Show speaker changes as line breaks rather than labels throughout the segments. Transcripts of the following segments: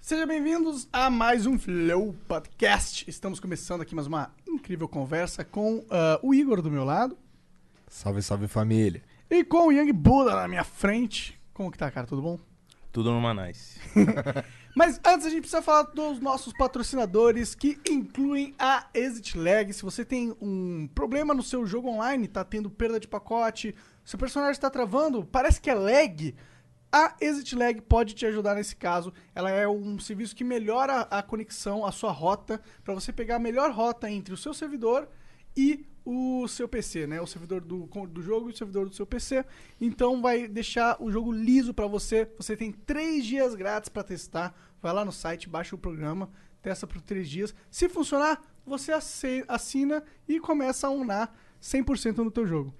Sejam bem-vindos a mais um Flow Podcast. Estamos começando aqui mais uma incrível conversa com ah, o Igor do meu lado
Salve, salve família.
e com o Yang Buda na minha frente. Como que tá, cara? Tudo bom?
Tudo numa nice.
Mas antes a gente precisa falar dos nossos patrocinadores que incluem a Exit Lag. Se você tem um problema no seu jogo online, tá tendo perda de pacote, seu personagem está travando, parece que é lag. A Exit Lag pode te ajudar nesse caso. Ela é um serviço que melhora a conexão, a sua rota, para você pegar a melhor rota entre o seu servidor e o seu PC, né? O servidor do, com- do jogo e o servidor do seu PC. Então vai deixar o jogo liso para você. Você tem três dias grátis para testar. Vai lá no site, baixa o programa, testa por três dias. Se funcionar, você assi- assina e começa a unar 100% no teu jogo,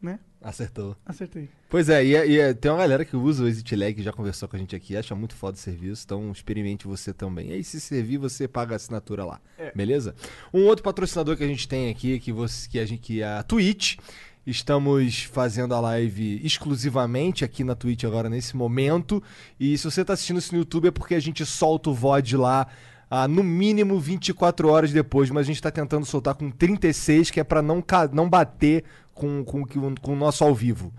né?
Acertou.
Acertei.
Pois é, e, e tem uma galera que usa o Exit Lag, já conversou com a gente aqui, acha muito foda o serviço, então experimente você também. E aí, se servir, você paga a assinatura lá, beleza? Um outro patrocinador que a gente tem aqui, que, você, que, a gente, que é a Twitch. Estamos fazendo a live exclusivamente aqui na Twitch agora, nesse momento. E se você tá assistindo isso no YouTube, é porque a gente solta o VOD lá Ah, no mínimo 24 horas depois, mas a gente tá tentando soltar com 36, que é pra não, ca- não bater com, com, o que- com o nosso ao vivo.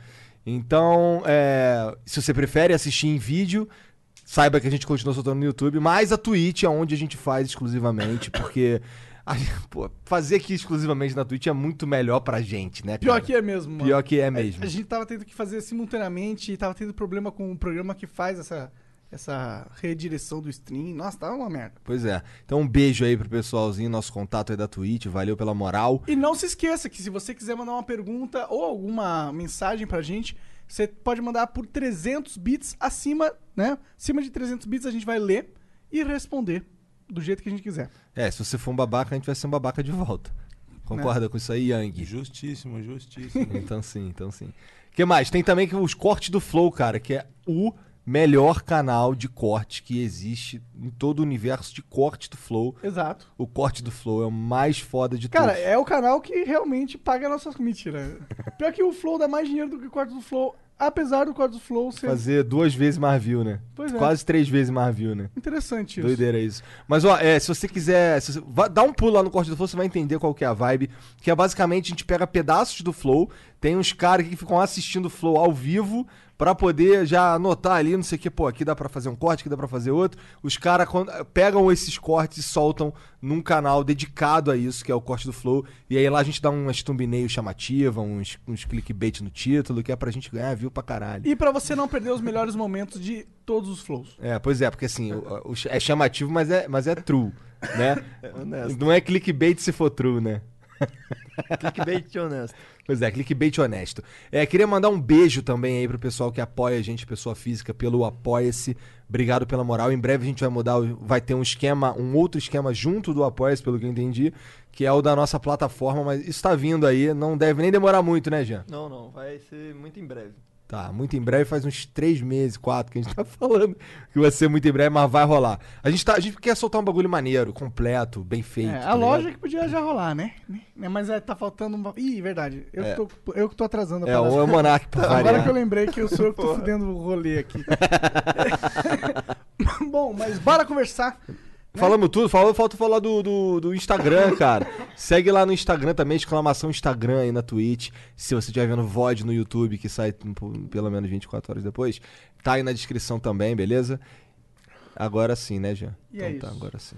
Então, é, se você prefere assistir em vídeo, saiba que a gente continua soltando no YouTube, mas a Twitch é onde a gente faz exclusivamente, porque a gente- pô, fazer aqui exclusivamente na Twitch é muito melhor pra gente, né?
Pior
cara?
que é mesmo, mano.
Pior que é mesmo.
A gente tava tendo que fazer simultaneamente e tava tendo problema com o programa que faz essa, essa redireção do stream. Nossa, tava uma merda.
Pois é. Então, um beijo aí pro pessoalzinho, nosso contato aí da Twitch, valeu pela moral.
E não se esqueça que se você quiser mandar uma pergunta ou alguma mensagem pra gente, você pode mandar por 300 bits acima, né? Acima de 300 bits a gente vai ler e responder do jeito que a gente quiser.
É, se você for um babaca, a gente vai ser um babaca de volta. Concorda
É.
com isso aí, Yang?
Justíssimo, justíssimo.
Então sim, então sim. O que mais? Tem também que os cortes do Flow, cara, que é o melhor canal de corte que existe em todo o universo de corte do Flow.
Exato.
O corte do Flow é o mais foda de
Cara,
todos.
é o canal que realmente paga nossas mentira. Pior que o Flow dá mais dinheiro do que o quarto do Flow, apesar do quarto do Flow ser
Fazer duas vezes mais view, né?
Pois é.
Quase três vezes mais view, né?
interessante isso.
Doideira isso. Mas, ó, é, se você quiser. se você- vá- dá um pulo lá no corte do Flow, você vai entender qual que é a vibe. Que é basicamente a gente pega pedaços do Flow, tem uns caras aqui que ficam assistindo o Flow ao vivo. Pra poder já anotar ali, não sei o que, pô, aqui dá pra fazer um corte, aqui dá pra fazer outro. Os caras quando- pegam esses cortes e soltam num canal dedicado a isso, que é o corte do Flow. E aí lá a gente dá umas thumbnail chamativa, uns, uns clickbait no título, que é pra gente ganhar view pra caralho.
E pra você não perder os melhores momentos de todos os flows.
É, pois é, porque assim, o- o- é chamativo, mas é, mas é true, né? Não é clickbait se for true, né?
Clickbait honesto.
Pois é, clickbait honesto. É, queria mandar um beijo também aí pro pessoal que apoia a gente, pessoa física, pelo Apoia-se. Obrigado pela moral. Em breve a gente vai mudar, o- vai ter um esquema, um outro esquema junto do Apoia-se, pelo que eu entendi, que é o da nossa plataforma, mas isso tá vindo aí, não deve nem demorar muito, né, Jean?
Não, não, vai ser muito em breve.
Tá, muito em breve, faz uns três meses, quatro, que a gente tá falando que vai ser muito em breve, mas vai rolar. A gente, tá, a gente quer soltar um bagulho maneiro, completo, bem feito.
É,
tá
a
ligado?
loja que podia já rolar, né? Né? Mas é, tá faltando uma... Ih, verdade. Eu, que tô, eu que tô atrasando a
É,
parada.
ou é o Monark pra
Agora
variar.
que eu lembrei que eu sou eu que tô fudendo o rolê aqui. Bom, mas bora conversar.
Falamos tudo, falou, falta falar do, do, do Instagram, cara. Segue lá no Instagram também, exclamação Instagram aí na Twitch. Se você estiver vendo VOD no YouTube, que sai um po- pelo menos 24 horas depois, tá aí na descrição também, beleza? Agora sim, né, Jean?
E é
tá,
isso.
agora sim.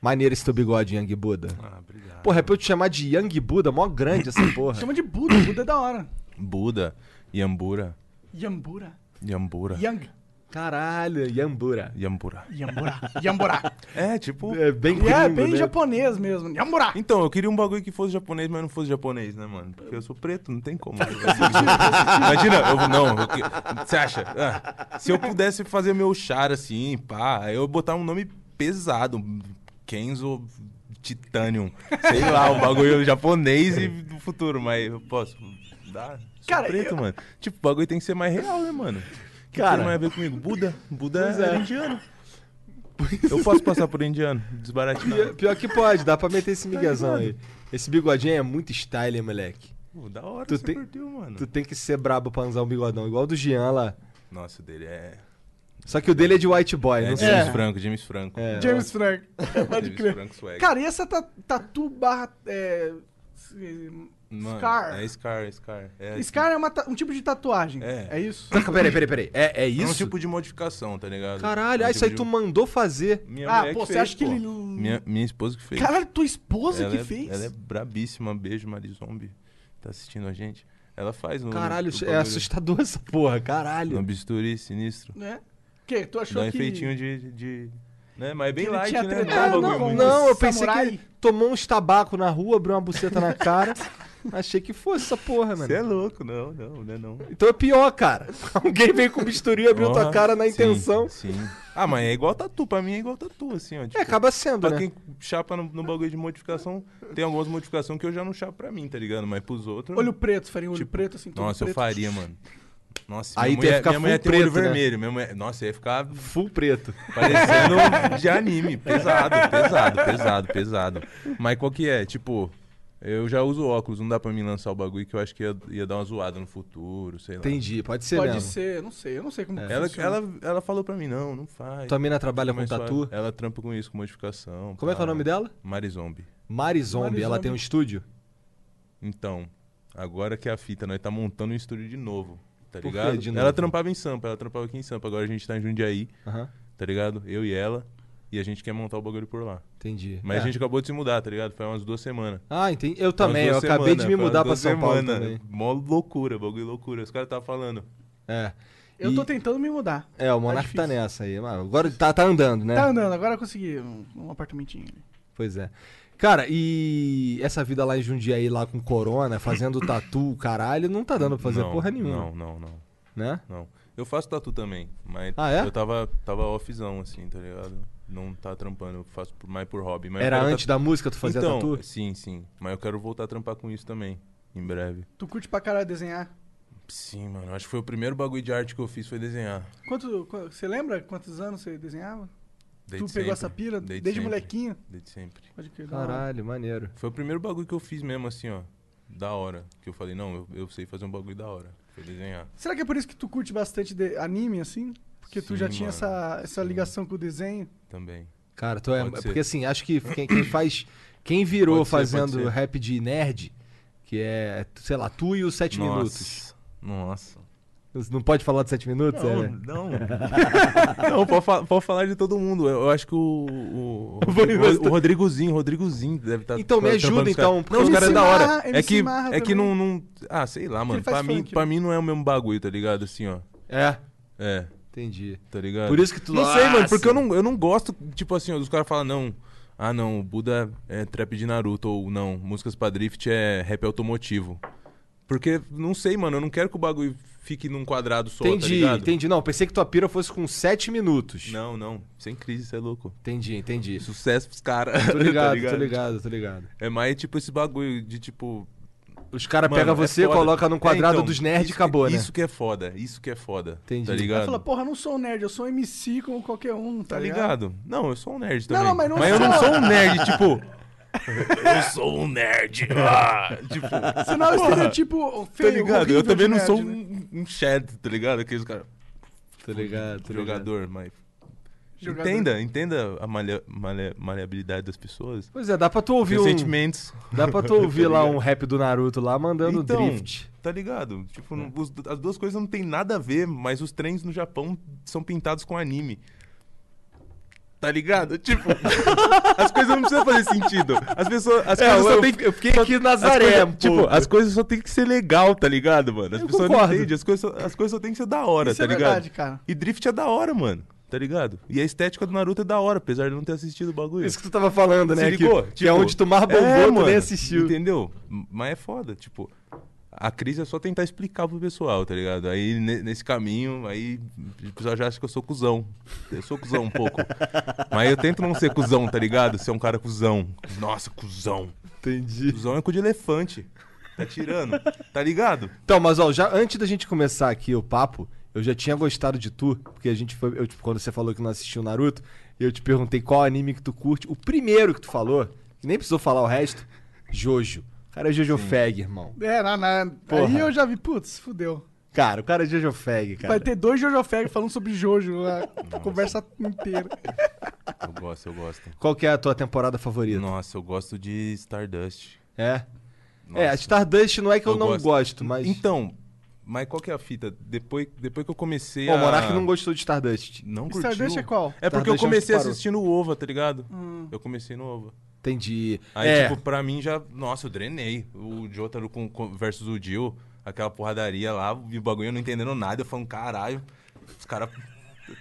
Maneiro esse teu bigode, Yang Buda.
ah, obrigado.
Porra, é pra eu te chamar de Yang Buda, mó grande essa porra.
Chama de Buda, Buda é da hora.
Buda, Yambura,
Yambura.
Yambura,
Yang.
Caralho, Yambura.
Yambura.
Yambura. Yambura.
É, tipo...
É bem
E é
gringo,
bem
né?
japonês mesmo. Yambura.
Então, eu queria um bagulho que fosse japonês, mas não fosse japonês, né, mano? Porque eu sou preto, não tem como. Imagina, eu, não, eu que- você acha? Ah, se eu pudesse fazer meu char assim, pá, eu botar um nome pesado. um Kenzo Titanium. Sei lá, o bagulho japonês e do futuro, mas eu posso dar? Sou
Cara,
preto, mano. Tipo, o bagulho tem que ser mais real, né, mano? O que
Cara.
tem mais a ver comigo? Buda? Buda é, indiano. Eu posso passar por indiano,
Pior,
desbaratinado.
pior que pode, dá pra meter
Tá
esse miguezão aí. Esse bigodinho é muito style, hein, moleque.
Pô, da hora
Tu
você
tem-
curtiu, mano.
Tu tem que ser brabo pra usar um bigodão, igual o do Jean lá.
Nossa, o dele é...
Só que o dele é de white boy,
é
não
James
sei.
Franco, James Franco.
É.
James Frank. Pode
James
crer.
Franco swag.
Cara, e essa ta- tatu barra. É, se-
Mano,
Scar.
É Scar, Scar. É,
Scar é uma ta- um tipo de tatuagem. É,
É.
isso?
Saca, peraí, peraí, peraí. É, é
é
isso?
um tipo de modificação, tá ligado?
Caralho,
é um
ah,
tipo
isso aí
de-
tu mandou fazer.
Minha
Ah,
mulher
pô, você
fez,
acha que
pô.
ele-
Minha, minha esposa que fez.
Caralho, tua esposa
ela
que
é,
fez?
Ela é brabíssima. Beijo, Marizombi. Tá assistindo a gente. Ela faz no.
Caralho,
no
é
bagulho-
assustador essa porra,
No
caralho.
bisturi sinistro.
Né? Que? Tu achou
Dá um
que.
efeitinho de. de né? Mas é bem
que ele
light,
tinha
né?
tretado
é um
É,
bagulho
não,
muito-
não, eu pensei
Samurai.
que ele tomou uns tabaco na rua, abriu uma buceta na cara. Achei que fosse essa porra, mano.
Você é louco, não, não, não é não.
Então é pior, cara. Alguém veio com bisturi e abriu tua
Porra,
cara na
sim,
intenção.
Sim. Ah, mas é igual tatu. Pra mim é igual tatu, assim, ó.
É,
tipo,
acaba sendo,
Pra
né?
quem chapa no, no bagulho de modificação, tem algumas modificações que eu já não chapo pra mim, tá ligado? Mas pros outros.
Olho preto, faria um olho
Tipo,
preto assim. todo
Nossa, eu
preto.
faria, mano. Nossa,
Aí
minha
tu ia
mulher,
ficar
minha
full
mulher tem um olho
preto, né?
vermelho. Minha mulher, nossa, ia ficar
Full preto.
parecendo de anime. Pesado, pesado, pesado, pesado. Mas qual que é? Tipo, eu já uso óculos, não dá pra mim lançar o bagulho que eu acho que ia, ia dar uma zoada no futuro, sei lá.
Entendi, pode ser
Pode
mesmo.
ser, não sei, eu não sei como. que
Ela,
funciona.
ela, ela falou pra mim, não, não faz.
Tua mina trabalha com
Mas só-
tatu.
Ela trampa com isso, com modificação.
Como é que é o nome dela?
Marizombi.
Mari Zombie, ela
Zombie.
tem um estúdio?
Então, agora que é a fita, nós tá montando um estúdio de novo, tá
Por quê?
ligado?
De
Ela
novo?
trampava em Sampa, ela trampava aqui em Sampa, agora a gente tá em Jundiaí,
Aham,
tá ligado? Eu e ela, e a gente quer montar o bagulho por lá.
entendi.
Mas
É.
a gente acabou de se mudar, tá ligado? Foi umas duas semanas.
Ah, entendi. Eu
Foi
também, eu
umas duas
acabei de
semanas,
me
foi umas
mudar pra
duas
São Paulo
semanas.
também.
Mó loucura, bagulho loucura. Os caras estavam falando.
É.
Eu tô
E-
tentando me mudar.
É, o Monark tá
difícil.
nessa aí. mas Agora tá, tá andando,
É.
né?
Tá andando, agora eu consegui um, um apartamentinho. ali.
Pois é. Cara, e essa vida lá em Jundiaí, lá com corona, fazendo tatu, caralho, não tá dando pra fazer
não,
porra nenhuma,
Não, não, não,
né?
não. Eu faço tatu também, mas
Ah, é?
eu tava, tava offzão, assim, tá ligado? Não tá trampando, eu faço por- mais por hobby. Mas eu
Era
quero
antes da música tu fazia
então,
tatu?
Sim, sim. Mas eu quero voltar a trampar com isso também, em breve.
Tu curte pra caralho desenhar?
Sim, mano. Acho que foi o primeiro bagulho de arte que eu fiz foi desenhar.
Quanto, qu- você lembra quantos anos você desenhava?
Desde
tu pegou
sempre.
essa pira desde,
sempre.
molequinho?
Desde sempre.
Pode crer. da hora.
Caralho, maneiro.
Foi o primeiro bagulho que eu fiz mesmo, assim, ó. Da hora. Que eu falei, não, eu, eu sei fazer um bagulho da hora. Foi desenhar.
Será que é por isso que tu curte bastante de- anime, assim? Porque tu
Sim,
já tinha
mano.
essa, essa
Sim.
ligação com o desenho?
Também.
Cara, tu é.
Pode ser.
Porque assim, acho que quem, quem faz. Quem virou
Pode ser, pode
fazendo
ser.
rap de nerd, que é, sei lá, tu e os 7 minutos.
Nossa.
Não pode falar de 7 minutos?
Não,
é?
não. não, pode, fa- pode falar de todo mundo. Eu, eu acho que o. O,
vou
o,
investir.
o Rodrigozinho, Rodrigozinho deve tá estar.
Então, me ajuda, então, porque
Não, os
eu-
caras é da
MC
hora.
Marra,
É
MC
que,
Marra
é que não,
também.
não. Ah, sei lá, mano.
ele faz
Pra mim,
funk,
pra
né?
mim não é o mesmo bagulho, tá ligado? Assim, ó.
É,
É,
entendi.
tá ligado?
Por isso que tu. ah,
Não sei, mano,
Nossa!
porque eu não, eu não gosto, tipo assim, ó, os caras falam, não. Ah, não, o Buda é trap de Naruto, ou não, músicas pra drift é rap automotivo. Porque, não sei, mano, eu não quero que o bagulho fique num quadrado só, tá
Entendi,
ligado?
entendi. Não, pensei que tua pira fosse com 7 minutos.
Não, não, sem crise, você é louco.
Entendi, entendi.
Sucesso pros caras.
Tô ligado, tô ligado, tô ligado.
É mais tipo esse bagulho de tipo.
Os caras
mano,
pegam
é
você,
foda.
coloca num
É,
quadrado
então,
dos nerds e
isso que-
acabou, né?
Isso que é foda, isso que é foda.
Entendi.
Tá
Aí
ligado?
Fala, porra, eu não sou um nerd, eu sou um MC como qualquer um, tá,
Tá ligado? Não, eu sou um nerd
Não,
também.
não, mas não
eu
sou-
não sou um nerd, tipo. eu sou um nerd. ah, tipo, tá
Senão é o
tipo,
estereotipo feio,
ligado?
horrível
Eu também
de
não
nerd,
sou
né?
um, um Chad, tá ligado? Aqueles caras.
Tô ligado, tô ligado.
Jogador, mas.
Jogador.
Entenda, entenda a malha- malha- maleabilidade das pessoas.
Pois é, dá pra tu ouvir
os
um,
sentimentos.
Dá pra tu ouvir lá um rap do Naruto lá mandando
Então,
drift.
Tá ligado? Tipo,
É.
não- os- as duas coisas não tem nada a ver, mas os trens no Japão são pintados com anime. Tá ligado? Tipo, as coisas não precisam fazer sentido. As pessoas.
É,
As coisas só tem que.
fiquei aqui em
as
Nazaré,
coisas- tipo, as coisas só tem que ser legal, tá ligado, mano? As
Eu
pessoas
concordo.
não entendem, as coisas, só- as coisas só tem que ser da hora,
Isso
tá
é
ligado?
verdade, cara.
E drift é da hora, mano. Tá ligado? E a estética do Naruto é da hora, apesar de eu não ter assistido o bagulho.
Isso que tu tava falando, né?
Se ligou?
que, que
Tipo,
é onde tu mais bombou,
é,
tu
mano,
nem assistiu.
Entendeu? Mas é foda, tipo. A crise é só tentar explicar pro pessoal, tá ligado? Aí, ne- nesse caminho, aí o pessoal já acha que eu sou cuzão. Eu sou cuzão um pouco. Mas eu tento não ser cuzão, tá ligado? Ser um cara cuzão. Nossa, cuzão.
Entendi.
Cuzão é cu de elefante. Tá tirando. Tá ligado?
Então, mas ó, já antes da gente começar aqui o papo, eu já tinha gostado de tu, porque a gente foi. Eu, tipo, quando você falou que não assistiu Naruto, eu te perguntei qual anime que tu curte. O primeiro que tu falou, que nem precisou falar o resto, Jojo. O cara é Jojo Fag, irmão.
É, na, na- aí
Porra.
eu já vi, putz, fudeu.
Cara, o cara é Jojo Fag, cara.
Vai ter dois Jojo Fag falando sobre Jojo, a conversa inteira.
Eu gosto, eu gosto.
Qual que é a tua temporada favorita?
Nossa, eu gosto de Stardust.
É?
Nossa.
É, a Stardust não é que eu, não gosto, mas.
Então, mas qual que é a fita? Depois, depois que eu comecei
Pô,
a...
o Monark não gostou de Stardust.
Não curtiu?
Stardust é qual?
É porque eu
Stardust é onde
comecei
parou.
assistindo o OVA, tá ligado? Eu comecei no OVA.
Entendi.
Aí,
é.
tipo, pra mim já... Nossa, eu drenei. O Jotaro com, com- versus o Jill, aquela porradaria lá, e o bagulho eu não entendendo nada. Eu falando, caralho, os caras...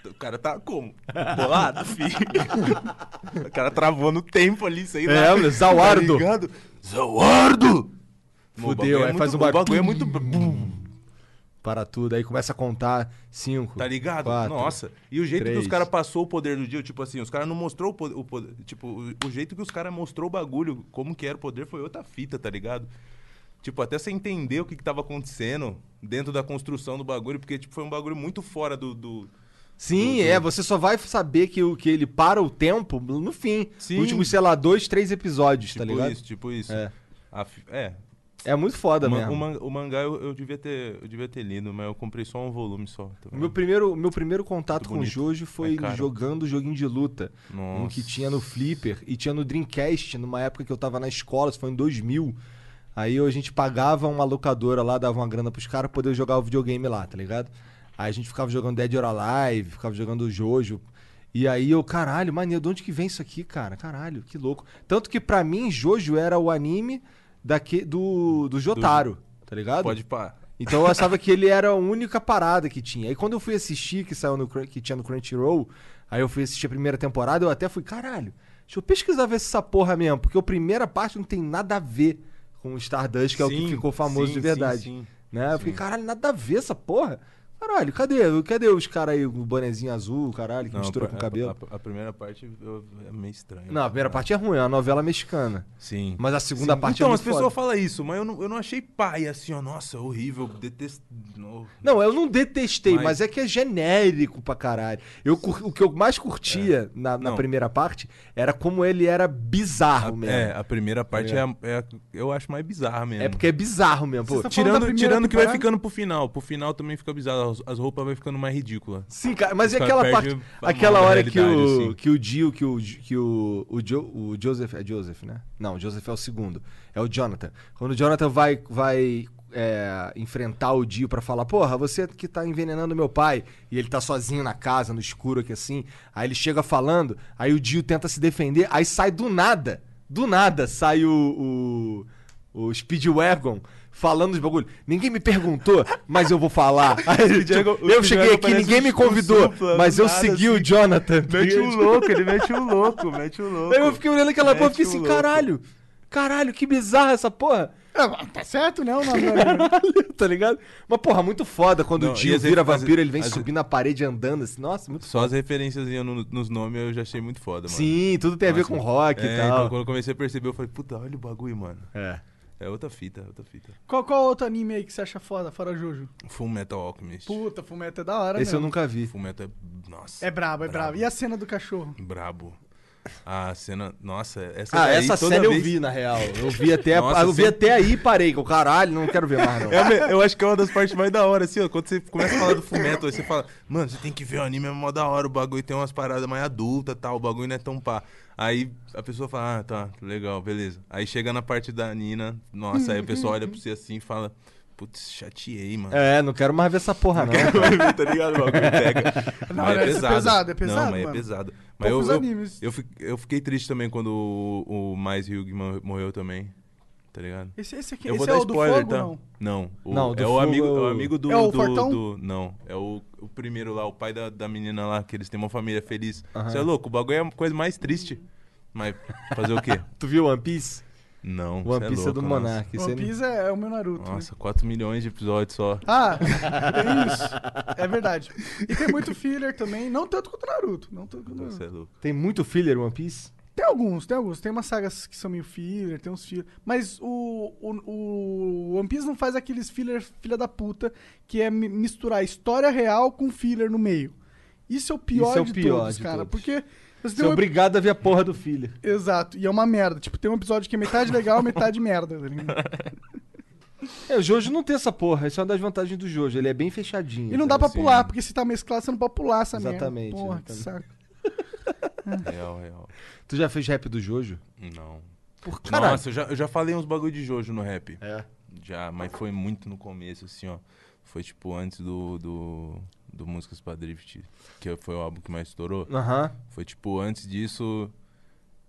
O cara tá como? Bolado, filho. o cara travou no tempo ali, sei lá.
É, meu, Zawardo.
Tá ligado? Zawardo!
Fudeu,
O bagulho
aí
muito-
faz um
O
bagulho.
bagulho é muito... bum.
Para tudo, aí começa a contar cinco.
Tá ligado?
quatro.
Nossa. E o jeito
três.
que os caras passou o poder do Jill, tipo assim, os caras não mostrou o poder, o poder- tipo, o, o jeito que os caras mostrou o bagulho, como que era o poder foi outra fita, tá ligado? Tipo, até você entender o que, que tava acontecendo dentro da construção do bagulho, porque tipo foi um bagulho muito fora do, do-
Sim,
Do- do-
é, você só vai saber que, o, que ele para o tempo no fim.
Sim.
Nos últimos, sei lá, dois, três episódios, tá
tipo
ligado?
isso, tipo isso.
É.
A fi- é.
É muito foda
O, man-
mesmo.
o man- o mangá eu, eu devia ter, eu devia ter lido, mas eu comprei só um volume só. tá
O
vendo?
Meu primeiro, o meu primeiro contato
Muito
com o
bonito.
Jojo foi
É caro.
jogando joguinho de luta. Um que
Nossa.
tinha no Flipper e tinha no Dreamcast, numa época que eu tava na escola, isso foi em 2000. Aí a gente pagava uma locadora lá, dava uma grana pros caras poder jogar o videogame lá, tá ligado? Aí a gente ficava jogando Dead or Alive, ficava jogando Jojo. E aí eu, caralho, maneiro, de onde que vem isso aqui, cara? Caralho, que louco. Tanto que pra mim, Jojo era o anime daque, do, do Jotaro, tá ligado?
Pode pá.
Então eu achava que ele era a única parada que tinha. Aí quando eu fui assistir, que saiu no Crun- que tinha no Crunchyroll, aí eu fui assistir a primeira temporada, eu até fui, caralho, deixa eu pesquisar ver se essa porra é mesmo, porque a primeira parte não tem nada a ver com o Stardust, que é o que
Sim,
ficou famoso
sim,
de verdade.
sim, sim.
né? Eu fiquei, caralho, nada a ver essa porra. Caralho, cadê? Cadê os caras aí com o bonezinho azul, caralho, que
Não,
mistura
a-
com o
a-
cabelo?
A, a primeira parte eu- é meio estranha.
Não, a primeira parte é ruim, é uma novela mexicana.
Sim.
Mas a segunda parte
então,
é muito
as pessoas
foda.
falam isso, mas eu não, eu não achei pai assim, ó, nossa, horrível, detesto. no-
Não, é eu não detestei, mas...
Mas-
é que é genérico pra caralho. Eu, cur- o que eu mais curtia na, na
É. Não.
primeira parte era como ele era bizarro
Ah,
A-
mesmo.
é,
É.
a primeira parte é, a- é a- eu acho mais bizarra mesmo.
porque é bizarro mesmo. pô.
Vocês estão- Tá falando da
Tirando,
primeira
tirando que vai
temporada?
ficando pro final. Pro final também fica bizarro. As, as roupas vai ficando mais ridícula.
Sim, cara, mas e
Os
aquela
caras
parte.
perdem a mão
Aquela
da
hora que
realidade,
o,
assim.
que o Jill, que o, que o, o, Jo- o Joseph. É Joseph, né? Não, o Joseph é o segundo. É o Jonathan. Quando o Jonathan vai, vai é, enfrentar o Jill pra falar, porra, você que tá envenenando meu pai. E ele tá sozinho na casa, no escuro aqui assim. Aí ele chega falando, aí o Jill tenta se defender, aí sai do nada. Do nada sai o. o, o Speedwagon. Falando os bagulho. Ninguém me perguntou, mas eu vou falar. Aí, tipo,
Speedwagon- o
eu cheguei
Speedwagon
aqui,
parece
ninguém
um
me convidou,
supla,
mas
do
eu
nada, assim.
segui o Jonathan.
louco, ele mete o louco, mete o louco.
Aí eu fiquei olhando aquela porra e fiquei
Mete o
assim,
louco.
caralho, caralho, que bizarra essa porra.
Ah, mas tá certo, né? O nome da-
tá ligado? Mas porra, muito foda quando
Não,
o
e
Jill
às
vira
vezes-
vampiro, ele vem
às vezes-
subindo na parede andando assim. Nossa, muito
Só as referências nos nomes eu já achei muito foda, mano.
Sim, tá. tudo tem a ver
Nossa,
com rock
é,
e tal.
então, Quando eu comecei a perceber, eu falei, puta, olha o bagulho, mano.
É.
É outra fita, outra fita.
Qual, qual outro anime aí que você acha foda, fora Jojo?
Full Metal Alchemist.
Puta, Fumeto é da hora,
Esse eu
mesmo.
nunca vi.
Full Metal é. Nossa.
É brabo, é brabo. E a cena do cachorro?
Brabo. A cena. Nossa, essa
Ah,
daí
essa
toda
cena eu
vez-
vi, na real. Eu vi até,
Nossa,
eu vi
você-
até aí e parei. que eu, Caralho, não quero ver mais, não.
É, a me- eu acho que é uma das partes mais da hora, assim, ó. Quando você começa a falar do fumetto, aí você fala, mano, você tem que ver o anime, é mó da hora, o bagulho tem umas paradas mais adultas tal, o bagulho não é tão pá. Aí a pessoa fala, ah, tá, legal, beleza. Aí chega na parte da Nina, nossa, aí o pessoal olha pra você assim e fala, putz, chateei, mano.
É, não quero mais ver essa porra, não.
tá ligado? O bagulho pega.
Não,
Mas
não, isso é pesado, é pesado,
Não, mas
mano.
é pesado. Mas eu,
Poucos
eu-
animes.
eu fi- eu fiquei triste também quando o, o Mais Hugman morreu também. Tá ligado?
Esse, esse aqui,
Eu
esse
vou
é
dar
o do
spoiler,
fogo,
tá?
não?
Não, o,
Não,
é,
do
o
fogo
amigo,
é o-
é o amigo do.
É o
do-
fortão?
do- não, é o, o primeiro lá, o pai da, da menina lá, que eles têm uma família feliz. Você é louco, o bagulho é a coisa mais triste. Mas fazer o quê?
Tu viu One Piece?
Não,
One
cê
Piece é,
louco,
do
nossa.
Monark. cê
One
não-
Piece é, é o meu Naruto. né?
Nossa, 4 milhões de episódios só.
Ah, é isso. É verdade. E tem muito filler também, não tanto quanto Naruto. Não tanto quanto
Você
Naruto.
é louco.
Tem muito filler One Piece?
é
Tem alguns, tem alguns. Tem umas sagas que são meio filler, tem uns filler. Mas o, o, o One Piece não faz aqueles filler filha da puta, que é mi- misturar história real com filler no meio. Isso é o pior
Isso é o
de
pior
todos,
de
cara.
todos.
Porque você
Você
tem
é
um
obrigado a ver a porra do filler.
Exato, e é uma merda. Tipo, tem um episódio que é metade legal, metade merda. tá ligado?
É, o Jojo não tem essa porra. Isso é uma das vantagens do Jojo. Ele é bem fechadinho.
E não dá pra
Sim.
pular, porque se tá mesclado, você não pode pular essa
Exatamente,
merda. Porra, que
exatamente.
saco.
Real, real.
Tu já fez rap do Jojo?
Não.
Por caralho.
Nossa, eu já, eu já falei uns bagulho de Jojo no rap.
É.
Já, mas foi muito no começo, assim, ó. Foi tipo antes do. do, do Músicas pra Drift, que foi o álbum que mais estourou.
Aham.
Foi tipo antes disso.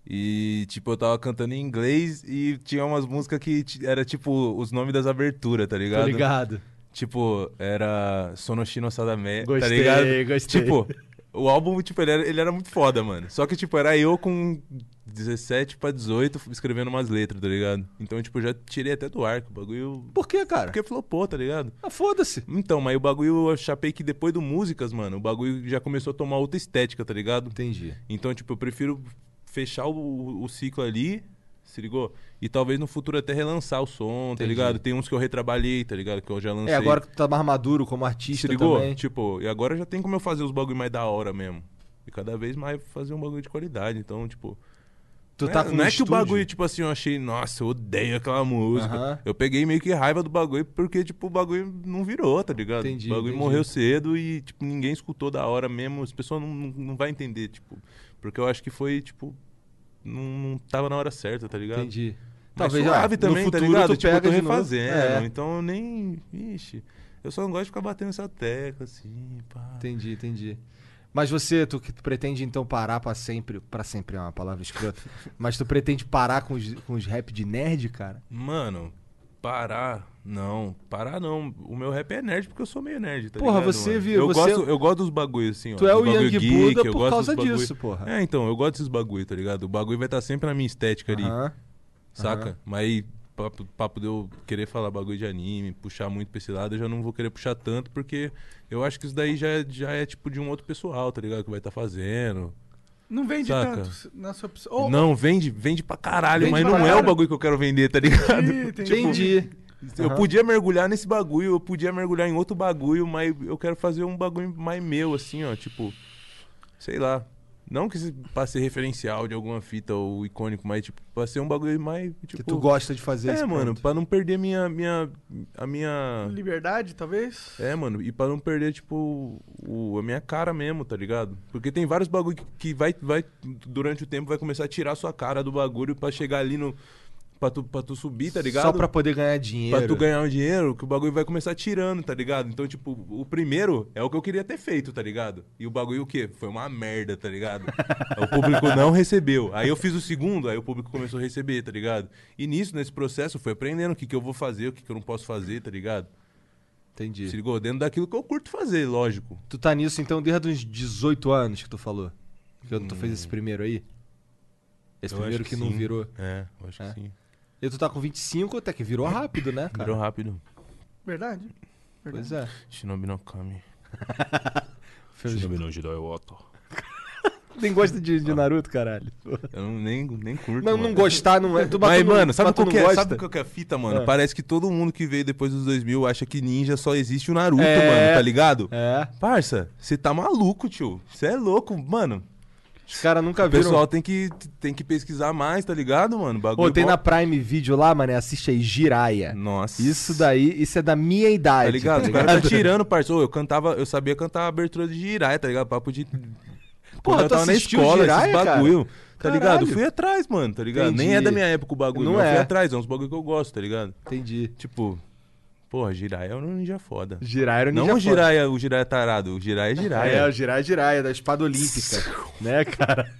E tipo, eu tava cantando em inglês e tinha umas músicas que ti- era tipo os nomes das aberturas, tá ligado?
Tô ligado.
Tipo, era Sonoshino Sadame, tá
Gostei,
ligado?
gostei.
Tipo, o álbum, tipo, ele era, ele era muito foda, mano. Só que, tipo, era eu com 17 pra 18 escrevendo umas letras, tá ligado? Então, tipo, eu já tirei até do arco o bagulho.
Por que, cara?
Porque flopou, tá ligado?
Ah, foda-se.
Então, mas o bagulho eu chapei que depois do Músicas, mano, o bagulho já começou a tomar outra estética, tá ligado?
Entendi.
Então, tipo, eu prefiro fechar o, o ciclo ali, se ligou? E talvez no futuro até relançar o som, tá
Entendi.
ligado? Tem uns que eu retrabalhei, tá ligado? Que eu já lancei.
É, agora que tu tá mais maduro como
se
artista
ligou?
também.
Tipo, e agora já tem como eu fazer os bagulho mais da hora mesmo. E cada vez mais fazer um bagulho de qualidade. Então, tipo.
Tu
não é-
tá com
não
um
é que o
estúdio.
bagulho, tipo assim, eu achei, nossa, eu odeio aquela música.
Aham.
Eu peguei meio que raiva do bagulho, porque, tipo, o bagulho não virou, tá ligado?
Entendi,
o bagulho
entendi.
morreu cedo e, tipo, ninguém escutou da hora mesmo. As pessoas não, não, não vai entender, tipo. Porque eu acho que foi, tipo. Não, não tava na hora certa, tá ligado?
Entendi.
Mas
Talvez
suave
ah,
também,
no
tá
futuro
ligado?
tu
Tipo, eu tô
pega de novo.
refazendo.
É,
Então eu nem. Ixi. Eu só não gosto de ficar batendo essa tecla, assim, pá.
entendi, entendi. Mas você, tu que pretende então parar pra sempre, Pra sempre é uma palavra escrota, mas tu pretende parar com os, com os rap de nerd, cara?
Mano, parar. Não, parar não. O meu rap é nerd porque eu sou meio nerd, tá
Porra,
ligado,
você,
mano?
Vi,
eu
você-
Gosto, eu gosto dos bagulhos, assim, ó.
Tu é
dos
o
bagulho
Yang
geek,
Buda
eu
por
gosto
causa
dos bagulho-
disso, porra.
É, então, eu gosto desses bagulho, tá ligado? O bagulho vai estar sempre na minha estética ali,
Aham.
saca? Mas aí, papo, papo de eu querer falar bagulho de anime, puxar muito pra esse lado, eu já não vou querer puxar tanto, porque eu acho que isso daí já, é- já é tipo de um outro pessoal, tá ligado? Que vai estar fazendo.
Não vende
Saca.
tanto na sua opção. Ou-
Não, vende, vende pra caralho,
Vende
mas
pra
não é o
caralho.
bagulho que eu quero vender, tá ligado?
Entendi, entendi.
Entendi.
Tipo, Eu
Aham.
podia mergulhar nesse bagulho, eu podia mergulhar em outro bagulho, mas eu quero fazer um bagulho mais meu, assim, ó. Tipo, sei lá. Não que se- pra ser referencial de alguma fita ou icônico, mas, tipo, pra ser um bagulho mais. Tipo,
que tu gosta de fazer
É,
esse
mano,
ponto.
pra não perder minha. minha a minha.
Liberdade, talvez?
É, mano, e pra não perder, tipo, o- a minha cara mesmo, tá ligado? Porque tem vários bagulho que, que vai, vai, durante o tempo, vai começar a tirar a sua cara do bagulho pra chegar ali no. Pra tu, pra tu subir, tá ligado?
Só pra poder ganhar dinheiro.
Pra tu ganhar um dinheiro, que o bagulho vai começar tirando, tá ligado? Então, tipo, o primeiro é o que eu queria ter feito, tá ligado? E o bagulho o quê? Foi uma merda, tá ligado? o público não recebeu. Aí eu fiz o segundo, aí o público começou a receber, tá ligado? E nisso, nesse processo, eu fui aprendendo o que, que eu vou fazer, o que, que eu não posso fazer, tá ligado?
Entendi.
Se ligou? Dentro daquilo que eu curto fazer, lógico.
Tu tá nisso então desde uns 18 anos que tu falou. Que tu fez esse primeiro aí? Esse
Eu
primeiro
acho
que, não
sim.
virou.
É, eu acho
É.
que sim.
E tu tá com 25, até que virou rápido, né, cara?
Virou rápido.
Verdade.
Pois é.
Shinobi no Kami.
Fez-
no Jidoi Wato.
Nem gosta de, de Naruto, caralho.
Eu não, nem, nem curto.
Não,
mano.
não gostar não é. Tu
Mas,
bateu no-
mano, sabe
bateu
qual,
no
que é,
gosta?
sabe qual que é a fita, mano? Parece que todo mundo que veio depois dos 2000 acha que ninja só existe o Naruto,
É.
mano, tá ligado?
É.
Parça, você tá maluco, tio. Você é louco, mano.
Os caras nunca
o
viram.
pessoal tem que, tem que pesquisar mais, tá ligado, mano? Bagulho
Pô, tem
bom.
na Prime Video lá, mano, assiste aí, Jiraya.
Nossa.
Isso daí, isso é da minha idade.
Tá ligado? Os caras tá tirando, parça. Ô, eu cantava, eu sabia cantar a abertura de Jiraiya, tá ligado? Papo de.
Porra,
eu
tu
tava na
assistiu
escola,
Jiraiya,
esses
cara?
bagulho. Tá
Caralho.
ligado? Fui atrás, mano, tá ligado? Nem é
Entendi.
da minha época o bagulho,
Não
mas eu
é.
fui atrás, é uns bagulho que eu gosto, tá ligado?
Entendi.
Tipo, porra, Jiraiya é um ninja foda.
Jiraya era o
Não
ninja
o Jiraiya, o Jiraiya tarado, o Jiraiya é
foda. É, o
Jiraiya.
Jiraya Jiraya, da espada olímpica. né, cara?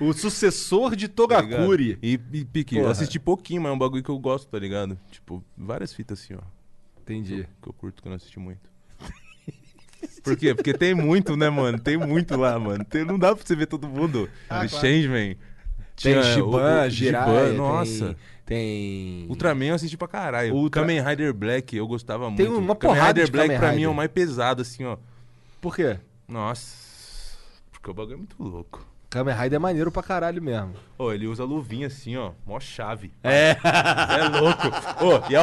O sucessor de
tá ligado?
Togakuri.
E, e Pique, eu
Porra.
assisti pouquinho, mas é um bagulho que eu gosto, tá ligado? Tipo, várias fitas assim, ó.
Entendi.
Que eu curto, que eu não assisti muito. Por quê? Porque tem muito, né, mano? Tem muito lá, mano. Tem- não dá pra você ver todo mundo.
Ah,
o
claro.
Changeman.
Tem
Tinha o-
Shiban,
o-
Jiraiya,
Giban, nossa.
Tem. tem-
Ultraman eu assisti pra caralho.
Ultra-
Kamen Rider Black eu gostava muito.
Tem uma porrada
Rider
de
Black
Kamen
pra mim é
Rider.
o mais pesado, assim, ó.
Por quê?
Nossa. Porque o bagulho é muito louco.
Kamen Rider é maneiro pra caralho mesmo.
Ô, ele usa luvinha assim, ó. Mó chave.
É.
É louco. Ô, e a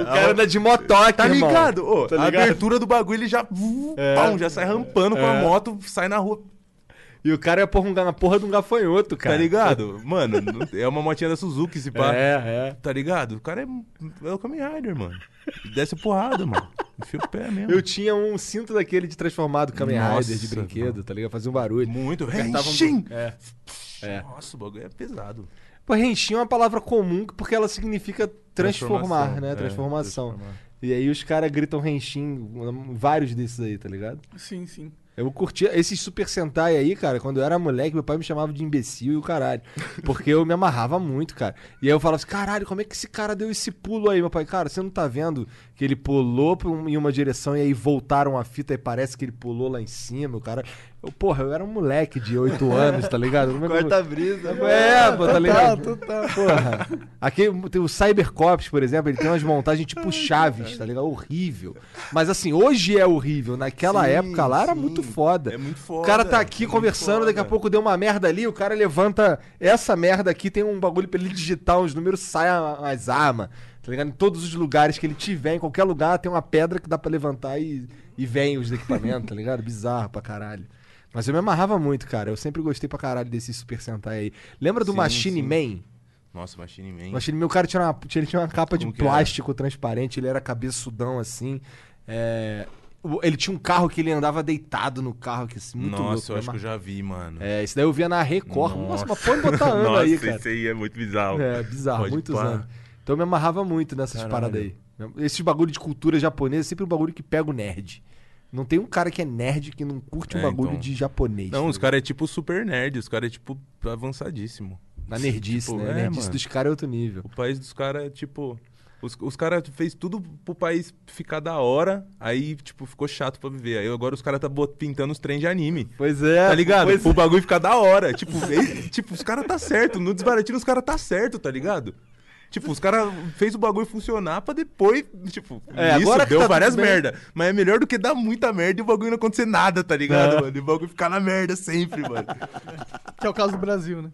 O cara anda de motoque,
Tá
irmão.
ligado? Ô,
Tá
a
ligado? É.
abertura do bagulho ele já. pum, já sai rampando com a moto, sai na rua.
E o cara é porra um, ga- na porra de um gafanhoto, cara.
Tá ligado? Mano, não- é uma motinha da Suzuki, se pá.
É, é.
Tá ligado? O cara é, é o Kamen Rider, mano. Desce a porrada, mano. Enfia o pé mesmo.
Eu tinha um cinto daquele de transformado Kamen Rider de
Nossa,
brinquedo,
mano.
tá ligado? Fazia um barulho.
Muito.
Apertava um-
Henshin!
É. É.
Nossa, o bagulho é pesado.
Pô, Henshin é uma palavra comum porque ela significa transformar,
Transformação,
né?
é,
Transformação.
transformar.
E aí os caras gritam Henshin, vários desses aí, tá ligado?
Sim, sim.
Eu curtia esses Super Sentai aí, cara. Quando eu era moleque, meu pai me chamava de imbecil e o caralho. Porque eu me amarrava muito, cara. E aí eu falava assim: caralho, como é que esse cara deu esse pulo aí, meu pai? Cara, você não tá vendo que ele pulou pra um- em uma direção e aí voltaram a fita e parece que ele pulou lá em cima, o cara. Eu, porra, eu era um moleque de 8 anos, tá ligado? Como é que eu-
Corta-brisa.
É, pô, tá ligado?
Total,
Porra. Aqui tem o Cybercops, por exemplo, ele tem umas montagens tipo Chaves, tá ligado? Horrível. Mas assim, hoje é horrível. Naquela
Sim,
época lá era
sim.
muito foda.
É muito
O
foda.
cara tá aqui
é muito
conversando, daqui a
foda.
pouco deu uma merda ali, o cara levanta essa merda aqui, tem um bagulho pra ele digitar uns números, sai a- as armas, tá ligado? Em todos os lugares que ele tiver, em qualquer lugar, tem uma pedra que dá pra levantar e, e vem os equipamentos, tá ligado? Bizarro pra caralho. Mas eu me amarrava muito, cara. Eu sempre gostei pra caralho desse Super Sentai aí. Lembra do
Sim,
Machine
sim.
Man?
Nossa, Machine Man.
Eu achei ele, meu cara tinha uma, tinha- ele tinha uma capa de
Como que era?
plástico transparente, ele era cabeçudão assim. é, o- ele tinha um carro que ele andava deitado no carro, que assim, muito
Nossa,
louco.
eu
né,
acho que eu
mas-
já vi, mano.
É, isso daí eu via na Record. Nossa, mas pode botar ano
Nossa,
tá aí, cara.
isso aí é muito bizarro.
É, bizarro,
Pode
muitos
pá.
anos. Então eu me amarrava muito nessas
Caralho.
paradas aí. Esses bagulho de cultura japonesa é sempre um bagulho que pega o nerd. Não tem um cara que é nerd que não curte um
É,
bagulho
então.
de japonês.
Não,
tá
os
ligado?
caras é tipo super nerd, os caras é tipo avançadíssimo.
Na nerdice,
Tipo,
né? A
é,
nerdice
mano.
dos caras é outro nível.
O país dos caras é tipo. Os, os caras fez tudo pro país ficar da hora, aí, tipo, ficou chato pra viver. Aí agora os caras tá bot- pintando os trem de anime.
Pois é.
Tá ligado?
Pois
O bagulho fica da hora. Tipo, e- tipo os caras tá certo. No desbaratino, os caras tá certo, tá ligado? Tipo, os caras fez o bagulho funcionar pra depois. Tipo,
É,
isso
agora que
deu
tá
várias
tudo bem.
merda. Mas é melhor do que dar muita merda e o bagulho não acontecer nada, tá ligado,
É.
mano? E o bagulho ficar na merda sempre, mano.
Que é o caso do Brasil, né?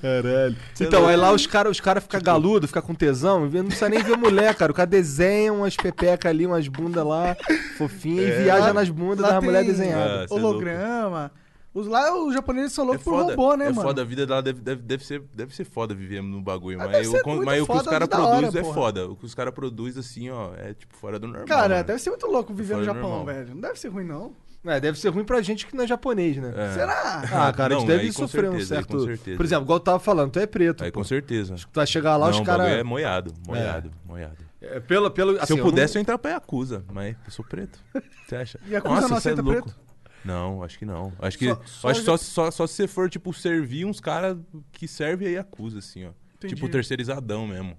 Caralho.
é
Então, aí lá os caras os cara
Tipo-
ficam galudo, ficam com tesão, não precisa nem ver mulher, cara. O cara desenha umas pepecas ali, umas bundas lá, fofinhas,
É.
e viaja
Lá-
nas bundas
lá
da mulher
tem
desenhada.
Ah, cê é louco.
Holograma. Os lá, os japoneses são loucos por robô, né,
é
mano?
foda, a vida dela deve, deve, deve ser, deve ser foda viver no bagulho.
Ah,
Mas,
deve
o,
ser
con-
muito
mas o que os
foda,
caras
muito da hora,
produzem é
porra.
foda. O que os caras produzem, assim, ó, é tipo fora do normal.
Cara,
né?
deve ser muito louco viver no
Fora do
Japão,
normal.
velho. Não deve ser ruim, não.
É, deve ser ruim pra gente que não é japonês, né?
É.
Será?
Ah, cara, a gente
Não,
deve
aí com
sofrer um
certeza, aí
certo.
com certeza.
Por exemplo, igual eu tava falando, tu é preto.
Aí
tipo,
pô.
com certeza.
Tu vai chegar lá,
não,
os
o bagulho
caras.
é moiado, moiado, moiado.
É, pelo, pelo, assim,
Se eu pudesse, eu,
não-
entrar pra Yakuza, mas eu sou preto. Você acha?
Yakuza não
cê
aceita preto?
Não, acho que não. Acho que
Só-
só,
só
acho que só, só, só se você for, tipo, servir uns caras que servem a Yakuza, assim, ó.
Entendi.
Tipo, terceirizadão mesmo.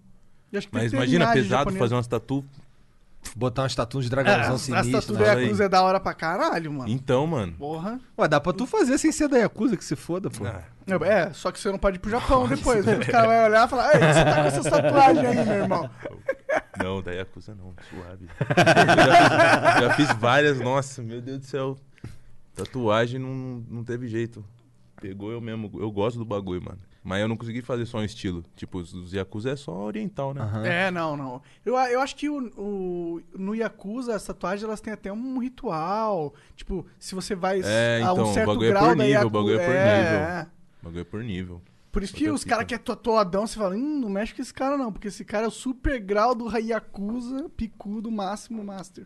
E acho que tem que
Mas
ter
imagina,
linhagem
pesado
japonesa.
fazer umas tatu.
botar uma estátua de
É,
dragãozão
a
sinistro.
estatua
Né?
da
né?
Yakuza é da hora pra caralho, mano.
Então, mano.
Porra.
Ué, dá pra tu fazer sem ser da Yakuza, que se foda, pô.
Ah,
É, só que você não pode ir pro Japão depois. né? Os caras vão olhar e falar, ei, você tá com essa tatuagem aí, meu irmão.
Não, da Yakuza não, suave. Eu já, já fiz várias, nossa, meu Deus do céu. Tatuagem não, não teve jeito. Pegou eu mesmo, eu gosto do bagulho, mano. Mas eu não consegui fazer só um estilo. Tipo, os- os Yakuza é só oriental, né?
Aham.
É, não, não. Eu, eu acho que o, o- no Yakuza, as tatuagens, elas têm até um ritual. Tipo, se você vai
É,
a
então,
um
o
certo
bagulho é
grau
por
da
nível, o
Yaku-
bagulho é por
é.
O bagulho é por nível.
Por isso que
Outra
os caras que
fita.
é tatuadão, você fala, hum, não mexe com esse cara não, porque esse cara é o super grau do Yakuza, picudo, máximo, master.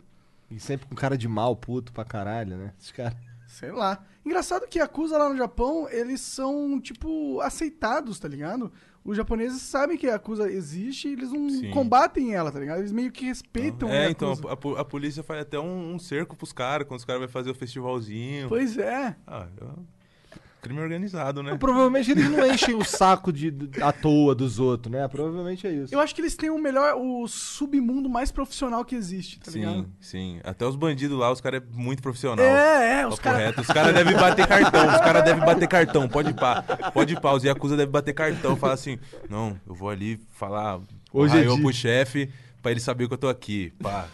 E sempre com cara de mal, puto pra caralho, né? Esses caras.
Sei lá. Engraçado que Yakuza lá no Japão, eles são, tipo, aceitados, tá ligado? Os japoneses sabem que Yakuza existe e eles não
Sim.
combatem ela, tá ligado? Eles meio que respeitam a
é,
Yakuza.
então, a, po- a polícia faz até um, um cerco pros caras, quando os caras vão fazer o festivalzinho.
Pois é.
Ah, eu- Crime organizado, né?
Provavelmente eles não enchem o saco de, de- à toa dos outros, né? Provavelmente é isso.
Eu acho que eles têm o melhor, o submundo mais profissional que existe, tá ligado?
Sim, sim. Até os bandidos lá, os caras é muito profissional.
É, é,
Papo
os caras.
reto. Os caras devem bater cartão, os caras devem bater cartão, pode pá. Pode pá, os Yakuza devem bater cartão, falar assim, não, eu vou ali falar
Hoje é
eu
dia."
pro chefe pra ele saber que eu tô aqui, pá.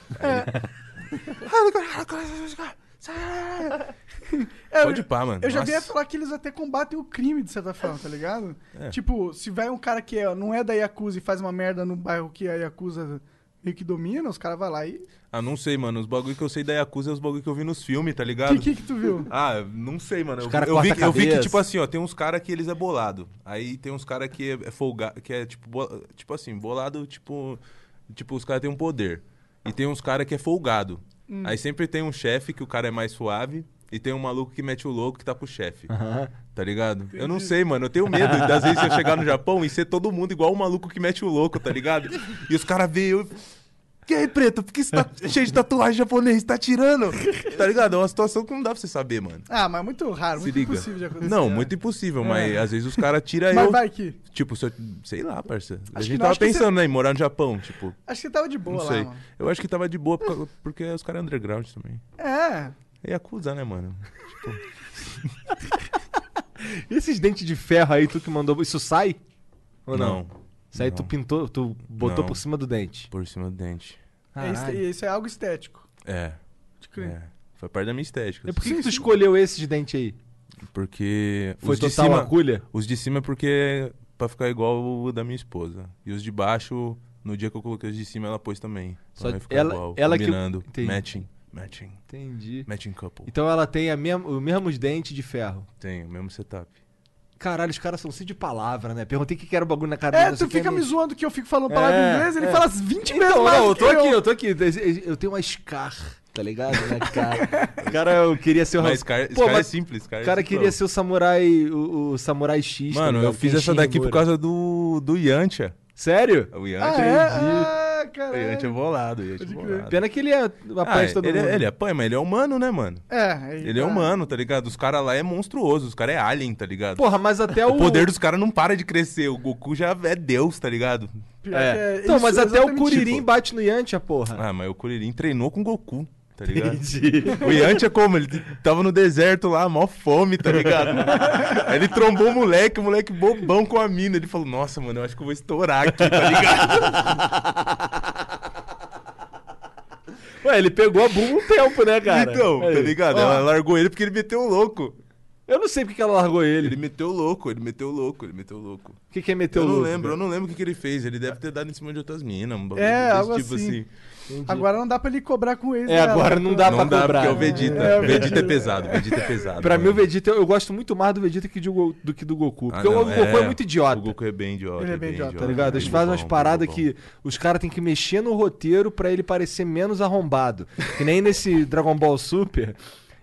É, eu-
Pode pá, mano.
Eu já vi
Nossa.
falar que eles até combatem o crime, de certa forma, tá ligado?
É.
Tipo, se vai um cara que é- não é da Yakuza e faz uma merda no bairro que a Yakuza meio que domina, os caras vão lá e.
Ah, não sei, mano. Os bagulho que eu sei da Yakuza é os bagulho que eu vi nos filmes, tá
O
ligado?
que, que, que tu viu?
Ah, não sei, mano. Eu,
cara
eu vi,
corta a
eu vi que,
cabeça.
tipo assim, ó, tem uns caras que eles é bolado. Aí tem uns caras que é, é folgado, que é tipo, bo- tipo assim, bolado, tipo. Tipo, os caras têm um poder. E tem uns caras que é folgado. Aí sempre tem um chefe que o cara é mais suave. E tem um maluco que mete o louco que tá pro chefe. Tá ligado? Eu não sei, mano. Eu tenho medo das vezes eu chegar no Japão e ser todo mundo igual o maluco que mete o louco, tá ligado? E os caras veem eu. Que aí, preto? Por que você tá cheio de tatuagem japonês? Tá tirando? Tá ligado? É uma situação que não dá pra você saber, mano.
Ah, mas muito raro,
Se
muito
liga.
impossível de acontecer.
Não,
né?
muito impossível, mas às vezes os caras tiram
Mas
eu.
vai que.
Tipo, se eu, sei lá, parceiro. A
Acho que
gente
não,
tava
acho que
pensando, né, em morar no Japão, tipo.
Acho que tava de boa
Não
lá,
sei.
mano.
Eu acho que tava de boa por causa- porque os caras é underground também.
É.
É acusar, né, mano?
E esses dentes de ferro aí, tu que mandou. Isso sai? Ou não? Isso aí tu
Não.
pintou, tu botou
Não.
por cima do dente.
Por cima do dente.
É isso,
Caralho.
isso é algo estético.
É.
De crer.
é. Foi parte da minha estética.
É
E por que, que tu escolheu esses dentes aí?
Porque.
Foi
os de
total
cima.
agulha?
Os de cima é porque. Pra ficar igual o da minha esposa. E os de baixo, no dia que eu coloquei os de cima, ela pôs também. Pra
Só
não ficar
ela-
igual.
ela que-
combinando.
Entendi.
Matching. Matching.
Entendi.
Matching couple.
Então ela tem a mesma, os mesmos dentes de ferro.
Tem, o mesmo setup.
Caralho, os caras são assim de palavra, né? Perguntei o que que era o bagulho na cara
É,
dele,
tu
assim, que
fica me zoando que eu fico falando
É,
palavra em inglês, ele
é.
fala as 20 vezes
Então,
mais.
não, eu tô
que
aqui, eu tô aqui. Eu tenho uma Scar, tá ligado? Na cara. O cara, eu queria ser o
Mas cara,
Pô,
cara é
mas
simples, cara.
o
é
cara
simplão.
queria ser o samurai, o, o samurai X. tá
Mano,
ligado?
eu fiz essa
Kenshin
daqui por
Himura.
causa do, do Yantia.
Sério?
O
Ah,
Yantia,
é? Ah,
o Yantia é
caralho.
bolado, o Yantia é
Pode crer.
bolado.
Pena que ele é uma
Ah,
peste todo
ele,
mundo.
ele apanha, mas ele é humano, né, mano?
É,
Ele é humano, tá ligado? Os caras lá é monstruoso, os caras é alien, tá ligado?
Porra, mas até é o.
o poder dos caras não para de crescer, o Goku já é Deus, tá ligado?
É. Então, mas até o
tipo,
Kuririn bate no Yantia, porra.
Ah, mas o Kuririn treinou com o Goku, tá ligado?
Entendi.
O Yantia como? Ele tava no deserto lá, mó fome, tá ligado? Aí ele trombou o moleque, o moleque bobão com a mina. Ele falou, nossa, mano, eu acho que eu vou estourar aqui, tá ligado?
Ué, ele pegou a bunda um tempo, né, cara?
Ah. então,
Aí.
tá ligado? Ela largou ele porque ele meteu o louco.
Eu não sei porque que ela largou ele.
Ele meteu o louco, ele meteu o louco, ele meteu o louco. né?
O que, que é meter
Eu
o
não
louco?
lembro, eu não lembro o que, que ele fez. Ele deve ter dado em cima de outras minas, um bagulho
É,
desse
algo
tipo
assim.
assim.
Agora não dá pra ele né, cobrar com eles.
É, agora não dá
Não
pra
dá,
cobrar. né?
porque é o Vegeta.
É, é o
Vegeta é pesado, Vegeta é pesado.
Pra mim,
mano.
o Vegeta, eu, eu gosto muito mais do Vegeta que de Go- do que do Goku.
Ah,
Porque o
não,
Goku é, muito idiota.
O Goku é bem idiota. é
Ele é bem idiota,
Tá ligado? Eles
bem
fazem umas
bobão, bem
paradas
bobão.
que os caras têm que mexer no roteiro pra ele parecer menos arrombado. Que nem nesse Dragon Ball Super,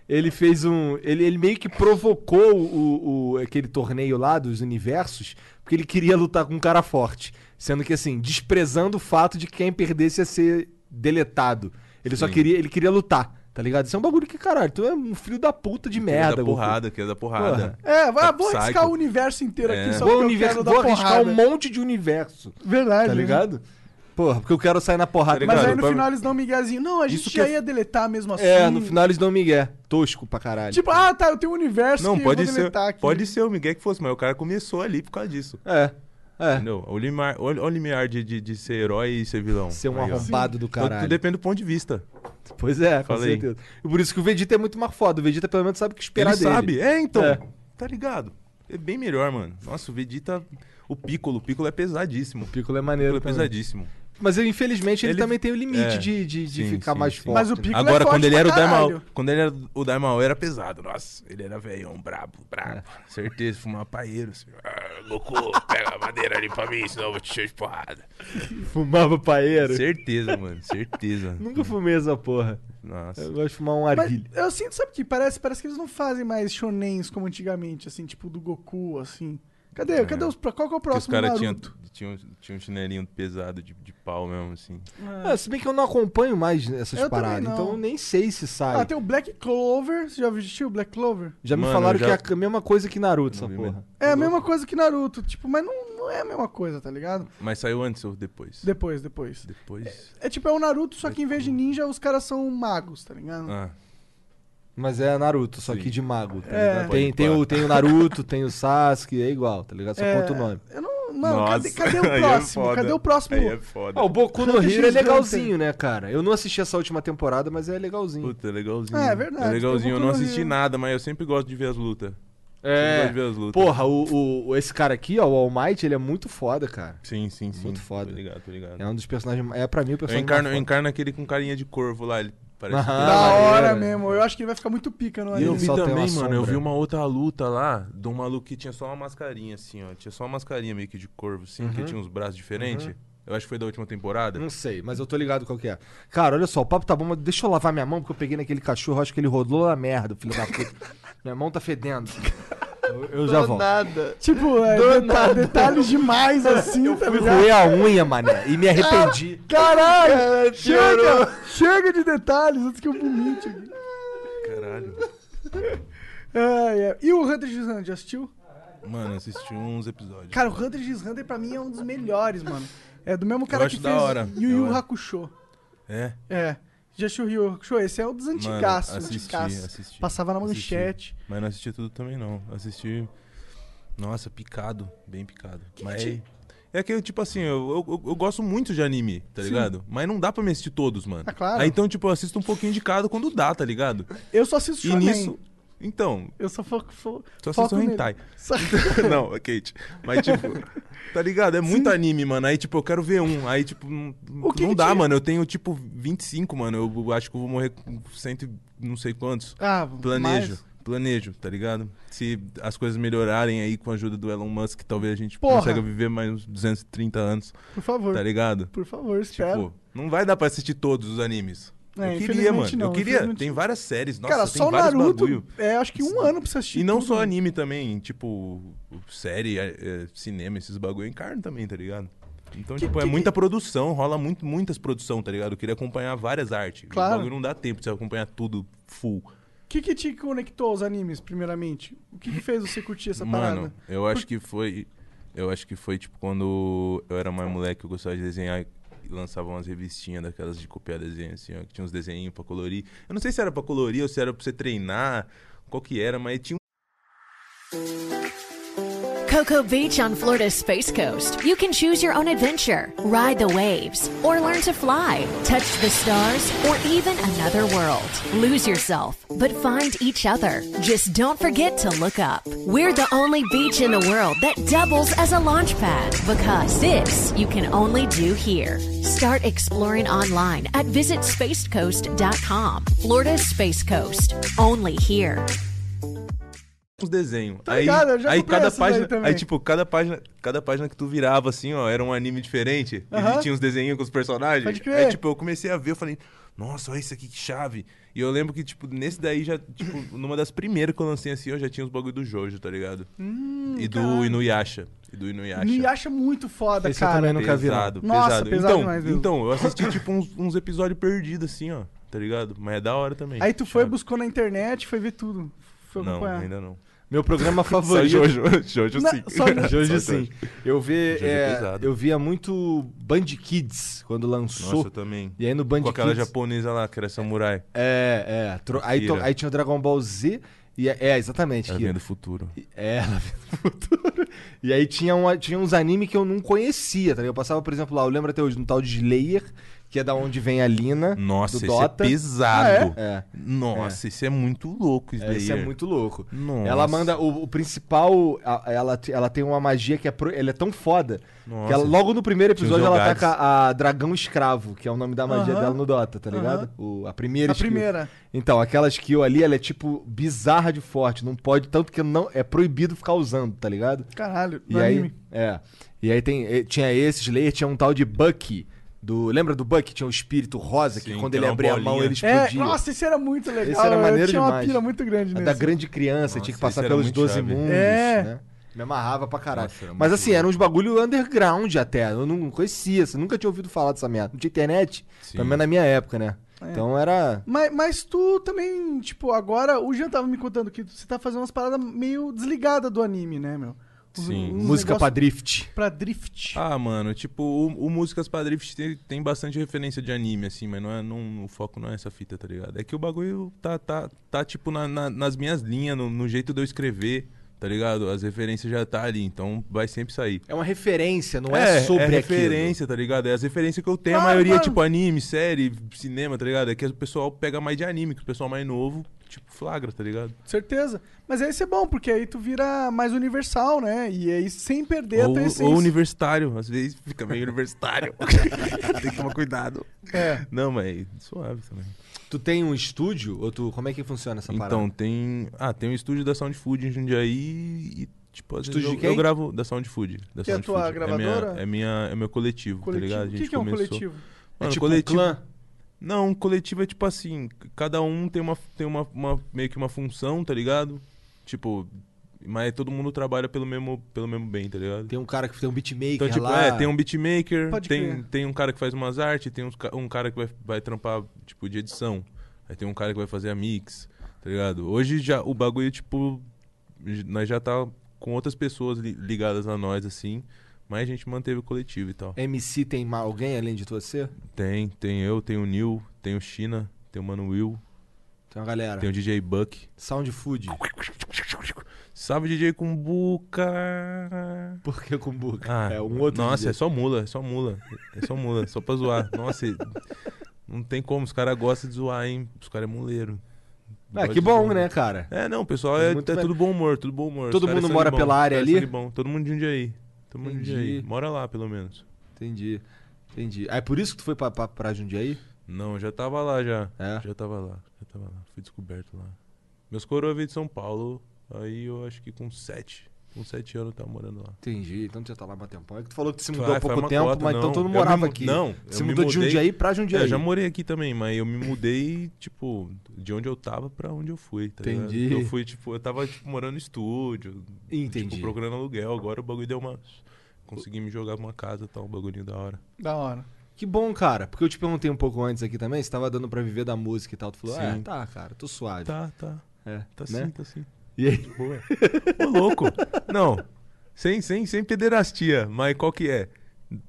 ele fez um. Ele, ele meio que provocou o, o- aquele torneio lá dos universos, porque ele queria lutar com um cara forte. Sendo que assim, desprezando o fato de quem perdesse ia ser deletado. Ele só
Sim.
queria. Ele queria lutar. Tá ligado? Isso é um bagulho que, caralho, tu é um filho da puta de
Queria
merda,
dar
Goku.
porrada, queria dar porrada.
É, vai,
Tá
vou arriscar
psycho.
o universo inteiro
É.
aqui só
Vou,
porque eu
univer-
quero
vou
dar
arriscar
porrada.
um monte de universo.
Verdade.
Tá
né?
ligado? Porra, porque eu quero sair na porrada.
Tá
Mas
ligado?
aí no
Pra-
final eles dão um miguezinho. Não, a gente
Isso que
já
é-
ia deletar mesmo assim.
É, no final eles dão migué. Tosco pra caralho.
Tipo, ah, tá, eu tenho um universo
Não,
que
pode
eu vou
ser,
deletar aqui.
pode ser o Miguel que fosse, mas o cara começou ali por causa disso.
É. É.
Entendeu? Olha o limar, olha, olha o limiar de, de, de ser herói e ser vilão.
Ser um
Aí, ó.
arrombado do
Então, tudo
caralho.
depende do ponto de vista.
Pois é, com
Falei.
certeza. E por isso que o Vegeta é muito mais foda. O Vegeta pelo menos sabe o que
Ele
esperar dele.
sabe, é então.
É.
Tá ligado? É bem melhor, mano. Nossa, o Vegeta. O Piccolo, o Piccolo é pesadíssimo. O
O Piccolo é
Piccolo
maneiro.
é
também.
pesadíssimo.
Mas ele, infelizmente ele,
Ele-
também tem o limite
é.
de, de, de
Sim,
ficar
sim,
mais
sim.
forte.
Mas o
né?
Piccolo
Agora,
é forte
quando ele
pra
era o
caralho.
Daimao, quando ele era o Daimao era pesado, nossa, ele era velhão, brabo, brabo, certeza, fumava paeiro, assim, "Ah, Goku, pega a madeira ali pra mim, senão eu vou te encher de porrada.
Fumava paeiro.
Certeza, mano, certeza.
Nunca fumei essa porra. Eu
Nossa.
gosto de fumar um
Mas
arguilho.
eu sinto, sabe o que? Parece, parece que eles não fazem mais shonens como antigamente, assim, tipo do Goku, assim. Cadê?
É.
Cadê os. Qual que é o
Porque os
próximo?
caras
Naruto?
tinham Tinha um, tinha um chinelinho pesado de, de pau mesmo, assim.
É, se bem que eu não acompanho mais essas
Eu também
paradas,
não.
então eu nem sei se sai.
Ah, tem um- o Black Clover. Você já assistiu o Black Clover?
Já me
Mano,
falaram
eu já-
que é a mesma coisa que Naruto,
Não
essa
vi, mas-
porra.
É a mesma coisa que Naruto, tipo, mas não, não é a mesma coisa, tá ligado?
Mas saiu antes ou depois?
Depois, depois.
Depois.
É tipo, é o Naruto, só que em vez de ninja, os caras são magos, tá ligado?
Uhum. Ah,
Mas é Naruto, só que
Sim.
de mago, tá
É.
ligado? Tem, tem, o, tem o Naruto, tem o Sasuke, é igual, tá ligado? Só
É,
conta o nome.
Eu não. Mano, cadê,
nossa.
cadê
Aí
o
é
próximo?
foda.
cadê o próximo?
Aí é foda.
Ah, o Boku no
Hunter
Hero é
x Hunter.
legalzinho, né, cara? Eu não assisti essa última temporada, mas é legalzinho.
Puta, é legalzinho.
É, é verdade,
É legalzinho.
eu
Eu
vou
não
pro
assisti
Rio.
nada, mas eu sempre gosto de ver as lutas. Sempre
É.
gosto de ver as lutas.
Porra, o, o- esse cara aqui, ó, o All Might, ele é muito foda, cara.
Sim, sim, sim.
Muito foda.
Tô ligado, tô ligado.
É um dos personagens. É pra mim o
Eu
personagem.
encarno, eu
mais foda.
encarno aquele com carinha de corvo lá. Ele parece que
Aham.
tem-
Da
Ah,
hora
maneiro.
mesmo. Eu acho que ele vai ficar muito pica no
é. E eu
Ele
anime.
vi
só tem uma
também, mano, eu
sombra.
vi uma outra luta lá de um maluco que tinha só uma mascarinha, assim, ó. Tinha só uma mascarinha meio que de corvo, assim, que
Uhum.
tinha uns braços diferentes. Eu acho que foi da última temporada.
Não sei, mas eu tô ligado qual que é. Cara, olha só, o papo tá bom, mas deixa eu lavar minha mão, porque eu peguei naquele cachorro, acho que ele rodou na merda, filho da puta. minha mão tá fedendo. Eu, eu já
Do
volto.
nada.
Tipo, é,
Do
deta-
nada.
detalhes demais assim, tá
Fui
ligado?
roer a unha, mané, e me arrependi.
Caralho!
Cara, piorou.
Chega! Chega de detalhes antes que eu vomite aqui.
Caralho.
Ai, ai. Ah, é. E o Hunter x Hunter, já assistiu?
Mano, assisti uns episódios.
Cara, o Hunter x Hunter pra mim é um dos melhores, mano. É do mesmo cara
Eu acho
que
da
fez
hora.
Yu
Da
Yu
hora.
Hakusho.
É.
É. Já assistiu Yu Yu Hakusho? Esse é um dos
Mano,
antigaços.
assisti,
antigaço.
assisti.
Passava na
assisti.
manchete.
Mas não assisti tudo também, não. Assisti. Nossa, picado. Bem picado. Mas. É que, tipo assim, eu, eu, eu gosto muito de anime, tá ligado? Mas não dá pra me assistir todos, mano.
Ah, claro.
Aí então, tipo, eu assisto um pouquinho de cada quando dá, tá ligado?
Eu só assisto
E
Shonen.
nisso. Então,
Eu só foco. Fo
só
foco
assisto
nele.
hentai.
Só-
não, Kate. Mas, tipo, tá ligado? É muito anime, mano. Aí, tipo, eu quero ver um. Aí, tipo, não,
O que
não
que
dá,
te-
mano. Eu tenho, tipo, 25, mano. Eu, eu acho que eu vou morrer com cento e não sei quantos.
Ah,
Planejo.
mais.
Planejo, tá ligado? Se as coisas melhorarem aí com a ajuda do Elon Musk, talvez a gente
Porra.
consiga viver mais uns 230 anos,
Por favor.
tá ligado?
Por favor, espero.
Tipo, não vai dar pra assistir todos os animes.
É,
eu queria,
infelizmente
mano.
não,
eu queria.
infelizmente
Tem várias séries, nossa,
Cara,
tem
só o
vários
Naruto.
bagulho.
É, acho que um ano pra você assistir.
E não só
anime.
anime também, tipo, série, é, é, cinema, esses bagulho eu encarno também, tá ligado? Então,
Que-
tipo, é
que-
muita produção, rola muito, muitas produção, tá ligado? Eu queria acompanhar várias artes.
Claro.
O bagulho não dá tempo de você acompanhar tudo full.
O que, que te conectou aos animes, primeiramente? O que, que fez você curtir essa
Mano,
parada?
eu acho que foi. Eu acho que foi tipo quando eu era mais moleque, eu gostava de desenhar e lançava umas revistinhas daquelas de copiar desenho, assim, ó, que tinha uns desenhinhos pra colorir. Eu não sei se era pra colorir ou se era pra você treinar, qual que era, mas tinha
Cocoa Beach on Florida's Space Coast. You can choose your own adventure, ride the waves, or learn to fly, touch the stars, or even another world. Lose yourself, but find each other. Just don't forget to look up. We're the only beach in the world that doubles as a launch pad because this you can only do here. Start exploring online at visitspacecoast.com. Florida's Space Coast, only here.
uns desenhos.
Tá
aí
ligado, eu já
aí
comprei
cada
essas daí
página,
também.
aí tipo, cada página, cada página que tu virava assim, ó, era um anime diferente
Aham.
e tinha uns desenhinhos com os personagens.
Pode crer.
Aí tipo, eu comecei a ver, eu falei, nossa, olha isso aqui que chave. E eu lembro que tipo, nesse daí já, tipo, numa das primeiras que eu lancei assim, eu já tinha os bagulho do Jojo, tá ligado? e do Inuyasha, e do Inuyasha.
Hum, Inuyasha é muito foda,
Esse eu
cara.
também nunca vi, não.
Pesado,
Nossa,
pesado.
pesado
então,
demais mesmo.
então, eu assisti tipo uns, uns episódios perdidos assim, ó, tá ligado? Mas é da hora também.
Aí tu foi,
Chave.
buscou na internet, foi ver tudo. Foi
Não,
acompanhar.
ainda não.
Meu programa favorito.
Só Jojo, Jojo
Não,
sim.
só Jojo.
Jojo
Só
sim. Eu vi,
Jojo
é,
pesado.
eu via muito Band Kids quando
Nossa,
lançou.
eu também.
E aí no Band
Com aquela
Kids.
japonesa lá, que era samurai.
É, é. tro- Aí, to-
Kira.
aí tinha o Dragon Ball Z. E é, é, exatamente.
Ela
Kira.
vinha do futuro.
É, ela veio do futuro. E aí tinha, um, tinha uns animes que eu não conhecia, tá ligado? Eu passava, por exemplo, lá, eu lembro até hoje, no tal de Slayer, que é da onde vem a Lina,
Nossa,
do
esse
Dota.
é pesado.
É.
Nossa, esse é muito louco,
É,
Slayer.
isso é muito louco.
Nossa.
Ela manda. O, o principal. a- ela, te- ela tem uma magia que é, pro- ela é tão foda.
Nossa.
Que ela- logo no primeiro
Tinha os
episódio ela
Yogates.
ataca a Dragão Escravo, que é o nome da magia
Aham.
dela no Dota, tá ligado? O- a primeira
A
skill.
primeira.
Então, aquela skill ali, ela é tipo bizarra de forte. Não pode, tanto que não é proibido ficar usando, tá ligado?
Caralho,
E
no
aí,
anime.
é. E aí tem, eh, tinha esse Slayer, tinha um tal de Bucky. Do, lembra do Bucky? Tinha um espírito rosa que
Sim,
quando
que
ele
era uma
abria a mão
bolinha.
ele
É,
explodia.
nossa, esse era muito legal.
Esse era
eu
maneiro
tinha uma
demais.
pila muito grande
A
nesse.
da É grande criança, tinha que
Nossa,
passar
esse era
pelos
muito
12
chave.
mundos,
É.
né? Me amarrava pra caralho.
Nossa, era
Mas
muito
assim, eram uns bagulho underground até. Eu não conhecia, assim, nunca tinha ouvido falar dessa merda. Não tinha internet,
Sim.
pelo menos na minha época, né? Então era.
Mas, mas tu também, tipo, agora o Jean tava me contando que você tá fazendo umas paradas meio desligadas do anime, né, meu? Uns-
Sim.
uns
música
negócio
pra drift.
pra drift.
Ah, mano, tipo, o, o Músicas pra Drift tem, tem bastante referência de anime, assim, mas não é, não, o foco não é essa fita, tá ligado? É que o bagulho tá, tá, tá tipo, na- na- nas minhas linhas, no, no jeito de eu escrever, tá ligado? As referências já tá ali, então vai sempre sair.
É uma referência, não é, sobre
é
aquilo.
referência, tá ligado? É as referências que eu tenho,
Claro,
a maioria,
claro.
tipo, anime, série, cinema, tá ligado? É que o pessoal pega mais de anime, que o pessoal mais novo, tipo, flagra, tá ligado?
Certeza. Mas aí isso é bom, porque aí tu vira mais universal, né? E aí sem perder a
Ou,
tua essência.
ou universitário, às vezes fica meio universitário. Tem que tomar cuidado.
É.
Não, mas suave também.
Tu tem um estúdio? Ou tu. Como é que funciona essa parada?
Então, tem. Ah, tem um estúdio da Sound Food em Jundiaí e. Tipo, às vezes
Estúdio de
eu,
quem?
eu gravo da Sound Food. Da
Que é a
Sound
tua
Food. É,
gravadora?
minha, é, minha, é meu coletivo,
Coletivo.
tá ligado? A
o que,
gente
que é um
começou-
coletivo?
é
Mano,
tipo
coletivo-
um clã.
Não, um coletivo é tipo assim, c- cada um tem uma tem uma, uma- meio que uma função, tá ligado? Tipo, mas todo mundo trabalha pelo mesmo pelo mesmo bem, tá ligado?
Tem um cara que tem um beatmaker
Então, tipo,
lá.
é, tem um beatmaker,
Pode
tem,
crer.
tem um cara que faz umas artes, tem uns ca- um cara que vai, vai trampar, tipo, de edição. Aí tem um cara que vai fazer a mix, tá ligado? Hoje já o bagulho, tipo, j- nós já tá com outras pessoas li- ligadas a nós, assim, mas a gente manteve o coletivo e tal.
MC tem ma- alguém além de você?
Tem, tem eu, tem o Neil, tem o China, tem o Mano Will,
Tem uma galera.
tem um- o DJ Buck.
Sound Food.
Salve DJ Cumbuca!
Por que Cumbuca? é um outro.
Nossa,
DJ.
é só mula, é só mula. É só mula, só pra zoar. Nossa, e- não tem como, os caras gostam de zoar, hein? Os caras é muleiro.
Ah,
Gosta
que
de
bom,
zoar.
né, cara?
É, não, o pessoal
É
é,
muito
é
bem.
tudo bom humor, tudo bom humor. Os
Todo
caras
mundo
são
mora
de
pela
bom, os
área
caras são
ali?
de bom. Todo mundo de um dia aí. Todo mundo de um dia aí.
Entendi.
Mora lá, pelo menos.
Entendi. Entendi. Ah, é por isso que tu foi pra, pra, pra Jundiaí?
Não, eu já tava lá já.
É?
Já tava lá, já tava lá. Fui descoberto lá. Meus coroa veio de São Paulo, aí eu acho que com sete. Com sete anos eu tava morando lá.
Entendi. Então tu já tá lá há um tempão. É que tu falou que tu se
Ah,
mudou há
faz
pouco
uma
tempo,
cota,
mas então
não.
tu não
Eu
morava
me-
aqui.
não,
Você
eu me
mudou de
mudei-
Jundiaí pra Jundiaí.
Eu É, já morei aqui também, mas eu me mudei, tipo, de onde eu tava pra onde eu fui, tá ligado?
Entendi.
Eu fui, tipo, eu tava tipo, morando no estúdio,
Entendi.
tipo, procurando aluguel. Agora o bagulho deu uma. Consegui me jogar pra uma casa e tal, um bagulhinho da hora.
Da hora.
Que bom, cara. Porque eu te perguntei um pouco antes aqui também, se tava dando pra viver da música e tal. Tu falou,
Sim.
ah, tá, cara, tô suave.
Tá, tá.
É,
Tá
né?
sim, tá sim.
E aí?
Boa. Ô, louco! Não, sem, sem, sem pederastia, mas qual que é?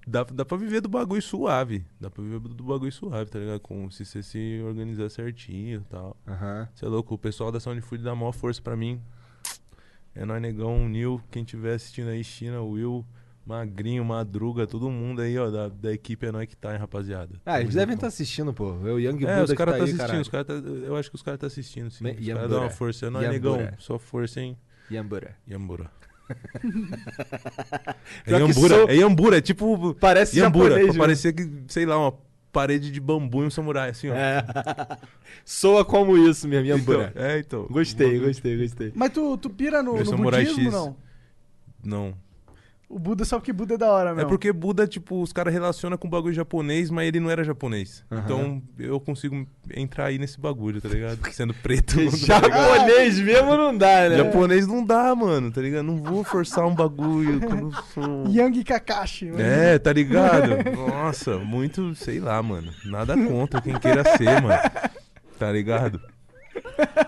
Dá, dá pra viver do bagulho suave. Dá pra viver do bagulho suave, tá ligado? Com, se você se organizar certinho e tal.
Aham.
Você é louco, o pessoal da Sound Food dá a maior força pra mim. É nóis, negão, Nil, quem tiver assistindo aí, China, Will, Magrinho, Madruga, todo mundo aí, ó, da, da equipe é nóis que tá, hein, rapaziada.
Ah, eles
Tamo
devem
junto.
estar assistindo, pô. É o Young
É,
Buddha
os
que tá
caras
aí,
tá assistindo,
caralho.
os cara tá, eu acho que os caras tá assistindo, sim.
Né?
Os caras dão
Yambura.
uma força, é nóis,
Yambura.
negão, só força, hein.
Yambura.
Yambura. é
Pior que
Yambura,
sou-
é Yambura, é tipo...
Parece
Yambura, tá
japonês,
pra
né?
parecer que, sei lá, uma parede de bambu e um samurai, assim, ó.
É. Soa como isso, minha
então,
Yambura.
é, então.
Gostei, gostei, gostei.
Mas tu, tu pira no,
Meu
no
Samurai
budismo,
X.
não?
Não,
O Buda sabe que Buda é da hora,
É
meu.
porque Buda, tipo, os caras relacionam com bagulho japonês, mas ele não era japonês. Então eu consigo entrar aí nesse bagulho, tá ligado? Sendo preto. não dá, tá ligado?
Japonês mesmo não dá, né?
Japonês não dá, mano, tá ligado? Não vou forçar um bagulho que eu não sou.
Yang Kakashi. né?
É, tá ligado? Nossa, muito, sei lá, mano. Nada contra quem queira ser, mano. Tá ligado?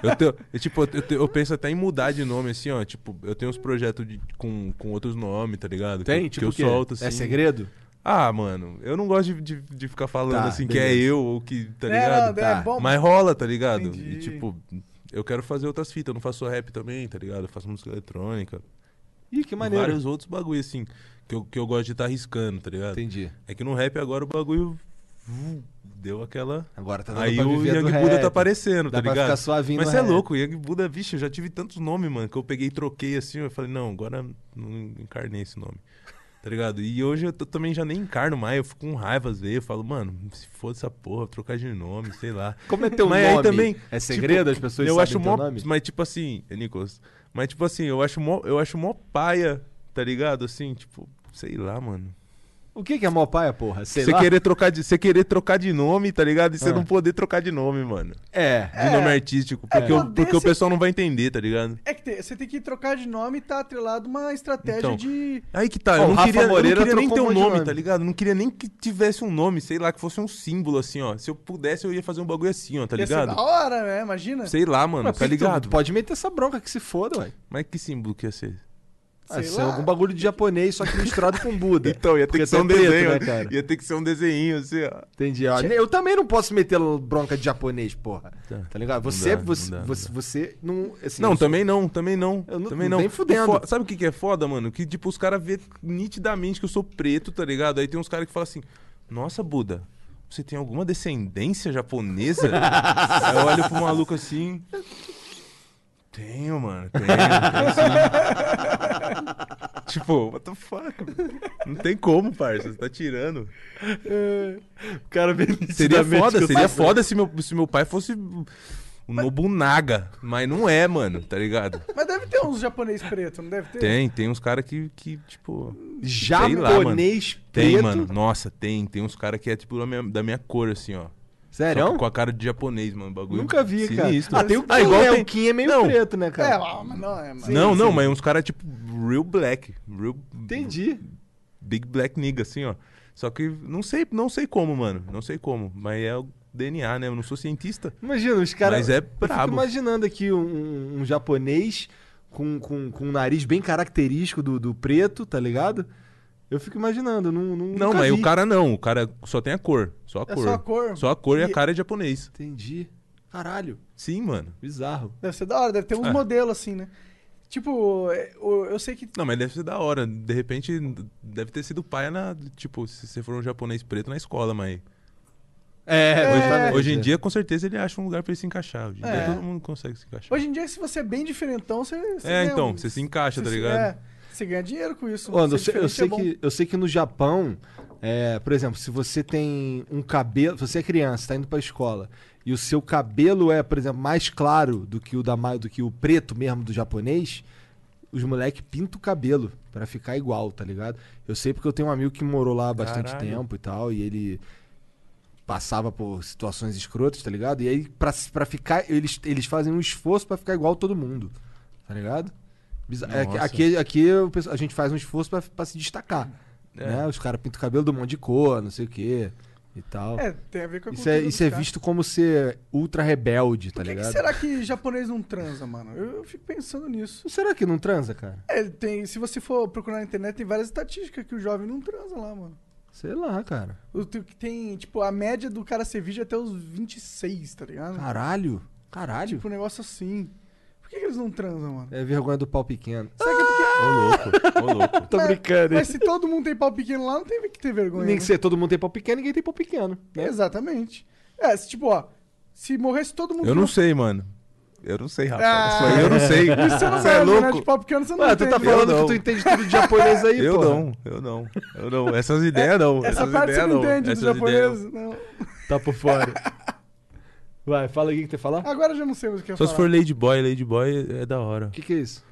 Eu, tenho, eu, tipo, eu, te- eu penso até em mudar de nome, assim, ó. Tipo, eu tenho uns projetos de- com, com outros nomes, tá ligado?
Tem?
que,
Tipo
que eu
o quê?
solto, assim.
É segredo?
Ah, mano, eu não gosto de, de, de ficar falando
Tá,
assim que é
beleza.
eu ou que, tá
É,
ligado?
não, é
Tá.
bom-
Mas rola, tá ligado?
Entendi.
E tipo, eu quero fazer outras fitas, eu não faço só rap também, tá ligado? Eu faço música eletrônica,
Ih, que maneiro.
vários outros bagulho assim, que eu, que eu gosto de estar arriscando, tá ligado?
Entendi.
É que no rap agora o bagulho vu, deu aquela...
Agora tá dando
Aí
pra
o
viver do
Young
rap.
Buda tá aparecendo,
Dá
tá
pra
ligado?
ficar suavinho
Mas
no
cê é
rap.
louco, Young Buda, vixe, eu já tive tantos nomes, mano, que eu peguei e troquei assim, eu falei, não, agora não encarnei esse nome. Tá ligado? E hoje eu t- também já nem encarno mais, eu fico com raiva às vezes, eu falo, mano, se for essa porra, trocar de nome, sei lá.
Como é teu
mas
nome?
aí também. tipo,
É segredo? As pessoas
eu
sabem teu
acho mó,
nome?
Mas tipo assim, é, Nicolas, mas tipo assim, eu acho mó, eu acho mó paia, tá ligado? Assim, tipo, sei lá, mano.
O que, que é mó paia, porra? Sei
Você
lá.
querer, trocar de, você querer trocar de nome, tá ligado? E você não poder trocar de nome, mano.
É.
De nome artístico. Porque, o,
Poder
porque o
se-
pessoal não vai entender, tá ligado?
É que tem- você tem que trocar de nome e tá atrelado uma estratégia
Então.
de.
Aí que
Ó,
tá,
o
eu não
Rafa
queria, eu não
Moreira
queria nem ter
trocou
um
um monte de
nome,
nome.
tá ligado? Eu Não queria nem que tivesse um nome, sei lá, que fosse um símbolo assim, ó. Se eu pudesse, eu ia fazer um bagulho assim, ó, tá
Ia ser
ligado?
da hora, né? Imagina.
Sei lá, mano,
Mas
tá
tu-
ligado?
tu Pode meter essa bronca que se foda, ué.
Mas que símbolo que ia ser?
Ah,
Sei
isso é
lá.
algum bagulho de japonês, só que misturado com Buda.
Então,
Porque tu é né, cara?
um Ia ter que ser um desenho, assim, ó.
Entendi. ó. Eu também não posso meter bronca de japonês, porra. Tá,
Tá.
ligado? Você,
dá,
você,
não dá, não
você, você não. assim,
Não,
eu sou-
também não, também não.
Eu não-
também
não
não.
tem fudendo.
O fo- Sabe o que que é foda, mano? Que, tipo, os caras vê nitidamente que eu sou preto, tá ligado? Aí tem uns caras que falam assim, nossa, Buda, você tem alguma descendência japonesa? Aí eu olho pro maluco assim... Tenho, mano, tenho. tenho sim." tipo, what the fuck? mano? Não tem como, parça, você tá tirando. tá-
O cara vê
Seria
nitidamente que
foda,
eu
seria
sou-
foda se meu, se meu pai fosse o Nobunaga. Mas não é, mano, tá ligado?
Mas deve ter uns japonês preto, não deve ter?
Tem, tem uns caras que, que, tipo. lá, mano.
Japonês
Tem,
preto.
mano. Nossa, tem. Tem uns caras que é, tipo, da minha, da minha cor, assim, ó. Só
Sério?
que Com a cara de japonês, mano. Bagulho.
Nunca vi,
sinistro.
cara. Ah, tem o Kim,
Ah, igual
né?
tem-
O Kim é meio
Não.
preto, né,
É,
cara?
ó, mas não é, mano.
não, não,
sim.
mas uns caras, tipo, real black. Real.
né? Entendi.
Big black nigga, assim, ó. Só que não sei, não sei como, mano. Não sei como. Mas é o DNA, né? Eu não sou cientista.
Imagina, os caras.
Mas é
Eu
brabo.
fico imaginando aqui um, um japonês com, com, com um nariz bem característico do, do preto, tá ligado? Eu fico imaginando, não. Não,
Não,
nunca
mas
vi.
o cara não. O cara só tem a cor. Só a
É
cor.
só a cor.
Só a cor e, a
E-
cara é japonês.
Entendi. Caralho,
Sim, mano.
bizarro.
Deve ser da hora, deve ter uns
É.
modelos assim, né? Tipo, é, o- eu sei que.
Não, mas deve ser da hora. De repente, deve ter sido paia na. Tipo, se você for um japonês preto na escola, mas.
É,
Hoje, hoje em dia, com certeza, ele acha um lugar pra ele se encaixar. Hoje em
É.
dia, todo mundo consegue se encaixar.
Hoje em dia, se você é bem diferentão, você. você
é,
ganha
então,
uns-
você se encaixa, tá
você-
ligado?
É, você ganha dinheiro com isso.
Ô, Anderson,
ser
eu, sei
diferente é bom.
que, eu sei que no Japão, é, por exemplo, se você tem um cabelo. Se você é criança, tá indo pra escola, e o seu cabelo é, por exemplo, mais claro do que o da ma- do que o preto mesmo do japonês, os moleques pintam o cabelo pra ficar igual, tá ligado? Eu sei porque eu tenho um amigo que morou lá há bastante
Caralho.
tempo e tal, e ele passava por situações escrotas, tá ligado? E aí, pra, pra ficar, eles, eles fazem um esforço pra ficar igual todo mundo, tá ligado? Bizar- é que-
Nossa.
Aqui, aqui o pessoal- a gente faz um esforço pra, pra se destacar,
É.
né? Os caras pintam o cabelo do monte de cor, não sei o quê e tal.
É, tem a ver com a
isso
cultura
é,
dos
isso é
caras.
visto como ser ultra rebelde, tá
Por que, que
ligado?
será que japonês não transa, mano? Eu, eu fico pensando nisso.
Será que não transa, cara?
É, tem, se você for procurar na internet, tem várias estatísticas que o jovem não transa lá, mano.
Sei lá, cara.
O teu que tem, tipo, a média do cara ser virgem é até os 26, tá ligado?
Caralho. Caralho.
Tipo, um negócio assim. Por que, que eles não transam, mano?
É vergonha do pau pequeno.
Será que é porque.
Ô, louco, ô, louco.
Tô
Mas-
brincando, hein?
Mas se todo mundo tem pau pequeno lá, não tem que ter vergonha.
Nem
né?
que ser todo mundo tem pau pequeno, ninguém tem pau pequeno.
É, Exatamente. É, se, tipo, ó, se morresse todo mundo.
Eu não sei, mano. Eu não sei, rapaz.
Ah.
Isso aí eu não sei.
Isso você não
Você é
sabe, né?
louco?
De pau pequeno você não
Ué, tu tá
entende.
falando que
não.
tu entende tudo de japonês aí,
Eu
porra.
não, eu não, eu não. Essas ideias não.
Essa
essas
parte você
ideias
não entende do
Essas ideias
japonês.
não.
Não.
Tá por fora. Vai, fala aí o que que tu ia falar.
Agora eu já não sei mais o que eu ia
Só
falar.
se for Ladyboy, Ladyboy é da hora.
O que que é isso?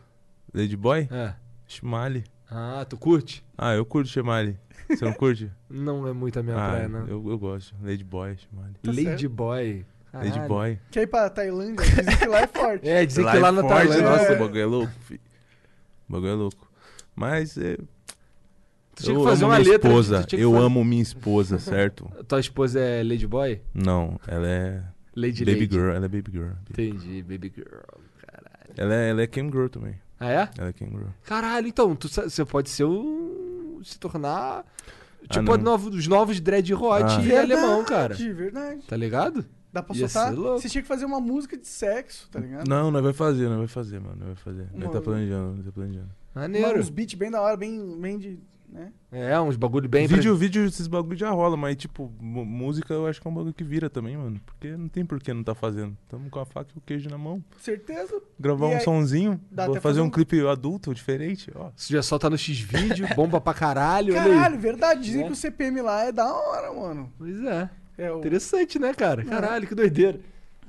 Ladyboy?
É.
Shimali.
Ah, tu curte?
Ah, eu curto Shimali. Você não curte?
Não é muito a minha
ah,
né?
praia, não.
eu, eu gosto. Ladyboy, Shimali.
Lady Boy. Caralho.
Ladyboy.
Quer ir pra Tailândia? Dizem que lá é forte.
É, dizem que lá na Tailândia.
Nossa,
É.
o bagulho é louco, filho. O bagulho é louco. Mas é,
Tu tinha
eu
que fazer
amo
uma
minha
letra.
esposa.
tu tinha que
Eu
fazer-
amo minha esposa, certo?
Tua esposa é Lady Boy?
Não, ela é
Lady
baby
Lady.
girl. Ela é baby girl.
Entendi, Baby Girl.
Ela é, ela é cam girl também.
Ah, é?
Ela é cam girl.
Caralho, então, tu, sa- você pode ser um. se tornar. Tipo,
Ah, não.
a novo- os novos Dread Hot
Ah.
e é alemão, cara.
De verdade.
Tá ligado?
Dá pra
Ia
soltar.
ser louco.
Você tinha que fazer uma música de sexo, tá ligado?
Não, não vai fazer, não vai fazer, mano. Não vai fazer. Não tá
Mano.
planejando, não tá planejando.
Uma-
Maneiro.
uns beats bem da hora, bem, bem de. Né?
É, uns bagulho bem.
Vídeo, vídeo, esses bagulho já rola, mas tipo, mu- música eu acho que é um bagulho que vira também, mano. Porque não tem por que não tá fazendo. Tamo com a faca e o queijo na mão.
Certeza.
Gravar
E
um
aí-
sonzinho,
Dá
vou
até
fazer,
fazer um-
um clipe adulto diferente, ó.
Isso já solta no X-Vídeo, bomba pra caralho. olha aí.
Caralho, verdade. Dizem
Né?
que o CPM lá é da hora, mano.
Pois é.
É o.
Interessante, né, cara? Caralho, que doideira.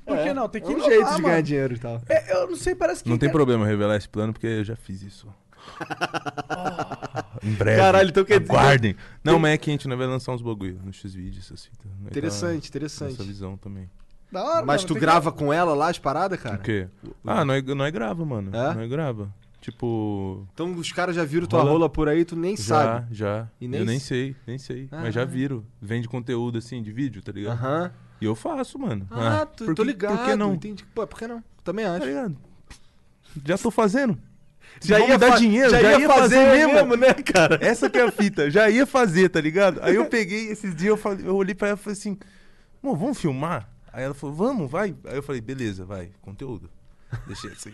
Por que
É,
não? Tem que
é um
inovar,
jeito de
mano.
Então,
ganhar dinheiro e tal.
É, eu não sei, parece que.
Não tem problema revelar esse plano, porque eu já fiz isso. Em breve.
Caralho, então quer dizer-
Aguardem. Não, mas é que a gente não vai lançar uns bagulho nos X-Vídeos, assim. tá? Aí tá
Interessante,
Essa
interessante.
visão também.
Da hora,
Mas
mano,
tu
tem que-
grava com ela lá as paradas, cara?
O quê? Ah, nós, nós grava, mano.
É?
Nós grava. Tipo,
Então os caras já viram tua
Rola-
rola por aí, tu nem
já,
sabe.
já.
E nem
eu nem
s-
sei, nem sei. Mas já viro. Vende conteúdo, assim, de vídeo, tá ligado?
Aham.
E eu faço, mano.
Ah, tu,
por
tô
que-
ligado.
Por que não?
Entendi. Pô, por que não? Também
Tá
acho.
ligado? Já tô fazendo. Se
Já
vão
ia
me dar
fa-
dinheiro,
já
já,
ia
ia, fazer,
fazer
mesmo.
mesmo, né,
cara? Essa que é a fita, já ia fazer, tá ligado? Aí eu peguei esses dias, eu, falei, eu olhei pra ela e falei assim, amor, vamos filmar? Aí ela falou, vamos, vai. Aí eu falei, beleza, vai, conteúdo. Deixei assim.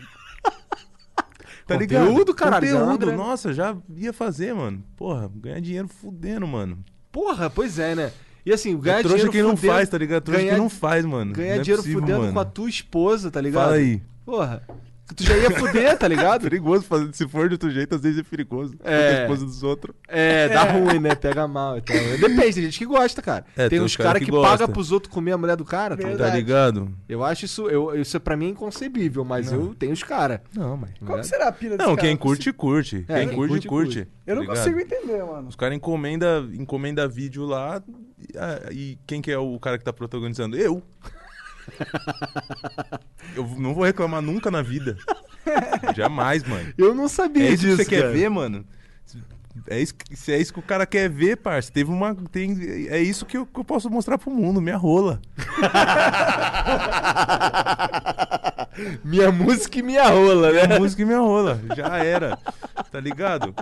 Tá ligado?
Conteúdo, né? caralho, é
Conteúdo,
André.
nossa, já ia fazer, mano. Porra, ganhar dinheiro fudendo, mano.
Porra, pois é, né? E assim, ganhar
É trouxa
dinheiro
quem não
fudendo-
faz, tá ligado? Trouxa
ganhar-
quem não faz, mano.
Ganhar
Não é
dinheiro
possível,
fudendo
mano.
com a tua esposa, tá ligado?
Fala aí.
Porra. Tu já ia fuder, tá ligado?
Perigoso fazer, se for de outro jeito, às vezes é perigoso.
É.
Porque a esposa dos outros.
É, dá ruim, né? Pega mal. Então. Depende, tem gente que gosta, cara. tem
É, tem
uns
uns cara
caras
que
que, pagam paga
gosta.
pros outros comer a mulher do cara, tá ligado?
Verdade.
Tá ligado?
Eu acho isso, eu, isso pra mim é inconcebível, mas eu tenho os caras.
Não, mas.
Qual que será a pira desse
né? Não,
cara?
quem curte, curte.
É,
quem curte, curte.
Eu
tá
não
ligado?
consigo entender, mano.
Os caras encomenda, encomenda vídeo lá. e- ah, E quem que é o cara que tá protagonizando? Eu. eu não vou reclamar nunca na vida. Jamais, mano.
Eu não sabia
É isso que
disso.
você quer
cara.
ver, mano? É isso, que- se é isso que o cara quer ver, parça. Teve uma. Tem, é isso que eu, que eu posso mostrar pro mundo, minha rola.
Minha música e minha rola, né?
Minha música e minha rola. Já era. Tá ligado?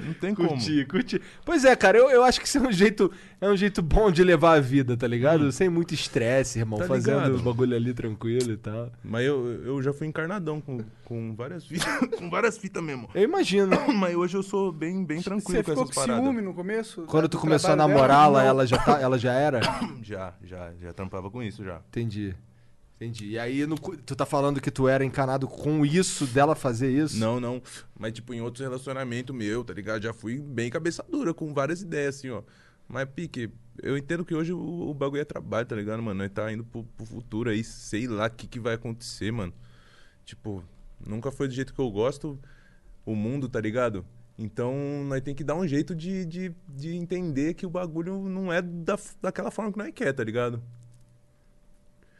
Não tem
Curti, curti. Pois é, cara, eu, eu acho que isso é um jeito, é um jeito bom de levar a vida, tá ligado? Sem muito estresse, irmão,
Hum. Tá
fazendo
ligado.
o bagulho ali tranquilo e tal.
como. Mas eu, eu já fui encarnadão com, com várias fitas. com várias fitas mesmo.
Eu imagino.
Mas hoje eu sou bem, bem tranquilo
Você
com
ficou com
essas paradas.
ciúme no começo?
Quando
do
tu começou a
trabalho dela?
namorá-la,
Não.
ela já tá, ela já era?
Já, já, já trampava com isso já.
Entendi. Entendi. E aí, no cu- tu tá falando que tu era encanado com isso, dela fazer isso?
Não, não. Mas, tipo, em outros relacionamentos meu, tá ligado? Já fui bem cabeça dura, com várias ideias, assim, ó. Mas, Pique, eu entendo que hoje o, o bagulho é trabalho, tá ligado, mano? Nós tá indo pro, pro futuro aí, sei lá o que, que vai acontecer, mano. Tipo, nunca foi do jeito que eu gosto o mundo, tá ligado? Então, nós tem que dar um jeito de, de, de entender que o bagulho não é da, daquela forma que nós quer, tá ligado?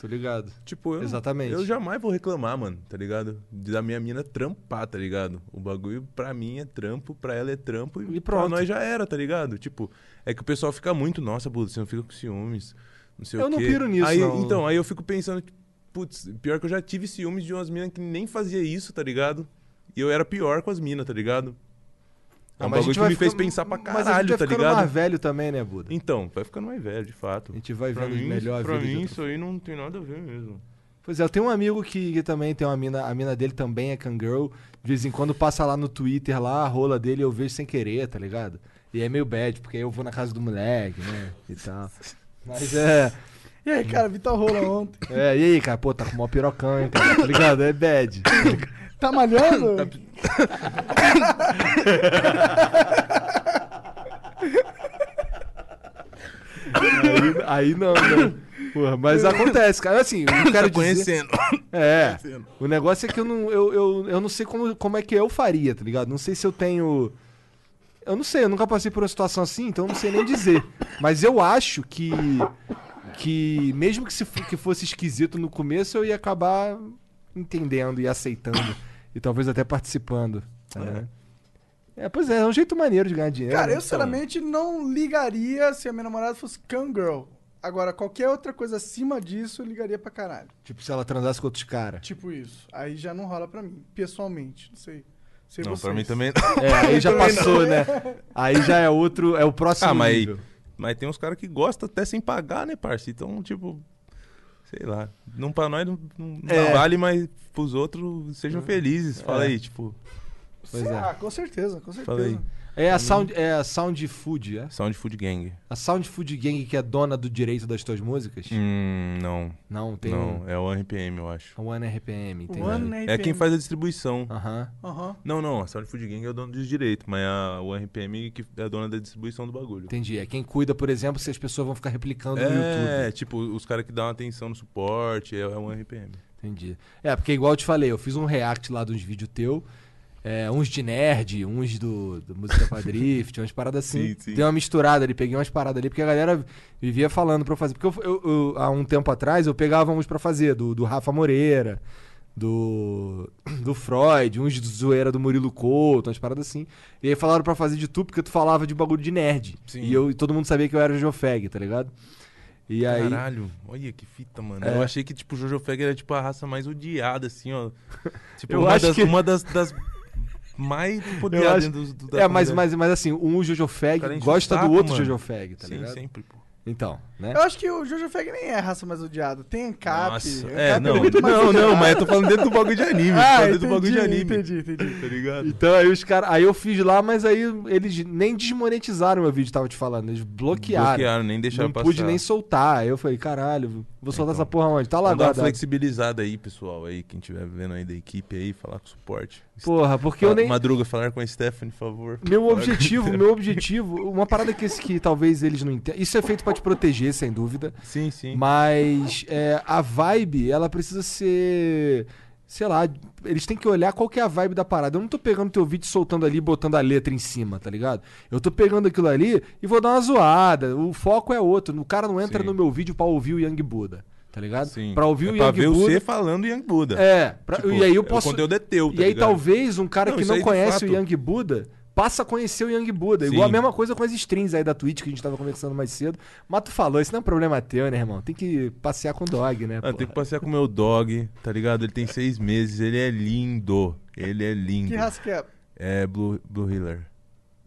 Tô ligado.
Tipo, eu,
Exatamente.
eu jamais vou reclamar, mano, tá ligado? De- Da minha mina trampar, tá ligado? O bagulho pra mim é trampo, pra ela é trampo e,
E pronto.
pra nós já era, tá ligado? Tipo, é que o pessoal fica muito, nossa, Buda, você não fica com ciúmes, não sei
Eu
o
não
quê.
piro nisso,
aí,
não.
Então, aí eu fico pensando, putz, pior que eu já tive ciúmes de umas minas que nem fazia isso, tá ligado? E eu era pior com as minas, tá ligado? É um
Ah, mas a gente
bagulho que
vai
me fez
ficando-
pensar pra
Mas a gente
caralho,
vai
tá
ficando
ligado?
mais velho também, né, Buda?
Então, vai ficando mais velho, de fato.
A gente vai
Pra
vendo
mim,
melhor a
pra
vida. de
mim
outra
isso aí não tem nada a ver mesmo.
Pois é, eu tenho um amigo que, que também tem uma mina, a mina dele também é cangirl. De vez em quando passa lá no Twitter, lá a rola dele eu vejo sem querer, tá ligado? E é meio bad, porque aí eu vou na casa do moleque, né? E tal. Mas é.
E aí, cara, Vitor Rola ontem.
É, e aí, cara? Pô, tá com mó pirocão, hein, cara? Tá ligado? É bad.
Tá malhando?
Aí, aí não, né? Porra, mas acontece, cara. Assim, eu
Tá
não
tá
quero dizer. É. O negócio é que eu não, eu, eu, eu não sei como, como é que eu faria, tá ligado? Não sei se eu tenho. Eu não sei, eu nunca passei por uma situação assim, então eu não sei nem dizer. Mas eu acho que. Que mesmo que, se, fo- que fosse esquisito no começo, eu ia acabar entendendo e aceitando. E talvez até participando. tá ligado? É. pois é, é um jeito maneiro de ganhar dinheiro.
Cara,
né?
então.
eu sinceramente não ligaria se a minha namorada fosse Kangirl. Agora, qualquer outra coisa acima disso, eu ligaria pra caralho.
Tipo, se ela transasse com outros caras.
Tipo isso. Aí já não rola pra mim, pessoalmente. Não sei. sei
Não, pra
vocês.
mim também.
É, aí já passou, né? Aí já é outro, é o próximo
ah, mas,
nível.
mas tem uns caras que gostam até sem pagar, né, parça? Então, tipo, sei lá. Não pra nós não, não- não
É.
vale, mas pros outros sejam felizes. Fala
É.
aí, tipo,
Pois
Sei
é.
lá, com certeza, com certeza.
fala aí.
É a Sound, é a sound Food, é?
Sound Food Gang.
A Sound Food Gang que é dona do direito das tuas músicas?
Hum, não.
Não, tem
não,
um.
é o RPM, eu acho.
A One RPM, entendi.
One
É quem faz a distribuição.
Aham.
Aham.
Não, não, a Sound Food Gang é o dono dos direitos, mas a, o RPM que é a dona da distribuição do bagulho.
Entendi. É quem cuida, por exemplo, se as pessoas vão ficar replicando no
É,
YouTube.
tipo, os caras que dão atenção no suporte, é, é um RPM.
Entendi. É, porque igual eu te falei, eu fiz um react lá de uns vídeos teu. é, uns de nerd, uns do, do Música pra Drift, umas paradas assim.
Sim, sim.
Dei uma misturada ali, peguei umas paradas ali, porque a galera vivia falando pra eu fazer. Porque eu, eu- eu- há um tempo atrás, eu pegava uns pra fazer, do, do Rafa Moreira, do, do Freud, uns de zoeira do Murilo Couto, umas paradas assim. E aí falaram pra fazer de tu, porque tu falava de bagulho de nerd.
Sim.
E, eu, e todo mundo sabia que eu era o Jofeg, tá ligado? E aí... É.
Caralho, olha que fita, mano. Eu achei que, tipo, o Jojo Feg era, tipo, a raça mais odiada, assim, ó. Tipo,
Eu
uma,
acho
das,
que-
uma das, das mais, tipo,
Eu
odiadas
acho...
do- do- da
É, mas,
comunidade.
mas, mas assim, um Jojo
O cara
Fag
enche
gosta
o saco,
do outro
mano.
Jojo Fag, tá
Sim,
ligado?
sempre, pô.
Então, né?
Eu acho que o Jojo Feg nem é a raça mais odiada. Tem Ancap.
Nossa,
Ancap
é, não,
muito mais
não,
odiado.
não, mas eu tô falando dentro do bagulho de anime.
Ah,
tô falando dentro do bagulho de
entendi,
anime.
entendi, entendi.
Tá ligado?
Então aí os caras. Aí eu fiz lá, mas aí eles nem desmonetizaram o meu vídeo, tava te falando. Eles bloquearam.
Bloquearam, nem deixaram
não
passar.
pude nem soltar. Aí eu falei, caralho, vou soltar
Então,
essa porra onde? Tá lá
Vamos dar uma
agora.
flexibilizada aí, pessoal, aí, quem estiver vendo aí da equipe aí, falar com o suporte.
Porra, porque eu
Fa-
nem.
Madruga, falar com a Stephanie, por favor.
Meu
Falar com-
objetivo, meu objetivo, uma parada que, esse- que talvez eles não entendam. Isso é feito pra te proteger, sem dúvida.
Sim, sim.
Mas é, a vibe, ela precisa ser. Sei lá, eles têm que olhar qual que é a vibe da parada. Eu não tô pegando teu vídeo, soltando ali, e botando a letra em cima, tá ligado? Eu tô pegando aquilo ali e vou dar uma zoada. O foco é outro. O cara não entra
Sim.
no meu vídeo pra ouvir o Young Buda, tá ligado?
Sim.
Pra ouvir
é
o
pra
Young
ver
Buda.
você falando Young Buda.
É, pra-
Tipo,
e aí eu
o
posso.
conteúdo é teu, tá
e aí
ligado?
talvez um cara
Não,
que
isso
não
aí de
conhece o
fato.
Young Buda passa a conhecer o Young Buda.
Sim.
Igual a mesma coisa com as strings aí da Twitch que a gente tava conversando mais cedo. Mas tu falou, isso não é um problema teu, né, irmão? Tem que passear com o dog, né?
Ah,
porra?
tem que passear com o meu dog, tá ligado? Ele tem seis meses, ele é lindo. Ele é lindo.
Que raça que é?
É Blue, Blue Healer.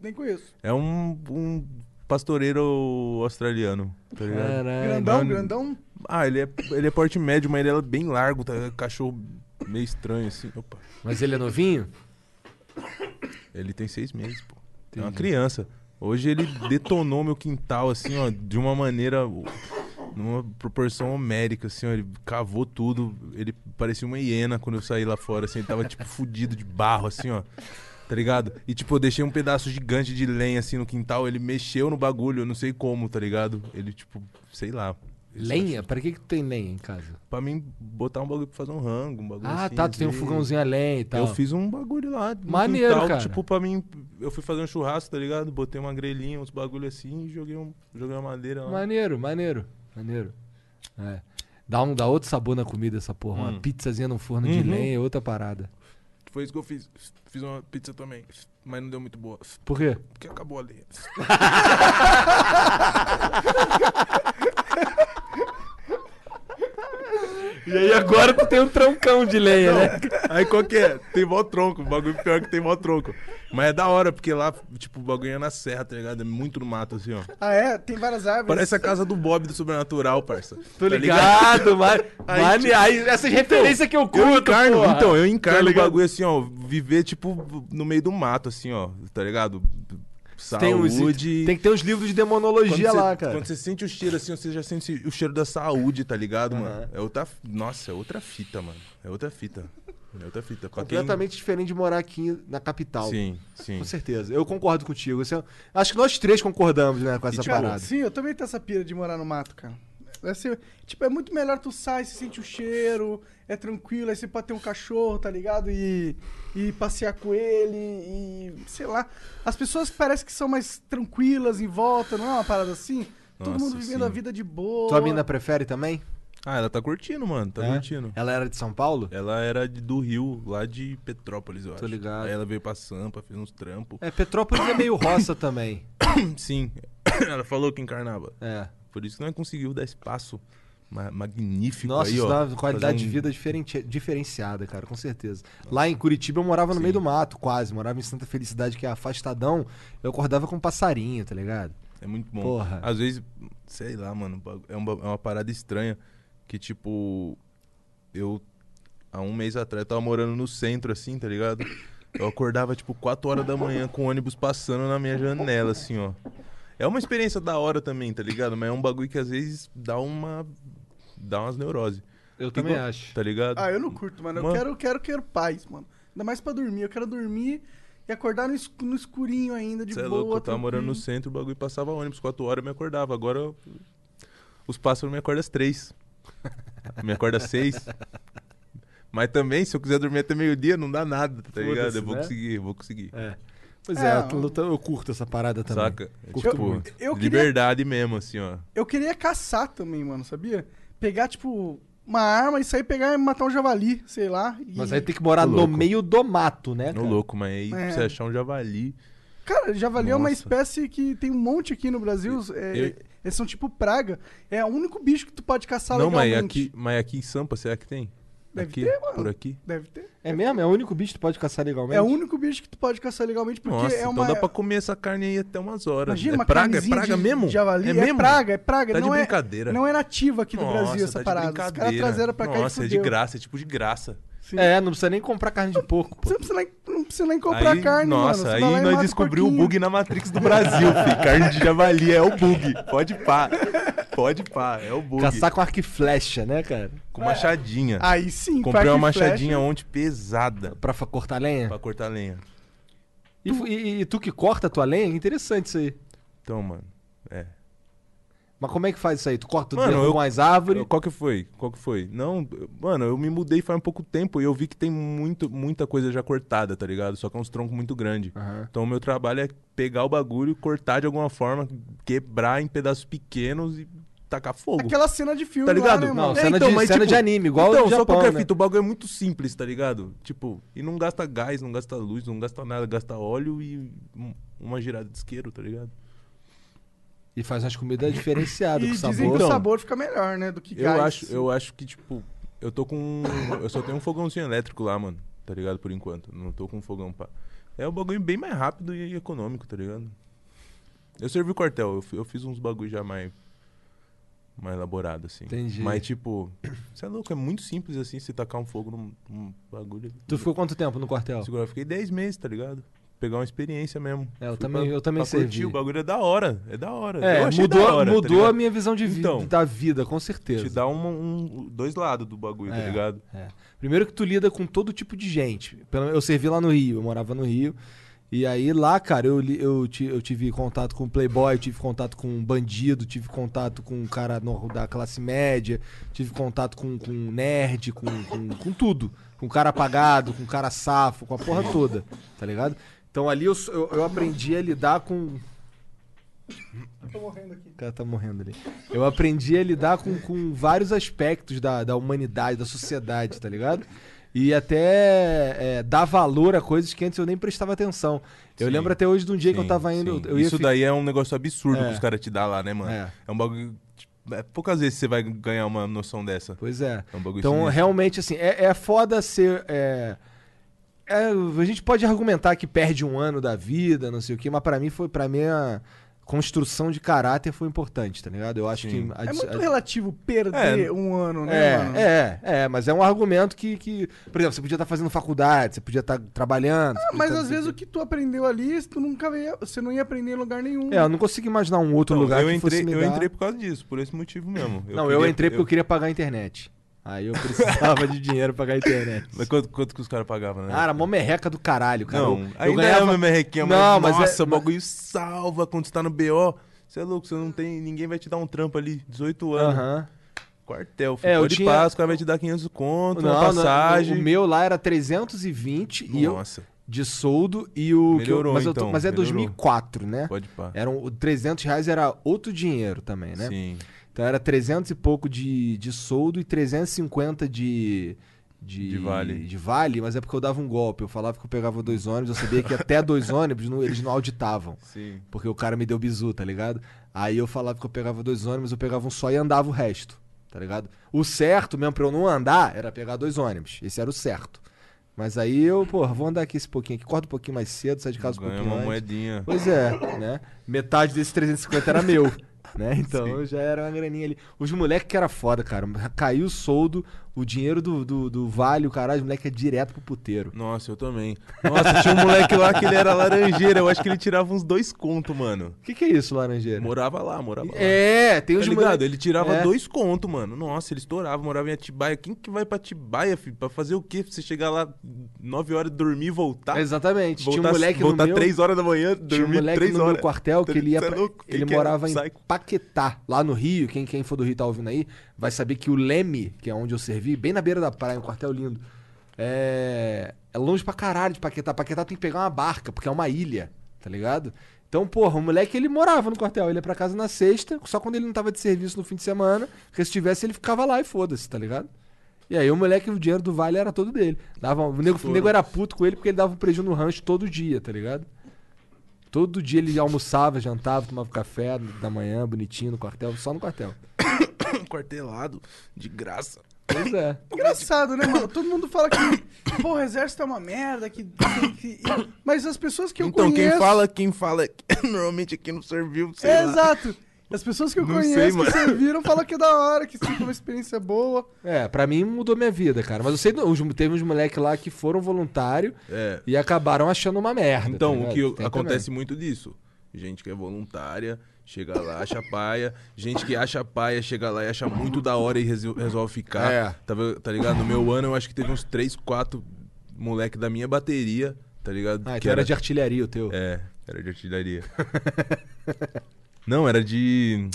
Nem conheço.
É um, um pastoreiro australiano, tá ligado?
Caralho.
Grandão,
não-
grandão.
Ah, ele é, ele é porte médio, mas ele é bem largo, tá? É Cachorro meio estranho, assim. Opa.
Mas ele é novinho?
Ele tem seis meses, pô. É uma criança. Hoje ele detonou meu quintal, assim, ó, de uma maneira. numa proporção homérica, assim, ó. Ele cavou tudo. Ele parecia uma hiena quando eu saí lá fora, assim. Ele tava, tipo, fudido de barro, assim, ó. Tá ligado? E, tipo, eu deixei um pedaço gigante de lenha, assim, no quintal. Ele mexeu no bagulho, eu não sei como, tá ligado? Ele, tipo, sei lá. é
Lenha? Pra que, que tu tem lenha em casa?
Pra mim, botar um bagulho pra fazer um rango, um bagulho
Ah,
assim,
tá, tu tem um
às vezes.
fogãozinho a lenha e tal.
Eu fiz um bagulho lá. no
Maneiro,
quintal,
cara.
Tipo, pra mim, eu fui fazer um churrasco, tá ligado? Botei uma grelhinha, uns bagulho assim e joguei, um, joguei uma madeira lá.
Maneiro, maneiro, maneiro. É. Dá, um, dá outro sabor na comida essa porra. Uma pizzazinha num forno de
Hum. Uhum.
lenha é outra parada.
Foi isso que eu fiz. Fiz uma pizza também, mas não deu muito boa.
Por quê?
Porque acabou a lenha.
E aí agora tu tem um troncão de lenha, né?
Aí qual que é? Tem mó tronco. O bagulho pior é que tem mó tronco. Mas é da hora, porque lá, tipo, o bagulho é na serra, tá ligado? É muito no mato, assim, ó.
Ah, é? Tem várias árvores.
Parece a casa do Bob do Sobrenatural, parça. Tá
Tô ligado, mano.
Aí,
Mane-
tipo,
aí essas referências que eu curto,
Eu encarno,
porra. Tá
então, eu encarno o
ligado?
bagulho assim, ó, viver, tipo, no meio do mato, assim, ó, tá ligado? Saúde.
Tem, uns, tem que ter uns livros de demonologia
cê-
lá, cara.
Quando você sente o cheiro assim, você já sente o cheiro da saúde, tá ligado, mano? É outra. Nossa, é outra fita, mano. É outra fita. É outra fita. Pra quem-
Completamente diferente de morar aqui na capital.
Sim, sim.
Com certeza. Eu concordo contigo. Você- Acho que nós três concordamos, né, com essa
tipo,
parada.
Sim, eu também tenho essa pira de morar no mato, cara. Deve ser- tipo, é muito melhor tu sai, você sente o cheiro, é tranquilo, aí você pode ter um cachorro, tá ligado? E, e passear com ele, e sei lá. As pessoas parecem que são mais tranquilas em volta, não é uma parada assim? Todo
Nossa,
mundo vivendo
sim.
a vida de boa.
Tua mina prefere também?
Ah, ela tá curtindo, mano. Tá
É?
curtindo.
Ela era de São Paulo?
Ela era de- do Rio, lá de Petrópolis, eu acho.
ligado.
Aí ela veio pra Sampa, fez uns trampos.
É, Petrópolis é meio roça também.
Sim, ela falou que encarnava.
É.
Por isso que nós conseguimos dar espaço ma- magnífico
Nossa,
aí,
isso
ó.
dá uma qualidade
Fazer
de
um-
vida diferente- diferenciada, cara, com certeza. Lá em Curitiba eu morava no meio do mato, quase. Morava em Santa Felicidade, que é afastadão. Eu acordava com um passarinho, tá ligado?
É muito bom.
Porra.
Às vezes, sei lá, mano, bagu- é uma, é uma parada estranha que, tipo, eu, há um mês atrás, eu tava morando no centro, assim, tá ligado? Eu acordava, tipo, 4 horas da manhã com o ônibus passando na minha janela, assim, ó. É uma experiência da hora também, tá ligado? Mas é um bagulho que às vezes dá uma. dá umas neuroses.
Eu
Igual- Tá ligado?
Ah, eu não curto, mano. Eu
Mano.
quero, quero, quero paz, mano. Ainda mais pra dormir. Eu quero dormir e acordar no, escu- no escurinho ainda, de
Você é
boa.
louco, eu tava
tranquilo.
morando no centro, o bagulho passava ônibus 4 horas, eu me acordava. Agora eu- os pássaros me acordam às 3. me acorda às 6. Mas também, se eu quiser dormir até meio-dia, não dá nada, tá ligado?
Foda-se,
Eu vou
né?
conseguir, eu vou conseguir.
É. Pois
É,
é, a luta, eu curto essa parada também.
Saca?
Curto
Tipo,
muito.
eu queria-
liberdade mesmo, assim, ó.
Eu queria caçar também, mano, sabia? Pegar, tipo, uma arma e sair pegar e matar um javali, sei lá. e-
Mas aí tem que morar
Ô,
no
louco.
meio do mato, né?
No
cara?
louco, mas aí pra
É.
você achar um javali.
Cara, javali é uma
Nossa.
espécie que tem um monte aqui no Brasil. é-
eu-
Eles são tipo praga. É o único bicho que tu pode caçar
não, mas
Tá
é
legalmente.
aqui, mas aqui em Sampa, será que tem?
Deve
aqui,
ter, mano.
por aqui?
Deve ter.
É mesmo? É o único bicho que tu pode caçar legalmente?
É o único bicho que tu pode caçar legalmente, porque
Nossa,
é uma.
então dá pra comer essa carne aí até umas horas.
Imagina,
é
uma
praga? É
carnezinha
praga
de-
mesmo?
de javali.
É
É,
mesmo?
praga, é praga.
Tá de
não é,
brincadeira.
Não é nativa aqui do
Nossa,
Brasil essa
tá De
parada. Os
brincadeira.
caras trazeram pra cá e
Nossa, é de
fudeu.
graça, é tipo de graça.
Sim.
É, não precisa nem comprar carne de porco, pô.
Você não precisa nem, não precisa nem comprar
aí,
carne,
nossa,
mano. Você vai lá
aí
e
nós
mata um
descobriu o
porquinho.
bug na Matrix do Brasil, fi. Carne de javali é o bug. Pode pá. Pode pá, é o bug.
Caçar com arco e flecha, né, cara?
Com machadinha.
Aí sim,
Comprei
com
uma
arco e flecha.
machadinha ontem pesada
Pra fa- cortar lenha?
pra cortar lenha.
E, e- e tu que corta a tua lenha? Interessante isso aí.
Então, mano. É.
Mas como é que faz isso aí? Tu corta
Mano,
derruba
eu-
umas árvores?
Qual que foi? Qual que foi? Não, eu- mano, eu me mudei faz um pouco tempo e eu vi que tem muito, muita coisa já cortada, tá ligado? Só que é uns troncos muito grandes.
Aham.
Então o meu trabalho é pegar o bagulho, cortar de alguma forma, quebrar em pedaços pequenos e tacar fogo.
Aquela cena de filme
Tá ligado?
Lá, né,
Não,
mano?
É,
cena, de,
mas,
cena
tipo,
de anime, igual
então,
o
só
Japão,
qualquer
né?
fita, o bagulho é muito simples, tá ligado? Tipo, e não gasta gás, não gasta luz, não gasta nada, gasta óleo e um- uma girada de isqueiro, tá ligado?
E faz umas comidas diferenciadas,
E
com
dizem
sabor.
é um
que o sabor fica melhor, né? Do que
Então, Eu
gás.
acho, eu acho que, tipo, eu tô com. Eu só tenho um fogãozinho elétrico lá, mano. Tá ligado? Por enquanto. Não tô com fogão pá. É um bagulho bem mais rápido e econômico, tá ligado? Eu servi o quartel, eu, fi- eu fiz uns bagulho já mais. Mais elaborado, assim.
Entendi.
Mas, tipo, você é louco, é muito simples assim, você tacar um fogo num, num bagulho.
Tu ficou quanto tempo no quartel?
Segurar, eu fiquei 10 meses, tá ligado? Pegar uma experiência mesmo.
É, eu
Fui
também- eu também
pra
servi.
curtir, o bagulho é da hora. É da hora.
É,
Eu achei
mudou,
da hora, tá
mudou a
ligado?
minha visão de vida,
Então.
da vida, com certeza.
Te dá um, um- dois lados do bagulho, tá
É.
ligado?
É. Primeiro que tu lida com todo tipo de gente. Pelo- Eu servi lá no Rio, eu morava no Rio. E aí lá, cara, eu, li- eu, ti- eu tive contato com playboy, tive contato com bandido, tive contato com um cara no- da classe média, tive contato com, com nerd, com, com, com tudo. Com cara apagado, com cara safo, com a porra toda, tá ligado? Então ali eu, sou- eu, eu aprendi a lidar com... O cara tá morrendo ali. Eu aprendi a lidar com, com vários aspectos da, da humanidade, da sociedade, tá ligado? E até é, dar valor a coisas que antes eu nem prestava atenção. Eu
Sim,
lembro até hoje de um dia que eu
Sim,
tava indo.
sim.
Eu ia
Isso
fi-
daí é um negócio absurdo
É.
que os caras te dão lá, né, mano?
É.
É, um bagulho. tipo, é, poucas vezes você vai ganhar uma noção dessa.
Pois é.
É um bagulho
então,
sinistro.
realmente, assim, é, é foda ser. é, é, a gente pode argumentar que perde um ano da vida, não sei o quê, mas pra mim foi. para mim, a construção de caráter foi importante, tá ligado? Eu acho
Sim.
que. a-
É muito
a-
relativo perder
É.
um ano, né, mano?
É, é, é, mas é um argumento que, que. Por exemplo, você podia estar fazendo faculdade, você podia estar trabalhando. você podia
Ah, Mas
então,
tá-
às vezes o que tu aprendeu ali, tu nunca ia, você não ia aprender em lugar nenhum.
É, eu não consigo imaginar um outro
Então,
lugar
eu,
que
entrei,
fosse me
eu
dar-
entrei por causa disso, por esse motivo mesmo.
não, eu
queria-
entrei porque eu queria pagar a internet. Aí eu precisava de dinheiro pra pagar a internet.
Mas quanto, quanto que os caras pagavam, né?
Cara, mó merreca do caralho, cara.
não,
eu,
ainda
eu ganhava...
é uma merrequinha, mas,
Não, mas é-
nossa, o
mas-
bagulho salva quando você tá no BO. Você é louco, você não tem. Ninguém vai te dar um trampo ali, 18 anos.
Aham.
Quartel,
É, eu
ficou de
tinha-
paz, o cara vai te dar 500 conto,
Não,
uma
não,
passagem.
o meu lá era 320 e eu,
Nossa,
de soldo e o. que eu-
Melhorou,
mas, eu
então,
mas é
melhorou.
2004, né?
pode pá.
Eram, o 300 reais era outro dinheiro também, né?
Sim.
Então era 300 e pouco de, de soldo e 350 de. De,
De vale.
de vale, mas é porque eu dava um golpe. Eu falava que eu pegava dois ônibus, eu sabia que até dois ônibus não- eles não auditavam.
Sim.
Porque o cara me deu bizu, tá ligado? Aí eu falava que eu pegava dois ônibus, eu pegava um só e andava o resto, tá ligado? O certo mesmo pra eu não andar era pegar dois ônibus. Esse era o certo. Mas aí eu, porra, vou andar aqui esse pouquinho aqui. Corta um pouquinho mais cedo, sai de casa um
Ganha
pouquinho
uma
antes.
moedinha.
Pois é, né? Metade desses 350 era meu, né? Então já era uma graninha ali. Os moleques que era foda, cara. Caiu o soldo, o dinheiro do, do, do vale, o caralho, os moleque é direto pro puteiro.
Nossa, eu também. Nossa, tinha um moleque lá que ele era laranjeira. Eu acho que ele tirava uns dois conto, mano.
O que, que é isso, Laranjeira?
Morava lá, morava lá.
É, tem
tá
os
ligado?
moleques.
Ele tirava
É.
dois conto, mano. Nossa, ele estourava, morava em Atibaia. Quem que vai pra Atibaia, filho? Pra fazer o quê? Pra você chegar lá nove horas, dormir e voltar?
Exatamente.
Voltar,
tinha um moleque
voltar
no meu,
três horas da manhã,
tinha um
dormir
moleque
três
no
horas.
meu quartel que ele ia
Cê é
pra-
louco? Quem
ele
que é?
morava em
Psycho.
Paquetá, lá no Rio. Quem, quem for do Rio tá ouvindo aí, vai saber que o Leme, que é onde eu servi, bem na beira da praia, um quartel lindo. É, é longe pra caralho de Paquetá. Paquetá tem que pegar uma barca, porque é uma ilha, tá ligado? Então, porra, o moleque ele morava no quartel, ele ia pra casa na sexta, só quando ele não tava de serviço no fim de semana, porque se tivesse ele ficava lá e foda-se, tá ligado? E aí o moleque, o dinheiro do vale era todo dele. Dava, um, o, nego, o nego era puto com ele porque ele dava um prejuízo no rancho todo dia, tá ligado? Todo dia ele almoçava, jantava, tomava café da manhã, bonitinho, no quartel, só no quartel.
um Quartelado, de graça.
Pois é.
Engraçado, né, mano? Todo mundo fala que, porra, o exército é uma merda, que, que- que- Mas as pessoas que eu
então,
conheço...
quem fala, quem fala é normalmente aqui não serviu, sei
É,
lá.
exato. As pessoas que eu
Não
conheço
sei,
que
mano.
serviram falam que é da hora, que sim, foi uma experiência boa.
É, pra mim mudou minha vida, cara. Mas eu sei, os- teve uns moleques lá que foram voluntário
É.
e acabaram achando uma merda. tá
Então, o
ligado?
que
Tem
acontece muito disso. Gente que é voluntária, chega lá, acha paia. Gente que acha paia, chega lá e acha muito da hora e resol- resolve ficar.
É.
Tá, ve- tá ligado? No meu ano, eu acho que teve uns 3, 4 moleque da minha bateria, tá ligado?
Também. Ah, então era de artilharia o teu.
É, era de artilharia. Não, era de...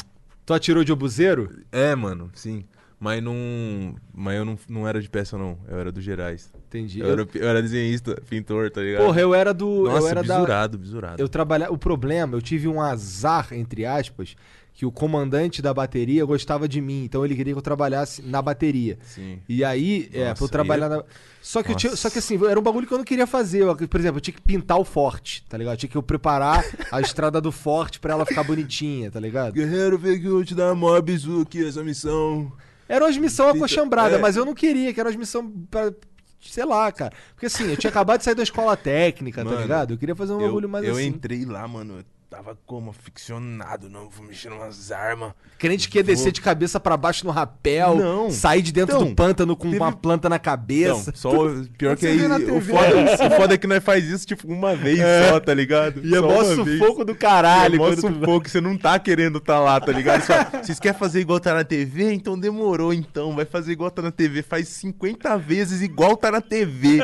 Tu atirou de obuseiro?
É, mano, sim. Mas não... Mas eu não, não era de peça, não. Eu era do Gerais.
Entendi.
Eu era, pi- eu era desenhista, pintor, tá ligado?
Porra, eu era do. eu
Nossa,
era da.
besurado, besurado.
Eu trabalhava. O problema, eu tive um azar, entre aspas, que o comandante da bateria gostava de mim. Então ele queria que eu trabalhasse na bateria.
Sim.
E aí, é, pra
Nossa,
eu trabalhar
aí
na. Só que, eu tinha-
Nossa.
só que assim, era um bagulho que eu não queria fazer. Eu, por exemplo, eu tinha que pintar o forte, tá ligado? Eu tinha que eu preparar a estrada do forte pra ela ficar bonitinha, tá ligado?
Guerreiro, vem que eu vou te dar a maior bizu aqui, essa missão.
Era uma missão acochambrada,
é.
mas eu não queria, que era uma missão pra. Sei lá, cara. Porque assim, eu tinha acabado de sair da escola técnica, tá
Mano,
ligado? Eu queria fazer um bagulho
eu
mais
eu
assim.
entrei lá, mano, eu tava como aficionado, não, vou mexendo umas armas.
Crente que ia descer de cabeça pra baixo no rapel,
Não.
sair de dentro
Então,
do pântano com
teve-
uma planta na
Não,
cabeça.
só o- pior que
Você
aí,
vê na
o
TV.
foda, o foda é que nós faz isso, tipo, uma vez só, tá ligado?
E né? é
só
mó
uma vez.
sufoco do
É
caralho.
mó
quando tu-
sufoco, você não tá querendo tá lá, tá ligado? Só, vocês querem fazer igual tá na TV? Então demorou, então. Vai fazer igual tá na TV. Faz 50 vezes igual tá na TV.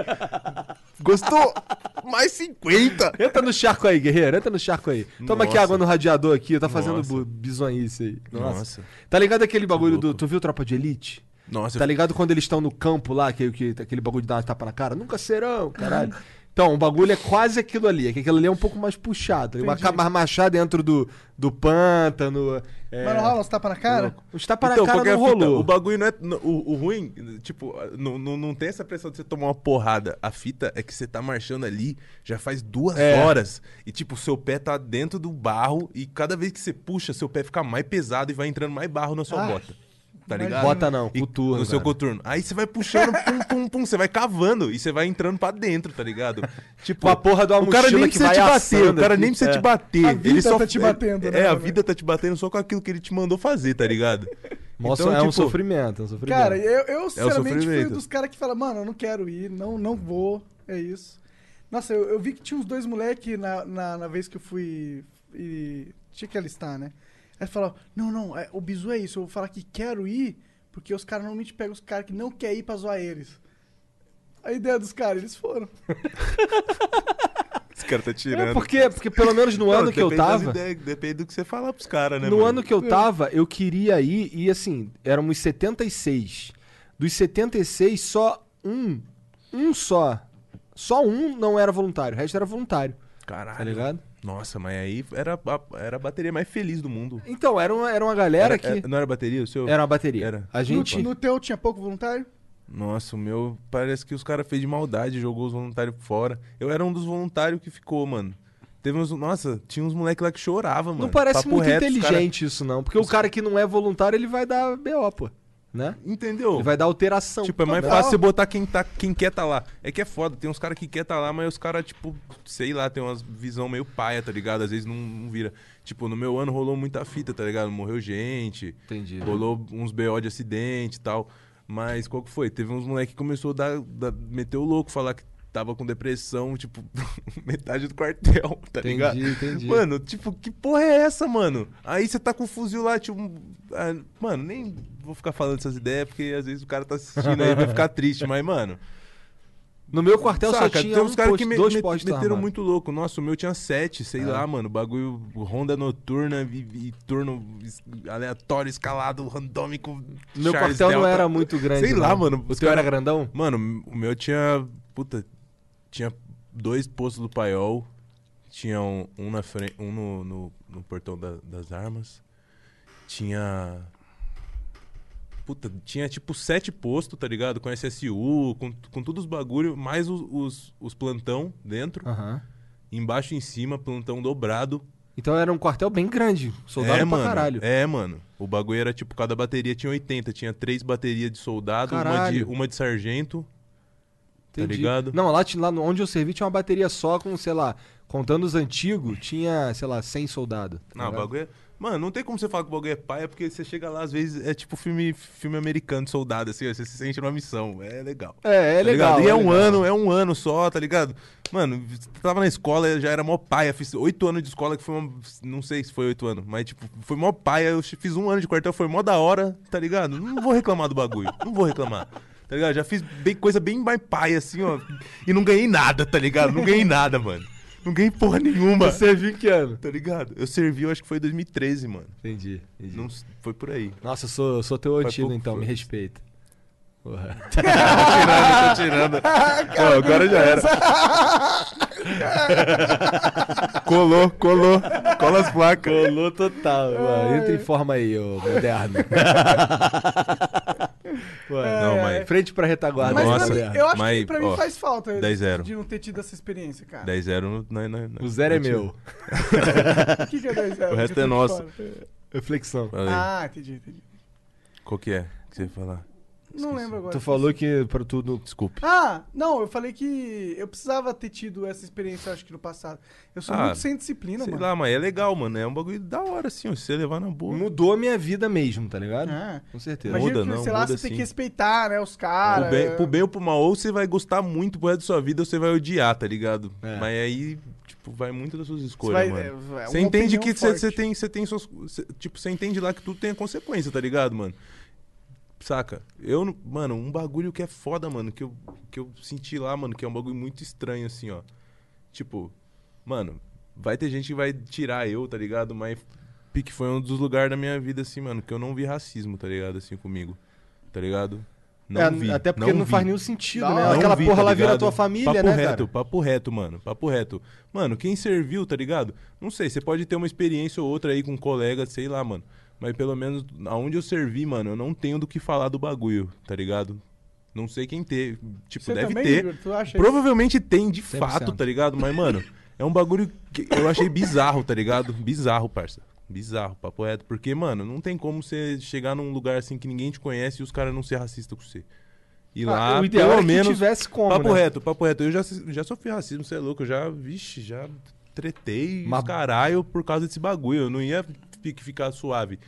Gostou? Mais 50.
Entra no charco aí, guerreiro. Entra no charco aí. Toma aqui
Nossa.
água no radiador aqui. Tá fazendo
Nossa.
bu- bizonhice aí.
Nossa.
Tá ligado aquele bagulho do...
louco.
Tu viu Tropa de Elite?
Nossa,
Tá ligado quando eles estão no campo lá, que, que, aquele bagulho de dar uma tapa na cara? Nunca serão, caralho. Então, o bagulho é quase aquilo ali. É que aquilo ali é um pouco mais puxado. Uma ca- mais machado dentro do, do pântano. É...
Mas não rola uns tapa na cara?
Os tapas na cara
Então, qualquer
não
fita,
rolou.
o bagulho não é. no- O, o ruim, tipo, não, não, não tem essa pressão de você tomar uma porrada. A fita é que você tá marchando ali já faz duas
É.
horas. E, tipo, seu pé tá dentro do barro. E cada vez que você puxa, seu pé fica mais pesado e vai entrando mais barro na
Ah,
sua bota. Tá ligado?
Bota não,
E-
coturno,
No seu
cara.
coturno. Aí você vai puxando, pum, pum, pum. Você vai cavando e você vai entrando pra dentro, tá ligado? Tipo,
Com a porra de uma
o cara
mochila
nem
que
precisa
vai
te bater. O
assando
cara
aqui.
nem precisa
É.
te bater.
A vida
ele só
tá te batendo,
é,
né,
É, a
mano?
vida tá te batendo só com aquilo que ele te mandou fazer, tá ligado?
Nossa,
Então,
é um
tipo,
sofrimento, é um sofrimento.
Cara, eu, eu sinceramente fui
sofrimento.
dos caras que fala, mano, eu não quero ir, não, não vou, é isso. Nossa, eu, eu vi que tinha uns dois moleque na, na, na vez que eu fui e tinha que alistar, né? Aí falava, não, não, é, o bizu é isso, eu vou falar que quero ir, porque os caras normalmente pegam os caras que não querem ir pra zoar eles. A ideia dos caras, eles foram.
Esse cara tá tirando.
É porque, porque pelo menos no
Não,
ano que eu
depende das
tava.
ideias, depende do que você falar pros caras, né?
No
mano?
ano que eu tava, eu queria ir e assim, éramos 76. Dos 76, só um, um só, só um não era voluntário, o resto era voluntário,
Caralho.
tá ligado?
Nossa, mas aí era a, era a bateria mais feliz do mundo.
Então, era uma, era uma galera que...
é- não era bateria o seu?
Era uma bateria.
Era.
A gente...
No, no teu tinha pouco voluntário?
Nossa, o meu parece que os caras fez de maldade, jogou os voluntários fora. Eu era um dos voluntários que ficou, mano. Teve uns. Nossa, tinha uns moleques lá que chorava, mano.
não parece
Papo
muito
reto, os cara-
inteligente isso, não. Porque o cara que não é voluntário, ele vai dar BO, pô. Né?
Entendeu?
Ele vai dar alteração.
Tipo, é mais
Total.
fácil você botar quem, tá, quem quer tá lá. É que é foda, tem uns caras que quer tá lá, mas os caras, tipo, sei lá, tem umas visão meio paia, tá ligado? Às vezes não, não vira. Tipo, no meu ano rolou muita fita, tá ligado? Morreu gente.
Entendi.
Rolou uns BO de acidente e tal. Mas qual que foi? Teve uns moleque que começou a dar, dar- meter o louco, falar que tava com depressão, tipo, metade do quartel, tá
Entendi,
ligado?
entendi.
Mano, tipo, que porra é essa, mano? Aí você tá com o fuzil lá, tipo. ah, mano, nem vou ficar falando essas ideias, porque às vezes o cara tá assistindo aí e vai ficar triste, mas, mano.
No meu quartel só
Saca,
tinha
tem
um
uns caras
posto,
que me,
dois
me-
postos
meteram
armados. É.
muito louco. Nossa, o meu tinha sete, sei lá, mano. Bagulho, ronda noturna e, e turno es- aleatório, escalado, randômico.
Meu
Charles
quartel não
Delta.
era muito grande.
Sei lá,
não.
mano,
O
os
teu era
cara-
grandão?
Mano, o meu tinha. Puta, tinha dois postos do paiol. Tinha um, um na frente, um no, no- no portão da- das armas. Tinha. Puta, tinha tipo sete postos, tá ligado? Com SSU, com, com todos os bagulho, mais os, os, os plantão dentro.
Aham.
Embaixo e em cima, plantão dobrado.
Então era um quartel bem grande. Soldado pra
mano,
caralho.
É, mano. O bagulho era tipo, cada bateria tinha 80. Tinha três baterias de soldado, uma de,
Caralho.
uma de sargento. tá
Entendi.
ligado?
Não, lá, ti- lá no- onde eu servi tinha uma bateria só com, sei lá, contando os antigos, tinha, sei lá, 100 soldados. tá
Não, o
ligado?
bagulho é... Mano, não tem como você falar que o bagulho é paia, porque você chega lá, às vezes, é tipo filme, filme americano de soldado, assim, ó, você se sente numa missão. É legal.
É, é
Tá
legal.
ligado? E é, um
legal.
ano, é um ano só, tá ligado? Mano, você tava na escola, já era mó paia. Fiz oito anos de escola, que foi uma. Não sei se foi oito anos, mas tipo, foi mó paia. Eu fiz um ano de quartel, foi mó da hora, tá ligado? Não vou reclamar do bagulho. Não vou reclamar. Tá ligado? Já fiz bem, coisa bem mais paia, assim, ó. E não ganhei nada, tá ligado? Não ganhei nada, mano. Não ganhei porra nenhuma.
Eu servi em é que ano?
Tá ligado? Eu servi, eu acho que foi em 2013, mano.
Entendi. entendi.
Não, s- foi por aí.
Nossa, eu sou, eu sou teu antigo,
pouco
então, me
foi.
respeita. Porra.
Tô tirando. Ó, agora já era. colou, colou. Cola as placas.
Colou total. mano. Entra em forma aí, ô moderno. Ué,
Não, mas.
Frente pra retaguarda.
Mas
Nossa,
pra mim,
moderno.
eu acho
mas,
que pra mim
ó,
faz falta
10-0.
de não ter tido essa experiência, cara.
10-0 no- na- na- na-
O zero é
na tira.
meu.
O que, que é 10 0
O resto é nosso.
Reflexão.
Fala aí.
Ah, entendi, entendi.
Qual que é que você ia falar?
Não lembro agora.
Tu falou que pra tu não...
Desculpe.
Ah, não, eu falei que eu precisava ter tido essa experiência, eu acho que no passado. Eu sou
Ah,
muito sem disciplina,
Sei
mano.
lá, mas é legal, mano. É um bagulho da hora, assim, ó. Se você levar na boa.
Mudou minha vida mesmo, tá ligado?
É.
Com certeza.
Imagina
Muda,
que,
não,
sei lá,
muda
você tem
sim.
que respeitar, né, os
Pro
caras.
bem, pro bem ou pro mal, ou você vai gostar muito pro resto da sua vida, ou você vai odiar, tá ligado?
É.
Mas aí, tipo, vai muito das suas
Você
escolhas,
vai-
mano.
é, é
Você
uma
entende
opinião
que você você
forte.
tem, você tem suas. você- tipo, você entende lá que tudo tem a consequência, tá ligado, mano? Saca? Eu, não- mano, um bagulho que é foda, mano, que eu, que eu senti lá, mano, que é um bagulho muito estranho, assim, ó. Tipo, mano, vai ter gente que vai tirar eu, tá ligado? Mas pique foi um dos lugares da minha vida, assim, mano, que eu não vi racismo, tá ligado? Assim, comigo. Tá ligado? Não
É,
vi.
até porque não,
vi.
faz nenhum sentido, né?
Não
Aquela
vi,
porra
tá
lá vira
ligado?
tua família,
papo
né,
reto,
cara?
Papo reto, mano. Papo reto. Mano, quem serviu, tá ligado? Não sei, você pode ter uma experiência ou outra aí com um colega, sei lá, mano. Mas pelo menos aonde eu servi, mano, eu não tenho do que falar do bagulho, tá ligado? Não sei quem teve. Tipo,
Você
deve
também,
ter.
Igor? Tu acha
Provavelmente tem, de
100%.
fato, tá ligado? Mas, mano, é um bagulho que eu achei bizarro, tá ligado? Bizarro, parça. Bizarro, papo reto. Porque, mano, não tem como você chegar num lugar assim que ninguém te conhece e os caras não ser racistas com você. E lá,
Ah, o ideal
pelo
é que
menos.
tivesse como,
papo
né?
reto, papo reto. Eu já, já sofri racismo, você é louco. Eu já, vixe, já tretei
Mas-
os caralho por causa desse bagulho. Eu não ia fi- ficar suave.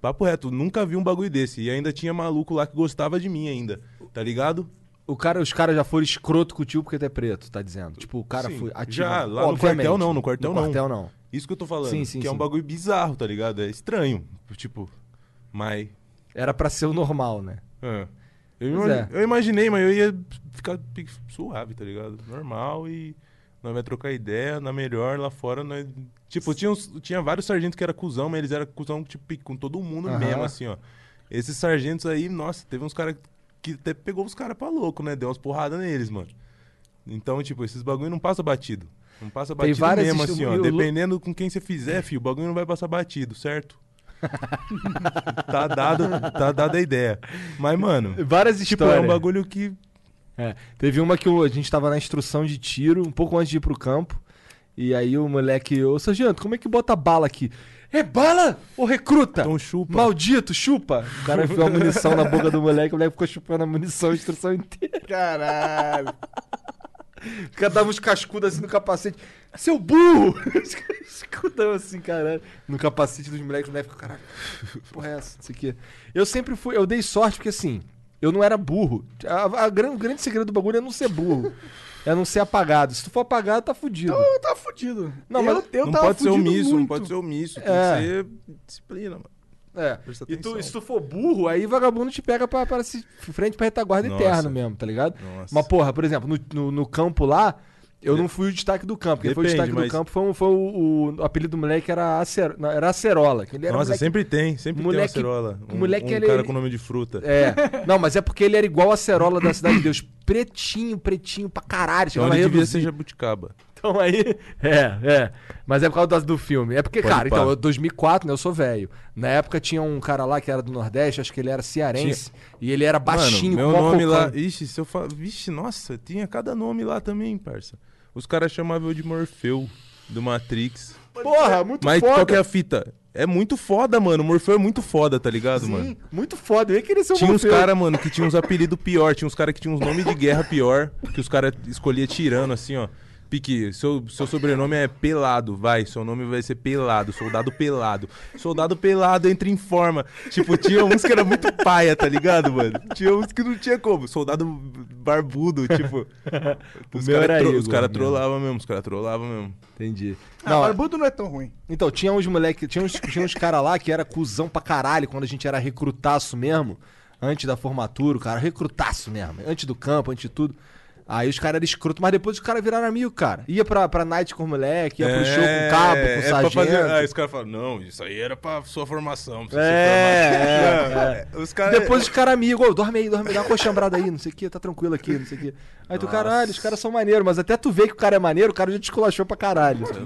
Papo reto, nunca vi um bagulho desse. E ainda tinha maluco lá que gostava de mim ainda, tá ligado?
O cara, os caras já foram escroto com o tio porque tu é preto, tá dizendo? Tipo, o cara
Sim,
foi ativo.
já, lá no
obviamente.
quartel não, no quartel não.
quartel não.
Isso que eu tô falando.
Sim, sim,
que é um
sim.
bagulho bizarro, tá ligado? É estranho. Tipo, mas.
Era pra ser o normal, né?
é. Eu,
Pois
ima-
é.
eu imaginei, mas eu ia ficar pi- suave, tá ligado? Normal e. Nós vai trocar ideia, na melhor, lá fora. Nós... Tipo, tinha, uns- tinha vários sargentos que era cuzão, mas eles eram cuzão tipo, com todo mundo
Aham.
mesmo, assim, ó. Esses sargentos aí, nossa, teve uns caras que até pegou os caras pra louco, né? Deu umas porradas neles, mano. Então, tipo, esses bagulho não passa batido. Não passa
Tem
batido
várias
mesmo,
histó-
assim,
e
ó.
o Lu- É.
Dependendo com quem você fizer, filho, o bagulho não vai passar batido, certo? tá dado, tá dada a ideia. Mas, mano,
Várias
tipo,
histórias.
é um bagulho que.
É, teve uma que o- a gente tava na instrução de tiro, um pouco antes de ir pro campo. E aí o moleque, ô sargento, como é que bota bala aqui? É bala ou recruta?
Então chupa.
Maldito, chupa! O cara enfiou a munição na boca do moleque, o moleque ficou chupando a munição a instrução inteira.
Caralho.
O cara dava uns cascudos assim no capacete. Seu burro! Os caras Escudão assim, caralho. No capacete dos moleques, o moleque ficou, caralho, que porra é essa? Não sei o quê. Eu sempre fui, eu dei sorte porque assim, eu não era burro. A- a gran- o grande segredo do bagulho é não ser burro. É não ser apagado. Se tu for apagado, tá fudido.
Eu tava fudido.
Não,
eu,
mas
eu
não
tava
pode ser
fudido
omisso, não
muito.
pode ser omisso. Tem
É.
que ser disciplina, mano.
É.
Presta
E tu,
atenção.
e se tu for burro, aí vagabundo te pega pra, pra se- frente pra retaguarda
Nossa.
eterno mesmo, tá ligado?
Nossa.
Mas, porra, por exemplo, no, no, no campo lá, eu não fui o destaque do campo. Quem foi o
Depende,
destaque do
mas-
campo foi, um- foi o, o apelido do moleque era, Acer, não, era Acerola. Que ele era um
Nossa,
moleque-
sempre tem, sempre
moleque-
tem uma acerola. Um,
moleque
um
ele-
cara
ele-
com nome de fruta.
É. Não, mas é porque ele era igual a Acerola da Cidade de Deus. Pretinho, pretinho pra caralho.
Então
Chegava
ele
a
devia
reduzir.
ser jabuticaba.
Então aí. É, é. Mas é por causa do, do filme. É porque,
Pode
cara,
pá.
então, eu- 2004, né? Eu sou velho. Na época tinha um cara lá que era do Nordeste, acho que ele era cearense. E ele era baixinho,
Mano, meu
mó
nome
cocão.
lá. Ixi, se eu falo. Vixe, nossa, tinha cada nome lá também, parça. Os caras chamavam eu de Morfeu, do Matrix.
Porra, muito
Mas
foda.
qual que é a fita? É muito foda, mano. O Morfeu é muito foda, tá ligado, mano?
Sim, muito foda. Eu ia querer ser um
Tinha uns
Morfeu.
caras, mano, que tinha uns apelidos pior. Tinha uns caras que tinham uns nomes de guerra pior, que os caras escolhiam tirando, assim, ó. Pique, seu, seu sobrenome é Pelado, vai. Seu nome vai ser Pelado, Soldado Pelado. Soldado Pelado entra em forma. Tipo, tinha uns que era muito paia, tá ligado, mano? Tinha uns que não tinha como. Soldado Barbudo, tipo. Os
meu era
caras tro
Igor
os cara
mesmo.
trollavam mesmo, os caras trollavam mesmo.
Entendi.
Ah,
Não,
barbudo não é tão ruim.
Então, tinha uns moleque, tinha uns, tinha uns cara lá que era cuzão pra caralho quando a gente era recrutaço mesmo, antes da formatura, o cara, recrutaço mesmo, antes do campo, antes de tudo. Aí os caras eram escroto, mas depois os caras viraram amigo, cara. Ia pra, pra night com o moleque, ia pro show com o cabo, com o
É, pra
sargento.
fazer- Ah, Aí os caras falam, não, isso aí era pra sua formação. Pra você
É,
ser formado." Os caras...
Depois os caras amigos, ô, dorme aí, dorme, dá uma coxambrada aí, não sei o que, tá tranquilo aqui, não sei o que. Aí tu, caralho, os caras são maneiros, mas até tu vê que o cara é maneiro, o cara já te esculachou pra caralho. sabe?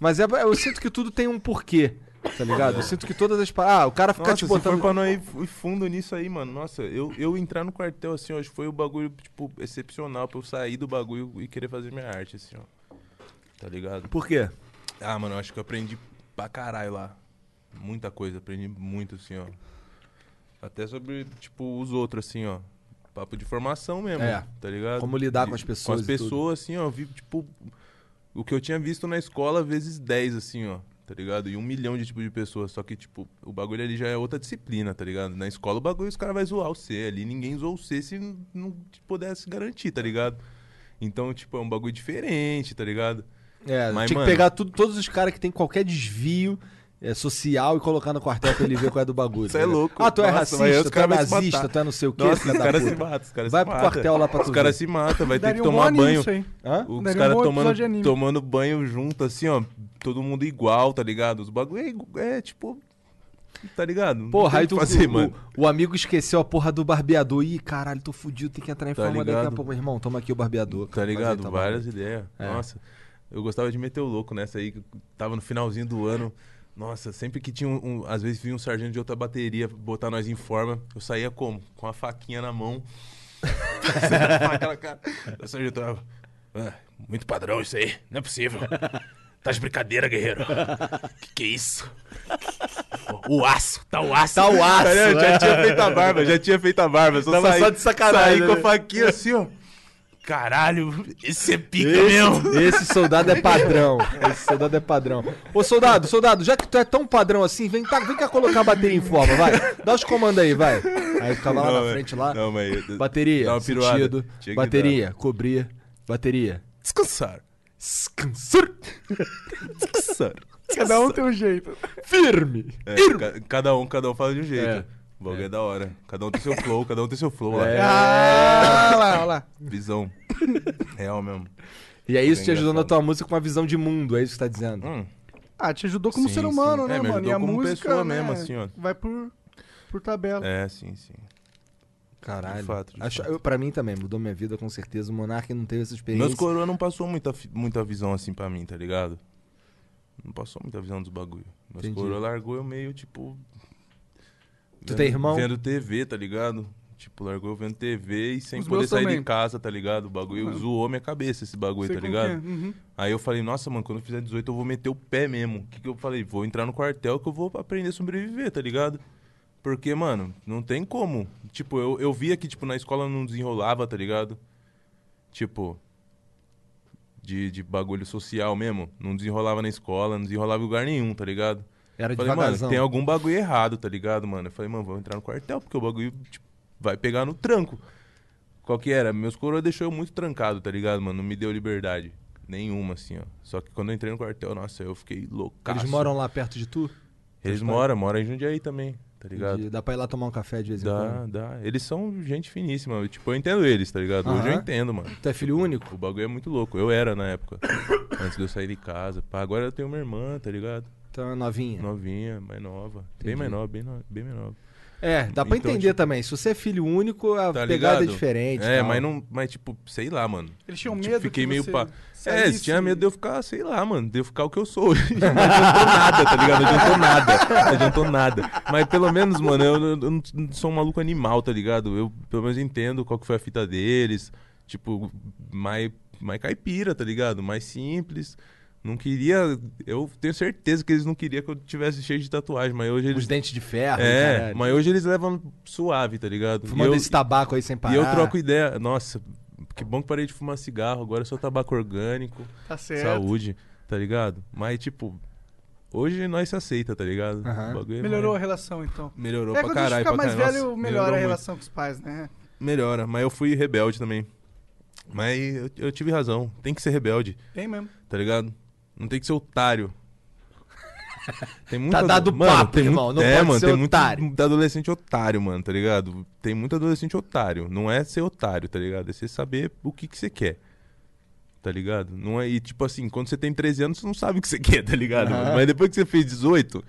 Mas é, eu sinto que tudo tem um porquê, tá ligado? Eu sinto que todas as paradas. Ah, o cara fica
Nossa,
te
se
botando.
for pra não ir f- fundo nisso aí, mano. Nossa, eu, eu entrar no quartel, assim, hoje foi o bagulho, tipo, excepcional pra eu sair do bagulho e querer fazer minha arte, assim, ó. Tá ligado?
Por quê?
Ah, mano, eu acho que eu aprendi pra caralho lá. Muita coisa, aprendi muito, assim, ó. Até sobre, tipo, os outros, assim, ó. Papo de formação mesmo,
É.
tá ligado?
Como lidar
De-
com as pessoas
Com as
e tudo.
pessoas, assim, ó. Vi, tipo, o que eu tinha visto na escola vezes 10, assim, ó. Tá ligado? E um milhão de tipo de pessoas. Só que, tipo, o bagulho ali já é outra disciplina, tá ligado? Na escola o bagulho os caras vão zoar o C ali. Ninguém zoou o C se não- não te pudesse garantir, tá ligado? Então, tipo, é um bagulho diferente, tá ligado?
É,
Mas,
tinha
mano-
que pegar tudo- todos os caras que tem qualquer desvio é, social e colocar no quartel pra ele ver qual é do bagulho.
Isso
tá
é
ligado?
louco.
Ah, tu é
Nossa, mas aí
racista,
os
tu é
caras vão se
nazista,
matar.
tu é não sei o quê.
Nossa,
filho
os
da
caras
puta.
se matam, os caras
Vai
se
pro
matam.
quartel lá pra tu
Os caras
ver.
se matam, vai ter que
Daria um
tomar
bom
banho.
nisso aí.
Hã?
Os
Daria um
caras
bom
tomando,
episódio de anime.
tomando banho junto, assim, ó. Todo mundo igual, tá ligado? Os bagulho é igu- é, tipo. Tá ligado? Não tem
Porra,
o
aí
que
tu,
fazer,
o,
mano.
o amigo esqueceu a porra do barbeador. Ih, caralho, tô fudido, tem que entrar em
Tá
forma daqui a
ligado?
pouco. Meu Irmão, toma aqui o barbeador.
Tá
cara, faz aí
ligado?
tua
Várias
barba.
ideias.
É.
Nossa, eu gostava de meter o louco nessa aí, que tava no finalzinho do ano. Nossa, sempre que tinha um, um- Às vezes vinha um sargento de outra bateria botar nós em forma, eu saía como? Com a faquinha na mão. Aquela cara. O sargento tava. "Ah, muito padrão isso aí, não é possível. Tá de brincadeira, guerreiro. Que que é isso? O aço, tá o aço.
Tá o aço,
Cara, eu
é.
já tinha feito a barba, já tinha feito a barba. Só
Tava
saí,
só de sacanagem,
Saí com
né?
a faquinha assim, ó. Caralho, esse é pica mesmo.
Esse soldado é padrão. Esse soldado é padrão. Ô, soldado, soldado, já que tu é tão padrão assim, vem, tá, vem cá colocar a bateria em forma, vai. Dá os comandos aí, vai. Aí ficava lá na
mas-
frente lá.
Não, mas. dá
Bateria,
uma piruada.
sentido.
Tinha que
Bateria, cobrir. Bateria.
dar. Descansar.
Descansar.
Descansar.
Cada um tem um jeito.
Firme.
É, ca- cada um, cada um fala de um jeito.
É.
O bagulho é. da hora. Cada um tem seu flow, cada um tem seu flow lá.
Ah, olha lá, olha lá.
Visão. Real mesmo.
E é isso te
Bem
ajudou na
engraçado.
tua música com uma visão de mundo, é isso que você tá dizendo.
Hum.
Ah, te ajudou como
Sim,
ser humano,
sim.
né,
É, me
mano? E a
ajudou como
música
pessoa
né,
mesmo, assim, ó.
vai por, por tabela.
É, sim, sim.
Caralho.
De fato, de
Acho-
fato.
eu- pra mim também, mudou minha vida com certeza. O Monark não teve essa experiência.
Meus coroa não passou muita, fi- muita visão assim pra mim, tá ligado? Não passou muita visão dos bagulho. Meus
Entendi.
coroa largou eu meio, tipo.
Tu tem irmão?
Vendo TV, tá ligado? Tipo, largou eu vendo TV e sem
Os
poder
meus
sair
também. Uhum.
de casa, tá ligado? O bagulho zoou minha cabeça, esse bagulho,
Sei
tá
como que
ligado?
é. Uhum.
Aí eu falei, nossa, mano, quando eu fizer 18 eu vou meter o pé mesmo. O que, que eu falei? Vou entrar no quartel que eu vou aprender a sobreviver, tá ligado? Porque, mano, não tem como. Tipo, eu, eu via que, tipo, na escola não desenrolava, tá ligado? Tipo, de, de bagulho social mesmo. Não desenrolava na escola, não desenrolava em lugar nenhum, tá ligado?
Era
falei, mano,
devagarzão.
tem algum bagulho errado, tá ligado, mano? Eu falei, mano, vou entrar no quartel, porque o bagulho tipo, vai pegar no tranco. Qual que era? Meus coroas deixou eu muito trancado, tá ligado, mano? Não me deu liberdade. Nenhuma, assim, ó. Só que quando eu entrei no quartel, nossa, eu fiquei loucaço.
Eles moram lá perto de tu?
Eles moram, moram em Jundiaí também, tá ligado?
De- Dá pra ir lá tomar um café de vez em quando.
Dá, dá. Eles são gente finíssima. eu, Tipo, eu entendo eles, tá ligado? Hoje eu
Aham.
entendo, mano.
Tu é filho único?
O bagulho é muito louco. Eu era na época. antes de eu sair de casa. Pá, agora eu tenho uma irmã, tá ligado?
Então é novinha.
Novinha, mais nova. Bem
Entendi.
mais nova, bem, no... bem mais nova.
É, dá pra
Então,
entender
tipo-
também. Se você é filho único, a
Tá
pegada
ligado?
é diferente.
É,
tal.
mas não. Mas, tipo, sei lá, mano.
Eles tinham
Tipo,
medo
fiquei
que
meio
você
pá. É,
saísse-
eles tinham medo de eu ficar, sei lá, mano, de eu ficar o que eu sou. Não adiantou nada, tá ligado? Não adiantou nada. Não adiantou nada. Mas pelo menos, mano, eu, eu não não sou um maluco animal, tá ligado? Eu pelo menos entendo qual que foi a fita deles. Tipo, mais, mais caipira, tá ligado? Mais simples. Não queria. Eu tenho certeza que eles não queriam que eu tivesse cheio de tatuagem, mas hoje
Os
eles.
dentes de ferro.
É,
caralho.
mas hoje eles levam suave, tá ligado? E
Fumando
eu-
esse tabaco aí sem parar.
e eu troco ideia. Nossa, que bom que parei de fumar cigarro. Agora é só tabaco orgânico,
Tá certo.
saúde, tá ligado? Mas, tipo, hoje nós se aceita, tá ligado?
Aham.
O bagulho é
Melhorou a
mais-
relação, então.
Melhorou
é,
pra
quando a gente
caralho.
fica
pra
mais
caralho.
velho,
Nossa,
melhora a
melhorou
relação com os pais, né?
muito. Melhora, mas eu fui rebelde também. Mas eu, eu tive razão. Tem que ser rebelde,
Tem mesmo.
tá ligado? Não tem que ser otário. Tem muita-
Tá dado papo,
tem
irmão,
muito-
não
é,
pode
mano,
ser
tem
otário.
muito adolescente otário, mano, tá ligado? Tem muito adolescente otário. Não é ser otário, tá ligado? É você saber o que que você quer. Tá ligado? Não é, e tipo assim, quando você tem 13 anos, você não sabe o que você quer, tá ligado?
Aham.
mano? Mas depois que você fez 18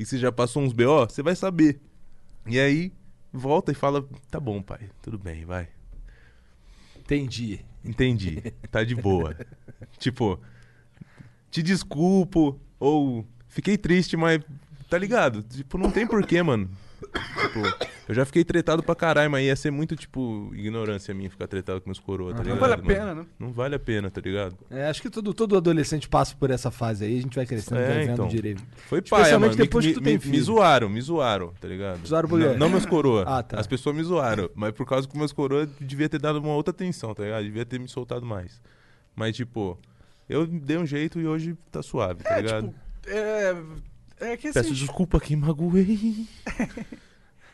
e você já passou uns BO, você vai saber. E aí volta e fala: "Tá bom, pai. Tudo bem, vai.
Entendi.
Entendi. Tá de boa. tipo, te desculpo ou fiquei triste, mas tá ligado? Tipo, não tem porquê, mano. Tipo, eu já fiquei tretado pra caralho, mas ia ser muito, tipo, ignorância minha ficar tretado com meus coroa, tá ligado?
Não vale a
mano?
pena, né?
Não vale a pena, tá ligado?
É, acho que todo, todo adolescente passa por essa fase aí, a gente vai crescendo,
É,
vai vendo
então.
direito.
Foi paia,
Especialmente
mano. Me-
depois que
me,
tu tem
me- me
filho.
zoaram, me zoaram, tá ligado?
Zoaram por quê?
Não, não meus coroa.
Ah, tá.
As pessoas me zoaram. Mas por causa que meus coroa devia ter dado uma outra atenção, tá ligado? Devia ter me soltado mais. Mas, tipo, eu dei um jeito e hoje tá suave, tá
É,
ligado?
tipo, é, é que assim,
Peço desculpa quem magoei.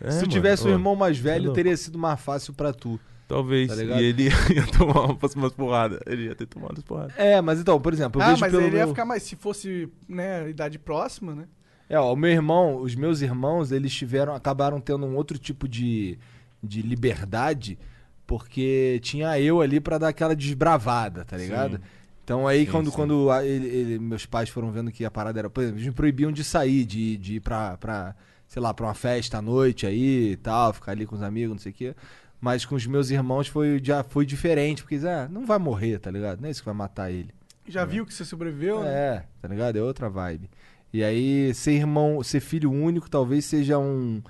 É,
Se tu
mano,
tivesse um
ó,
irmão mais velho,
louco.
teria sido mais fácil pra tu.
Talvez.
tá ligado?
e ele ia tomar umas, umas porradas. Ele ia ter tomado umas porradas.
É, mas então, por exemplo, eu
ah,
vejo
mas
pelo
ele ia
meu-
ficar mais. Se fosse, né, idade próxima, né?
É, ó, o meu irmão, os meus irmãos, eles tiveram, acabaram tendo um outro tipo de, de liberdade, porque tinha eu ali pra dar aquela desbravada, tá ligado? Então aí
Sim,
quando,
sim.
quando a- ele- ele- meus pais foram vendo que a parada era, por exemplo, eles me proibiam de sair, de, de ir pra, pra, sei lá, pra uma festa à noite aí e tal, ficar ali com os amigos, não sei o quê. Mas com os meus irmãos foi, já foi diferente, porque ah, não vai morrer, tá ligado? Não é isso que vai matar ele.
É.
Já viu que você sobreviveu, né?
É, tá ligado? É outra vibe. E aí, ser irmão, ser filho único talvez seja um,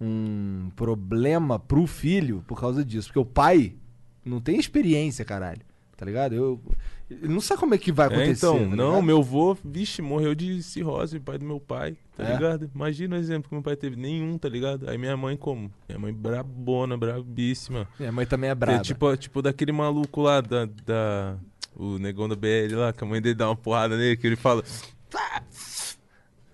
um problema pro filho por causa disso. Porque o pai não tem experiência, caralho. Tá ligado? Eu, ele não sabe como é que vai
É,
acontecer.
então,
tá
não,
ligado?
meu avô, vixe, morreu de cirrose, pai do meu pai, tá
É?
ligado? Imagina o exemplo que meu pai teve, nenhum, tá ligado? Aí minha mãe como? Minha mãe brabona, brabíssima.
Minha mãe também é brava.
É tipo, tipo daquele maluco lá da, da- O negão da BL lá, que a mãe dele dá uma porrada nele, que ele fala. "Tá,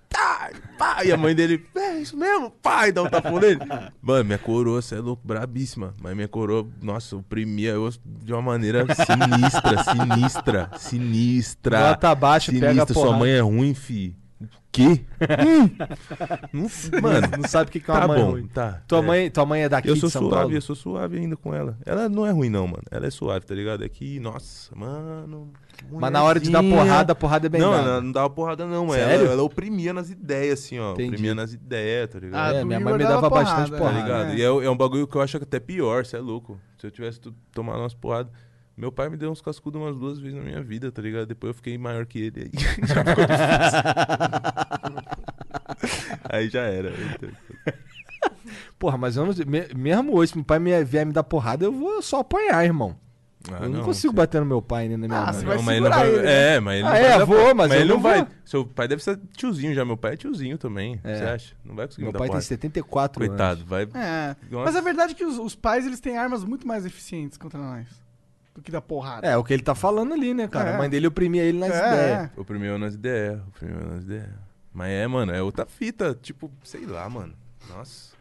tá, pá", E a mãe dele, é isso mesmo, pai, dá um tapão nele. Mano, minha coroa, você é louco, brabíssima. Mas minha coroa, nossa, oprimia eu de uma maneira sinistra, sinistra, sinistra.
Bota abaixo, pega a
sinistra. Sua
porrada.
mãe é ruim, fi. O quê? Hum. Não- Mano,
não sabe o que, que é uma
tá
mãe
bom,
ruim.
tá.
Tua,
é.
mãe, tua mãe é daqui
Eu sou
de São
suave,
Paulo?
eu sou suave ainda com ela. Ela não é ruim, não, mano. Ela é suave, tá ligado? É que, nossa, mano. que
Mas na hora de dar
mulherzinha.
porrada, a porrada é bem
Não,
dada.
ela não dava porrada, não.
Sério?
Ela, ela oprimia nas ideias, assim, ó.
Entendi.
Oprimia nas ideias, tá ligado?
Ah,
é,
do
minha mãe
Igor
me
dava
dava bastante
porrada,
porrada.
tá ligado?
é.
E é, é um bagulho que eu acho até pior, você é louco. Se eu tivesse tu- tomado umas porradas. Meu pai me deu uns cascudos umas duas vezes na minha vida, tá ligado? Depois eu fiquei maior que ele. Aí já, ficou difícil. Aí já era. Então,
Porra, mas eu não, me- mesmo hoje, se meu pai me, vier me dar porrada, eu vou só apanhar, irmão.
ah,
eu não, consigo bater no meu pai, nem na minha
Ah,
mãe.
você vai
mas ele
segurar
não vai...
ele, né?
É, mas
Ah,
ele não
é,
vai. dar-
vou, mas eu
ele
não
não vai.
vou.
Seu pai deve ser tiozinho já. Meu pai é tiozinho também. Você acha? Não vai conseguir
Meu
me dar
pai tem
porrada.
74
Coitado,
anos.
vai.
É.
Nossa.
Mas a verdade é que os, os pais eles têm armas muito mais eficientes contra nós do que da porrada.
É, o que ele tá falando ali, né, cara?
É.
A mãe dele oprimia ele nas
É,
ideias.
O primeiro nas ideias. O primeiro nas ideias. Mas é, mano, é outra fita. Tipo, sei lá, mano. Nossa.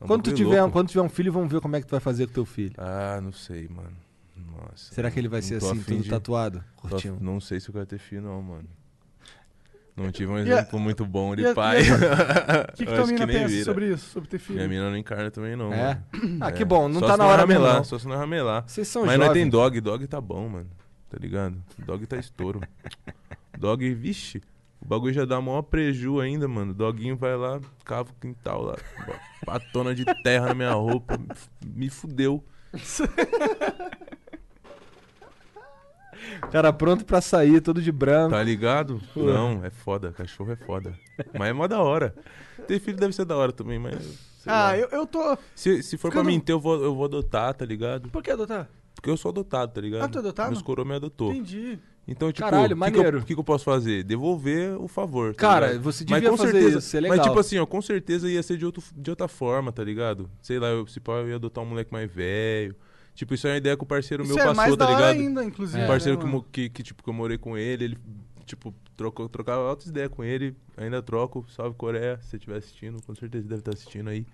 É um
Quando tu,
bagulho
tiver,
louco.
quando tiver um filho, vamos ver como é que tu vai fazer com teu filho.
Ah, não sei, mano. Nossa.
Será que ele vai
Não
ser
tô
assim,
afim
tudo
de-
tatuado?
tô af-
Curtinho.
Não sei se eu quero ter filho, não, mano. Não tive um
E a-
exemplo muito bom de
e a-
pai.
e
O
O que, que tua mina pensa sobre isso, sobre ter filho?
Minha mina não encarna também, não.
É?
mano.
Ah,
É.
que bom, não
Só
tá
se
na hora mesmo,
ramelar,
não. é um
Só se não ramelar.
Vocês são
Mas
jovens.
nós tem dog, dog tá bom, mano. Tá ligado? Dog tá estouro. Dog, vixe, o bagulho já dá maior preju ainda, mano. Doguinho vai lá, cava o quintal lá, bo- patona de terra na minha roupa, me f- me fudeu.
Cara, pronto pra sair, todo de branco.
Tá ligado? Não, é foda, cachorro é foda. Mas é mó da hora. Ter filho deve ser da hora também, mas. sei
Ah,
lá.
eu, eu tô.
Se, se for pra
Ficando-
mim ter, eu vou, eu vou adotar, tá ligado?
Por que adotar?
Porque eu sou adotado, tá ligado?
Ah, tu é adotado?
Meus coroa me adotou.
Entendi.
Então, tipo,
Caralho,
o que que eu-
maneiro.
o que, que eu posso fazer? Devolver o favor. tá
Cara,
ligado?
você
Mas
devia
com
fazer
certeza,
isso, é
Mas,
legal.
tipo assim, ó, com certeza ia ser de, outro, de outra forma, tá ligado? Sei lá, eu, se pá, eu ia adotar um moleque mais velho. Tipo, isso é uma ideia que o parceiro
Isso
meu
é mais
passou, tá
da hora
ligado?
ainda, inclusive.
um parceiro
né,
que,
mano?
mo- que, que, tipo, que eu morei com ele, ele, tipo, trocou, trocava altas ideias com ele, ainda troco, salve Coreia, se você estiver assistindo, com certeza deve estar assistindo aí,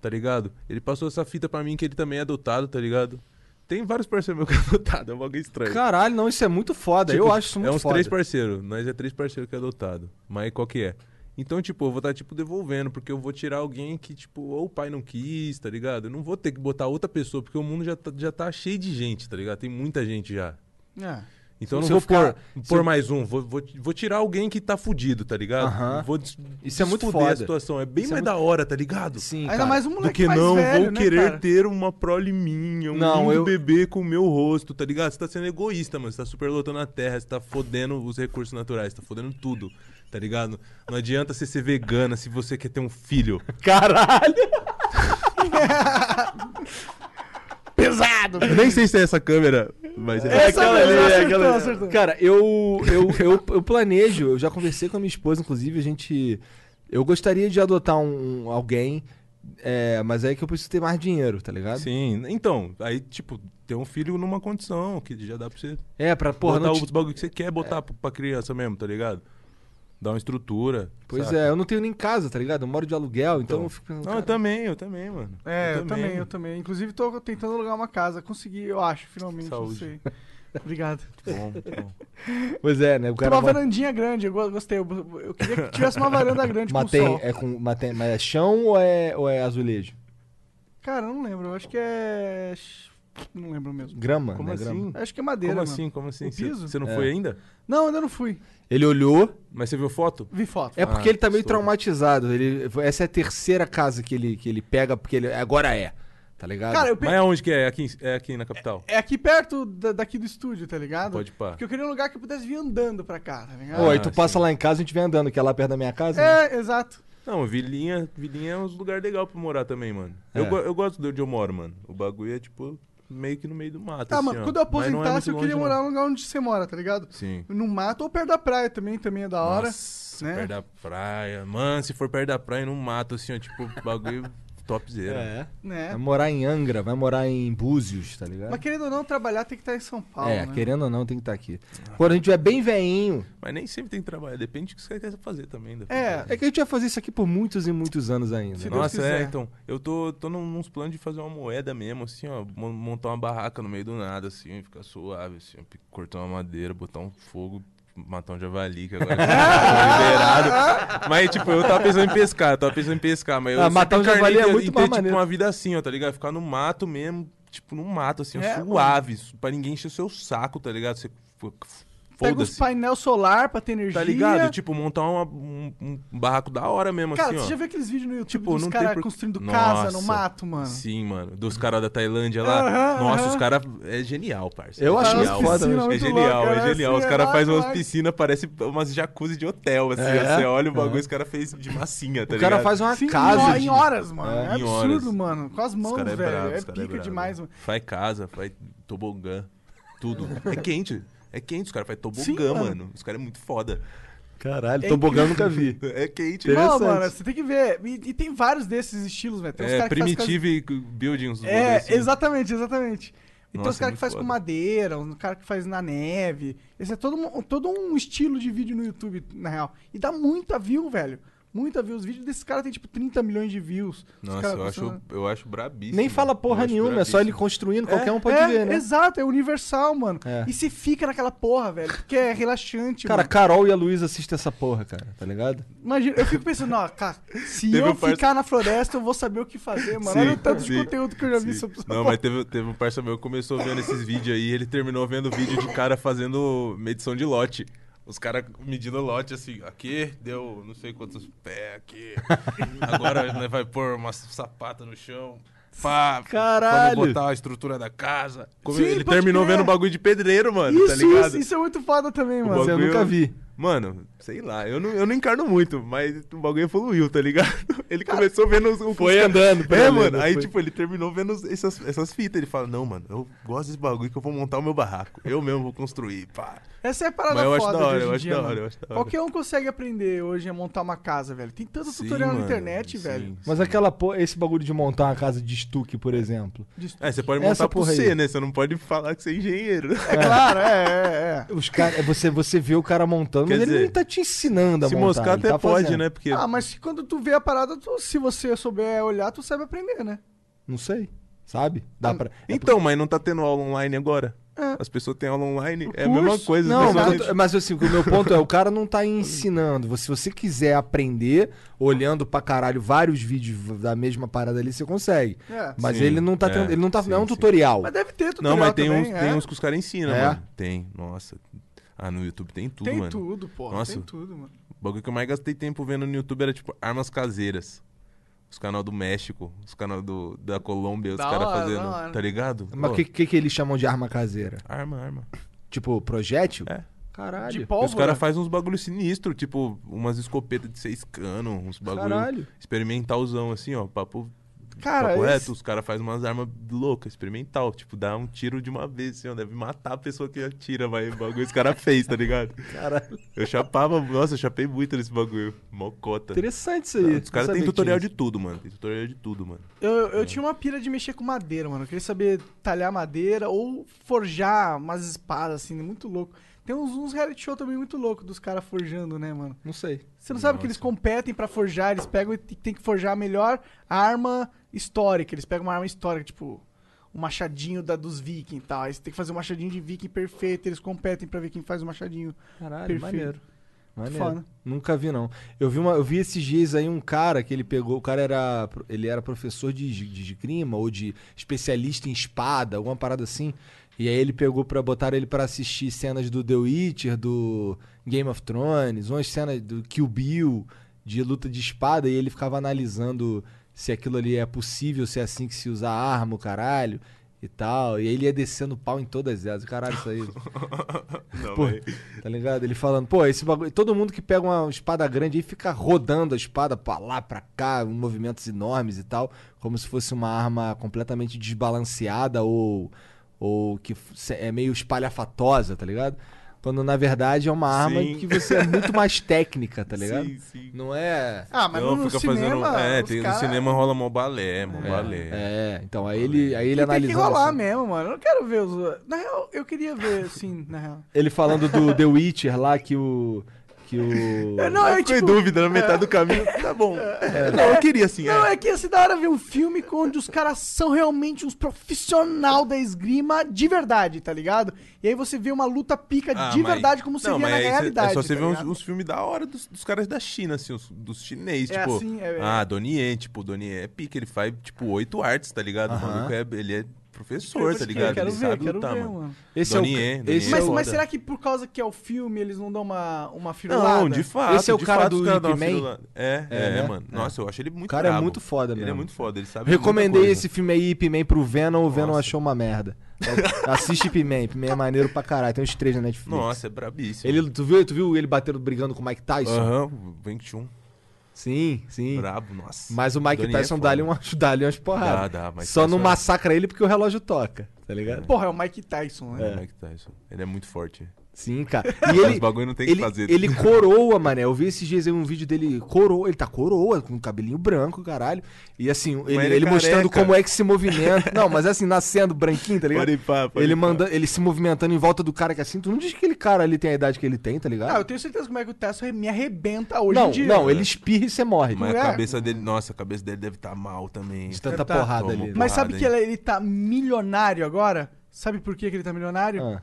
tá ligado? Ele passou essa fita pra mim que ele também é adotado, tá ligado? Tem vários parceiros meus que é adotado, é um bagulho estranho.
Caralho, não, isso é muito foda.
Tipo,
eu acho isso muito
É uns
foda.
três parceiros. Nós é três parceiros que é adotado. Mas qual que é? Então, tipo, eu vou estar, tipo, devolvendo, porque eu vou tirar alguém que, tipo, ou o pai não quis, tá ligado? Eu não vou ter que botar outra pessoa, porque o mundo já tá, já tá cheio de gente, tá ligado? Tem muita gente já.
É.
Então eu não
Se
vou
eu ficar-
pôr,
se
pôr
eu-
mais um, vou, vou, vou tirar alguém que tá fudido, tá ligado?
Aham.
Vou des-
Isso é muito
desfuder
foda.
a situação, é bem
Isso é
mais
muito-
da hora, tá ligado?
Sim,
Ainda
cara.
mais um
Do
moleque
que
mais
não
velho,
vou
né,
querer
cara?
ter uma prole minha, um
Não,
lindo
eu-
bebê com o meu rosto, tá ligado? Você tá sendo egoísta, mano. Você tá superlotando a terra, você tá fodendo os recursos naturais, você tá fodendo tudo, tá ligado? Não adianta você ser vegana se você quer ter um filho.
Caralho!
Pesado!
Eu nem sei se é essa câmera, mas
Essa
é.
aquela
mesmo,
ali, é
acertou,
aquela-
acertou.
Cara, eu, eu, eu, eu planejo, eu já conversei com a minha esposa, inclusive, a gente. Eu gostaria de adotar um, alguém, é, mas é que eu preciso ter mais dinheiro, tá ligado?
Sim, então, aí, tipo, ter um filho numa condição que já dá pra você
É, pra porra,
botar
não. É.
os
te-
bagulho que você quer botar pra, pra criança mesmo, tá ligado? Dar uma estrutura.
Pois
saca?
é, eu não tenho nem casa, tá ligado? Eu moro de aluguel, então,
Então.
eu fico pensando.
Não, eu
cara,
também, eu também, mano.
É, eu também, eu também. Inclusive, tô tentando alugar uma casa. Consegui, eu acho, finalmente.
Saúde.
Não sei. Obrigado.
Bom, bom.
Pois é, né? O
Tem
cara.
uma
mora-
varandinha grande, eu go- gostei. Eu eu queria que tivesse uma varanda
tipo,
grande com
Mas tem,
sol.
é com, mas, tem- mas é chão ou é, ou é azulejo?
Cara, eu não lembro. Eu acho que é. Não lembro mesmo.
Grama,
Como
né? Grama.
assim?
Acho que é madeira.
Como
mano.
assim? Como assim?
O piso?
Você não
É.
foi ainda?
Não, ainda não fui.
Ele olhou.
Mas você viu foto?
Vi foto.
É porque
Ah,
ele tá meio
sou.
traumatizado. Ele, essa é a terceira casa que ele, que ele pega, porque ele agora é. Tá ligado?
Cara, eu pe...
Mas aonde que é? É aqui, em- é aqui na capital?
É aqui perto da- daqui do estúdio, tá ligado?
Pode pá.
Porque eu queria um lugar que eu pudesse vir andando pra cá, tá ligado?
Pô, aí
Ah,
tu passa
sim.
lá em casa e a gente vem andando, que é lá perto da minha casa. né?
É, exato.
Não, Vilinha, Vilinha é um lugar legal pra morar também, mano.
É.
Eu, go- eu gosto de onde eu moro, mano. O bagulho é, tipo, meio que no meio do mato,
Tá,
assim,
mano,
ó.
quando eu
Mas não é
aposentasse,
muito
eu queria
longe,
morar
não.
num lugar onde você mora, tá ligado?
Sim.
No mato ou perto da praia também, também é da hora.
Nossa,
né?
perto da praia. Mano, se for perto da praia, no mato, assim, ó, tipo, bagulho topzera.
É.
Né?
Vai morar em Angra, vai morar em Búzios, tá ligado?
Mas querendo ou não, trabalhar tem que estar em São Paulo,
é,
né?
querendo ou não, tem que estar aqui. Quando a gente tiver bem veinho,
Mas nem sempre tem que trabalhar, depende do que você quer fazer também. da
É,
é que a gente vai fazer isso aqui por muitos e muitos anos ainda.
Se
né?
Deus
Nossa,
quiser.
é, então. Eu tô, tô num- nos planos de fazer uma moeda mesmo, assim, ó. mon- Montar uma barraca no meio do nada, assim, ficar suave, assim. p- Cortar uma madeira, botar um fogo, matar um javali, que agora tá liberado. Mas, tipo, eu tava pensando em pescar, eu tava pensando em pescar, mas eu
Ah,
sempre
matar um
encarnei
javali é
em ter-
muito
em ter,
mais
tipo,
maneiro.
uma vida assim, ó, tá ligado? Ficar no mato mesmo, tipo, no mato, assim, ó,
É,
suave, su- pra ninguém encher o seu saco, tá ligado? Você fo-
pega uns
foda-se.
painel solar pra ter energia.
Tá ligado? Tipo, montar uma- um, um barraco da hora mesmo,
Cara,
assim, ó.
você já viu aqueles vídeos no YouTube
Tipo,
dos
não
caras
tem por-
construindo
Nossa.
casa no mato, mano?
Sim, mano. Dos caras da Tailândia lá.
Aham,
Nossa,
aham.
os caras. É genial, parceiro.
Eu
Tá
é
acho
genial.
umas piscinas
É
muito
genial,
loucas,
é
né?
genial. Os
Assim,
caras
é
fazem umas
demais.
piscinas, parece umas jacuzzi de hotel, assim.
É,
Você olha o bagulho, os caras fez de massinha, tá
o cara
ligado?
faz uma
Sim, em
casa.
hor- em horas, mano.
É,
É,
em
absurdo,
horas.
mano. Com as
Os
mãos,
caras é
velho.
bravo,
é
os caras
pica demais, mano.
Faz casa, faz tobogã, tudo. É quente. É quente, os caras fazem tobogã,
Sim, mano.
mano. Os caras é muito foda.
Caralho, tobogã eu nunca vi.
É quente,
Teve-
Não,
Interessante.
mano, você tem que ver. E, e tem vários desses estilos, velho. Tem uns
É
cara que faz com as-
primitive building, uns bagulho
É,
assim.
exatamente, exatamente. E tem
Nossa,
os caras
é
que faz
muito
com
foda.
madeira, um cara que faz na neve. Esse é todo, um- todo um estilo de vídeo no YouTube, na real. E dá muita view, velho. muita views. Os vídeos desse cara tem tipo 30 milhões de views. Os
Nossa,
cara tá um-
eu, acho,
postando-
eu acho brabíssimo.
Nem fala
Eu
porra
acho
nenhuma, é só ele
brabíssimo.
construindo, qualquer um pode
é,
ver, né?
Exato, é universal, mano.
É.
E você fica naquela porra, velho, porque é relaxante,
Cara, a
mano.
Carol e a Luísa assistem essa porra, cara, tá ligado?
Imagina, eu fico pensando, ó, cara, se
Teve
eu
um parça-
ficar na floresta, eu vou saber o que fazer, mano.
Sim,
Olha o tanto de
sim,
conteúdo que eu já vi
sim.
sobre essa
Não,
porra.
mas teve, teve um parceiro meu que começou vendo esses vídeos aí, ele terminou vendo vídeo de cara fazendo medição de lote. Os caras medindo lote assim, aqui deu não sei quantos pés aqui. Agora né, vai pôr uma sapata no chão. Pá,
Caralho!
Vamos botar a estrutura da casa. Como
Sim,
ele
pode
terminou
crer.
vendo bagulho de pedreiro, mano,
Isso,
tá ligado?
isso, isso é muito foda também,
Mas
mano.
eu
bagulho-
nunca vi.
Mano, sei lá, eu não, eu não encarno muito, mas o bagulho evoluiu, tá ligado? Ele começou vendo os, os
foi
ca-
andando pra
É,
ele,
mano,
né?
aí
Foi.
tipo, ele terminou vendo os- essas, essas fitas, ele fala, não, mano, eu gosto desse bagulho que eu vou montar o meu barraco, eu mesmo vou construir, pá.
Essa é a parada
Mas eu acho
foda
da hora,
de hoje em
eu acho
dia,
da hora,
mano.
eu acho da hora.
Qualquer um consegue aprender hoje a montar uma casa, velho. Tem tanto
Sim,
tutorial na
mano,
internet,
sim.
velho.
Mas aquela porra, esse bagulho de montar uma casa de estuque, por exemplo.
É, você pode
Essa
montar por
porra aí.
você, né? Você não pode falar que você é engenheiro.
É claro, é, é, é.
Os cara, é você, você vê o cara montando,
Quer
mas ele
dizer,
nem tá te ensinando a
Se
montar.
moscar
ele
até
tá
pode,
fazendo.
né? Porque
Ah, mas se quando tu vê a parada, tu- se você souber olhar, tu sabe aprender, né?
Não sei, sabe? Dá pra... é
Então, mas não tá tendo aula online agora.
É.
As pessoas têm aula online, é a
curso.
mesma coisa. as
Não,
pessoas-
mas, eu tô- mas, assim, o meu ponto é, o cara não tá ensinando. Se você quiser aprender, olhando pra caralho vários vídeos v- da mesma parada ali, você consegue.
É.
Mas
Sim,
ele não tá
é,
tendo. Ele não tá.
sim,
não é um
sim.
tutorial.
Mas deve ter tutorial
Não, mas tem,
também,
uns,
é.
tem uns que os caras ensinam,
É?
mano. Tem, nossa. Ah, no YouTube tem tudo,
Tem
mano.
tudo, porra.
Nossa.
Tem tudo, mano.
O bagulho que eu mais gastei tempo vendo no YouTube era, tipo, armas caseiras. Os canal do México, os canal do, da Colômbia, os
Da
caras
hora,
fazendo.
da hora.
Tá ligado?
Mas o
Pô,
que, que, que eles chamam de arma caseira?
Arma, arma.
Tipo, projétil?
É.
Caralho.
De
E Os caras
pólvora.
fazem uns bagulho sinistro, tipo, umas escopetas de seis canos, uns bagulho
Caralho.
experimentalzão, assim, ó. Papo,
Cara,
papo reto,
esse-
os caras fazem umas armas loucas, experimental. Tipo, dá um tiro de uma vez, assim, ó. Deve matar a pessoa que atira, mas o bagulho os caras fez, tá ligado?
Caralho.
Eu chapava, nossa, eu chapei muito nesse bagulho. Mocota.
Interessante isso aí.
Os caras
Não
têm
sabia
tutorial
que
de tudo, mano. Tem tutorial de tudo, mano.
Eu,
É.
eu tinha uma pira de mexer com madeira, mano. Eu queria saber talhar madeira ou forjar umas espadas, assim, muito louco. Tem uns, uns reality show também muito louco dos caras forjando, né, mano?
Não sei.
Você não sabe que eles competem pra forjar, eles pegam e t- tem que forjar a melhor arma histórica. Eles pegam uma arma histórica, tipo, o machadinho da, dos vikings e tal. Aí você tem que fazer o machadinho de viking perfeito, eles competem pra ver quem faz o machadinho.
Caralho,
Perfeito.
maneiro. Maneiro.
Foda.
Nunca vi, não. Eu vi, uma, eu vi esses dias aí um cara que ele pegou. O cara era. Ele era professor de, es- de esgrima ou de especialista em espada, alguma parada assim. E aí ele pegou pra botar ele pra assistir cenas do The Witcher, do Game of Thrones, umas cenas do Kill Bill, de luta de espada, e ele ficava analisando se aquilo ali é possível, se é assim que se usa a arma, o caralho. E tal, e aí ele ia descendo pau em todas elas. Caralho, isso aí.
Não, é,
Pô,
mas-
tá ligado? Ele falando, pô, esse bagulho. Todo mundo que pega uma espada grande aí fica rodando a espada pra lá, pra cá, movimentos enormes e tal, como se fosse uma arma completamente desbalanceada ou, ou que f- se- é meio espalhafatosa, tá ligado? Quando na verdade é uma arma
Sim.
que você é muito mais técnica, tá ligado?
Sim, sim.
Não é.
Ah, mas
Não,
no,
fica
cinema,
fazendo. É,
os
tem,
cara-
no cinema rola mó balé, mó balé.
É, então aí ele, aí ele
Tem
analisando.
que rolar
assim,
mesmo, mano. Eu não quero ver os... Na real, eu queria ver, assim, na real.
ele falando do The Witcher lá que o. Que o.
É, Não,
Eu
é
fico em
tipo...
dúvida na metade do caminho. Tá bom. Não, eu queria assim.
Não,
é.
é que ia ser da hora ver um filme onde os caras são realmente uns profissional da esgrima de verdade, tá ligado? E aí você vê uma luta pica
Ah,
de
mas-
verdade como seria
não,
na
mas é-
realidade.
É só você
tá
ver uns,
ligado?
uns filmes da hora dos, dos caras da China, assim, os- dos chinês,
É
tipo.
assim, é- é.
Ah, Donnie Yen, tipo, o Donnie Yen é pica, ele faz, tipo, oito artes, tá ligado? O
Aham.
maluco é- ele é professor, tá
Eu
ligado?
Quero
ele
ver,
sabe
quero
lutar,
ver,
mano.
mano.
Esse
Donnie
é o.
Yen, Donnie
esse
Yen
é
Mas,
o-
mas
foda.
será que por causa que é o filme eles não dão uma, uma firulada?
Não, de fato.
Esse é o
de
cara
fato,
do
os caras dão uma
Ip Man?
firulada. É, é,
É, né?
mano.
É.
Nossa, eu acho ele muito
O cara é
brabo.
muito foda
Ele é
mesmo.
muito foda, ele sabe
Recomendei
muita coisa.
esse filme aí, Ip Man, pro Venom. O Venom
Nossa.
achou uma merda. Assiste Ip Man. Ip Man é maneiro pra caralho. Tem uns três na Netflix.
Nossa, é brabíssimo.
Ele, tu, viu, tu viu ele batendo, brigando com o Mike Tyson?
Aham, 21.
Sim, sim.
Brabo, nossa.
Mas o Mike
Donnie Yen é
Tyson
foda.
dá-lhe umas, dá umas porradas.
Dá, dá, Mike
Só não
Tyson é-
massacra ele porque o relógio toca, tá ligado?
Porra, é o Mike Tyson, né?
É. Mike Tyson. Ele é muito forte.
Sim, cara. E
Mas
ele,
bagulho não tem que
ele,
fazer.
ele coroa, mané. Eu vi esses dias aí um vídeo dele coroa. Ele tá coroa, com cabelinho branco, caralho. E assim, ele,
ele é
ele mostrando
careca.
como é que se movimenta. Não, mas assim, nascendo branquinho, tá ligado?
Pode ir pá, pode
ele,
ir pá.
manda, ele se movimentando em volta do cara que assim. Tu não diz que aquele cara ali tem a idade que ele tem, tá ligado?
Ah, eu tenho certeza como é que o Tesso me arrebenta hoje
não,
em dia.
não, ele espirra e você morre. Ah,
Mas
Não é?
a cabeça dele, nossa, a cabeça dele deve estar mal também.
De tanta
tá.
porrada
Toma,
ali.
pô.
Mas sabe
porrada,
que ele, ele tá milionário agora? Sabe por que, que ele tá milionário?
Ah,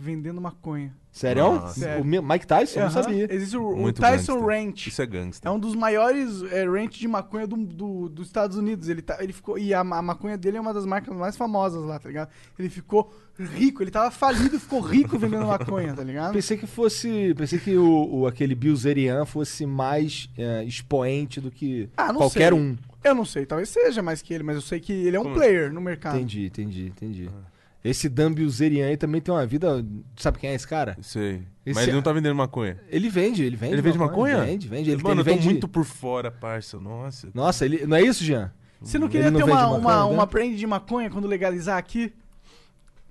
Vendendo maconha.
sério?
é Nossa.
O Mi- Mike Tyson? Eu não
Aham.
sabia.
Existe o, o
Muito
Tyson
gangster.
Ranch.
Isso é gangster.
É um dos maiores é, ranch de maconha do, do- dos Estados Unidos. Ele, tá, ele ficou. E a, ma- a maconha dele é uma das marcas mais famosas lá, tá ligado? Ele ficou rico, ele tava falido e ficou rico vendendo maconha, tá ligado?
Pensei que fosse. Pensei que o, o- aquele Bill Zerian fosse mais é, expoente do que
Ah, não
qualquer
sei.
um.
Eu não sei, talvez seja mais que ele, mas eu sei que ele é um player no mercado.
Entendi, entendi, entendi.
Ah.
Esse Dan Bilzerian aí também tem uma vida. Sabe quem é esse cara?
Sei.
Esse
Mas ele
é-
não tá vendendo maconha.
Ele vende, ele vende.
Ele vende maconha?
Vende, vende. Ele,
Mano,
ele
eu
vende.
tô muito por fora, parça. Nossa.
Nossa, ele... não é isso, Jean?
Você não queria
Ele não
ter uma,
vende maconha,
uma,
né?
uma brand de maconha quando legalizar aqui?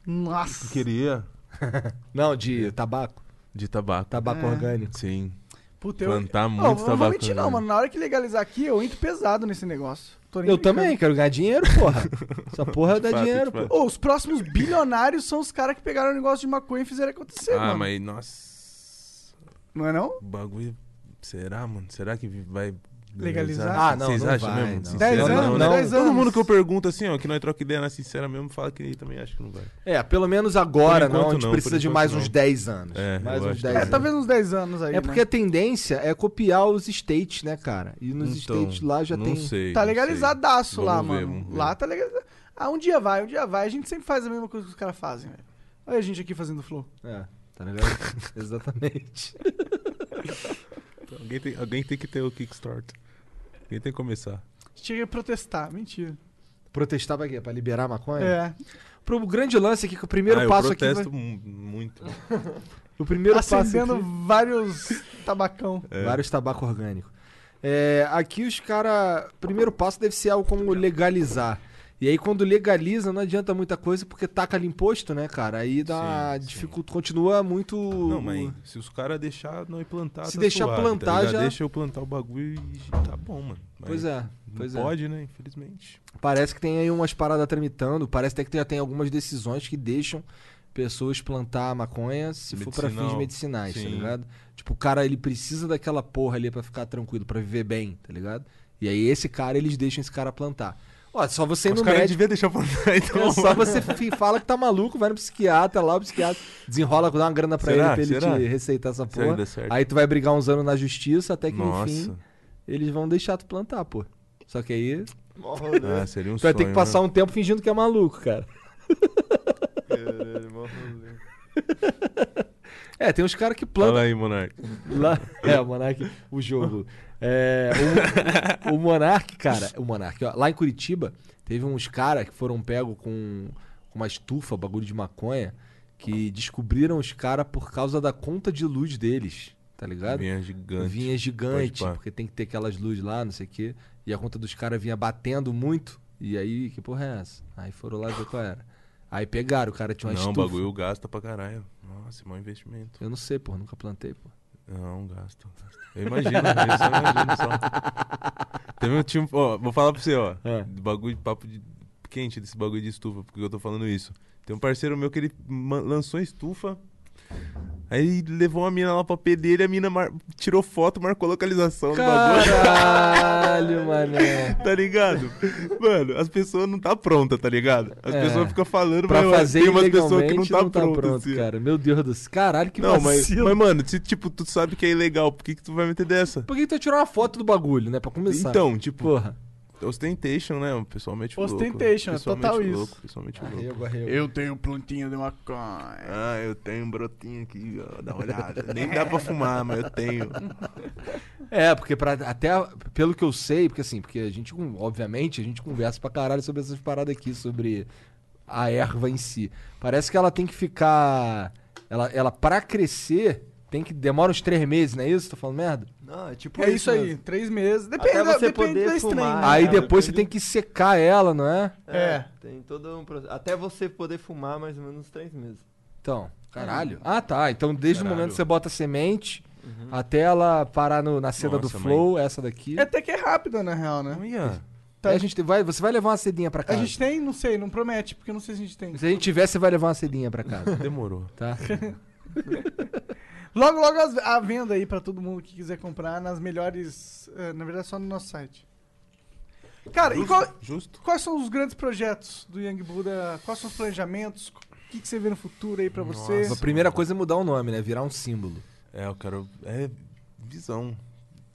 Nossa.
Queria.
Não, de tabaco.
De tabaco.
Tabaco orgânico.
Sim.
Puta, eu.
Plantar
Ó, É.
muito
um- não vou
tabaco.
mentir, não,
orgânico.
mano. Na hora que legalizar aqui, eu entro pesado nesse negócio. Tô nem
Eu
brincando.
também, quero ganhar dinheiro, porra. Essa porra dá
fato,
dinheiro,
de
pô.
fato.
Ô, os próximos bilionários são os caras que pegaram o negócio de maconha e fizeram acontecer,
Ah,
mano.
mas nossa.
Não é não?
O bagulho. Será, mano? Será que vai.
Legalizar?
Ah, não,
Vocês
não
acham
vai,
mesmo?
não.
Sincero,
Dez anos,
né?
dez
Todo
anos.
mundo que eu pergunto assim, ó, que nós troca ideia na sincera mesmo, fala que também acha que não vai.
É, pelo menos agora
Por
não. A
enquanto
gente
não,
precisa
por
de
enquanto
mais
não.
uns 10 anos.
É,
mais
eu
uns
acho
10
que-
É,
anos.
talvez uns 10 anos aí.
É porque
né?
a tendência é copiar os states, né, cara? E nos
Então,
states lá já
não
tem.
Sei,
tá
não sei.
legalizadaço lá,
Vamos ver,
mano.
vamos ver.
lá tá legalizado. Ah, um dia vai, um dia vai. A gente sempre faz a mesma coisa que os caras fazem, velho. Olha a gente aqui fazendo flow.
É, tá ligado? Exatamente.
Alguém tem, alguém tem que ter o Kickstart. Alguém tem que começar.
A gente chega a protestar, mentira.
Protestar pra quê? Pra liberar a maconha?
É.
Pro grande lance aqui, que o primeiro
ah, eu
passo aqui. vai-
protesto mu- muito.
O primeiro
Acendendo
passo. Aqui,
vários tabacão.
É.
Vários tabaco orgânico. É, aqui os caras. Primeiro passo deve ser algo como legalizar. E aí, quando legaliza, não adianta muita coisa, porque taca ali imposto, né, cara? Aí dá.
Sim, sim.
dificulta, continua muito.
Não, mas se os caras deixar não plantar,
Se
tá
deixar
suave,
plantar,
tá ligado?
já-
Deixa eu plantar o bagulho e tá bom, mano. Mas
Pois é,
não
pois é.
pode, né? Infelizmente.
Parece que tem aí umas paradas tramitando, parece até que já tem algumas decisões que deixam pessoas plantar maconha se for pra fins
Medicinal.
medicinais, tá
Sim.
ligado? Tipo, o cara ele precisa daquela porra ali pra ficar tranquilo, pra viver bem, tá ligado? E aí esse cara, eles deixam esse cara plantar. Ó, só você ir
Os
no
caras
médico,
deviam deixar plantar, então.
é só você fi- fala que tá maluco, vai no psiquiatra lá, o psiquiatra desenrola, dá uma grana pra
Será?
ele pra ele
Será?
te receitar essa
Será que
porra.
dá certo?
Aí tu vai brigar uns anos na justiça até que no fim
Nossa.
eles vão deixar tu plantar, pô. Só que aí
Ah, seria um
tu vai ter que passar um tempo fingindo que é maluco, cara.
Caralho, mó rolê.
É, tem uns caras que plantam
Fala aí, Monark.
lá. É, o Monark, o jogo. É, o, o Monark, cara, o Monark, ó, lá em Curitiba, teve uns caras que foram pego com, com uma estufa, bagulho de maconha, que descobriram os caras por causa da conta de luz deles, tá ligado?
Vinha gigante.
Vinha gigante,
Pode pá.
porque tem que ter aquelas luzes lá, não sei o quê. E a conta dos caras vinha batendo muito. E aí, que porra é essa? Aí foram lá ver qual era. Aí pegaram, o cara tinha uma
Não, o
estufa.
bagulho gasta pra caralho. Nossa, mau investimento.
Eu não sei, porra, nunca plantei, pô.
Não, gasta. gasta. Eu imagino, né? eu só imagino só. Teve um time, ó, vou falar pra você, ó.
É.
Do bagulho de papo de quente desse bagulho de estufa, porque eu tô falando isso. Tem um parceiro meu que ele ma- lançou a estufa. Aí levou uma mina lá pra P dele, a mina mar- tirou foto, marcou localização do bagulho.
Caralho, mané.
Tá ligado? Mano, as pessoas não tá pronta, tá ligado? As
É.
pessoas ficam falando,
Pra
mas eu-
fazer
tem umas pessoas que não
ilegalmente
tá,
não tá
pronta,
pronto,
assim.
cara. Meu Deus do céu. Caralho, que
Não, mas,
vacilo.
mas, mano, se, tipo, tu sabe que é ilegal, por que, que tu vai meter dessa?
Por que tu vai tirar uma foto do bagulho, né? Pra começar.
Então, tipo,
Porra.
ostentation, né? Pessoalmente louco.
Ostentation, é
Pessoalmente
total
louco,
isso.
Pessoalmente
Aí
louco.
eu guarrei.
Eu tenho plantinha de maconha.
Ah, eu tenho um brotinho aqui, ó, dá uma olhada. Nem dá pra fumar, mas eu tenho.
É, porque pra, até pelo que eu sei, porque assim, porque a gente, com- obviamente, a gente conversa pra caralho sobre essas paradas aqui, sobre a erva em si. Parece que ela tem que ficar. Ela, ela pra crescer, tem que. Demora uns três meses, não é isso? Tô falando merda?
Não, é tipo
É isso aí, três meses. Depende,
Até
da-
você
depende
poder
da strain.
fumar.
Ah,
né?
Aí
é,
depois você
depende-
tem que secar ela, não é?
É,
É.
Tem todo um processo. Até você poder fumar mais ou menos uns três meses.
Então. Caralho. Ah, tá. Então desde o
Caralho.
momento que você bota a semente até ela parar no- na seda
Nossa,
do flow, essa daqui.
É até que é rápida, na real, né?
Olha.
tá.
Aí a gente te- vai, você vai levar uma sedinha pra
A
casa.
gente tem? Não sei, não promete, porque eu não sei se a gente tem.
Se a gente tiver, você vai levar uma sedinha pra casa,
Demorou.
tá?
Logo, logo as- a venda aí pra todo mundo que quiser comprar nas melhores. eh, na verdade, só no nosso site. Cara, e qual-
Justo?
quais são os grandes projetos do Young Buda? Quais são os planejamentos? O que, que você vê no futuro aí pra você?
A primeira coisa é mudar o nome, né? Virar um símbolo.
É, eu quero. É visão.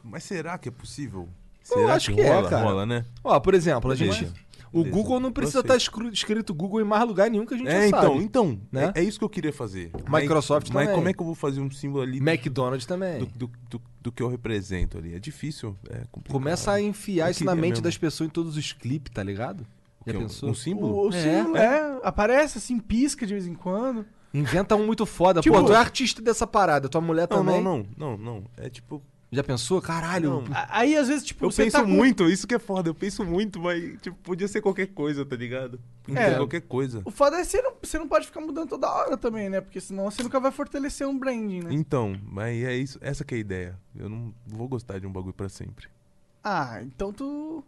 Mas será que é possível?
Eu
será
acho que é,
rola?
cara.
Rola, né?
Ó, por exemplo, a gente.
Beleza.
O
Beleza.
Google não precisa
Eu sei.
estar escrito Google em mais lugar nenhum que a gente
É,
já
então,
sabe.
então.
né?
É, é isso que eu queria fazer.
Microsoft
mas,
também.
Mas como é que eu vou fazer um símbolo ali do-
McDonald's também.
do, do, do- do que eu represento ali? É difícil. É complicado.
Começa a enfiar
Eu
isso na
queria
mente
mesmo.
das pessoas em todos os clipes, tá ligado?
O
Já
quê? Um-
pensou?
Um símbolo?
O, o
É.
símbolo, é, aparece assim, pisca de vez em quando.
Inventa um muito foda.
Tipo-
Pô, tu é artista dessa parada, tua mulher
Não,
também.
não, não, não, não. É tipo.
Já pensou? Caralho.
Não.
A- Aí às vezes, tipo,
Eu
você
penso
tá com-
muito, isso que é foda. Eu penso muito, mas tipo, podia ser qualquer coisa, tá ligado? Podia
É.
ser qualquer coisa.
O foda é que você não, você não pode ficar mudando toda hora também, né? Porque senão você nunca vai fortalecer um branding, né?
Então, mas é isso. Essa que é a ideia. Eu não vou gostar de um bagulho pra sempre.
Ah, então tu.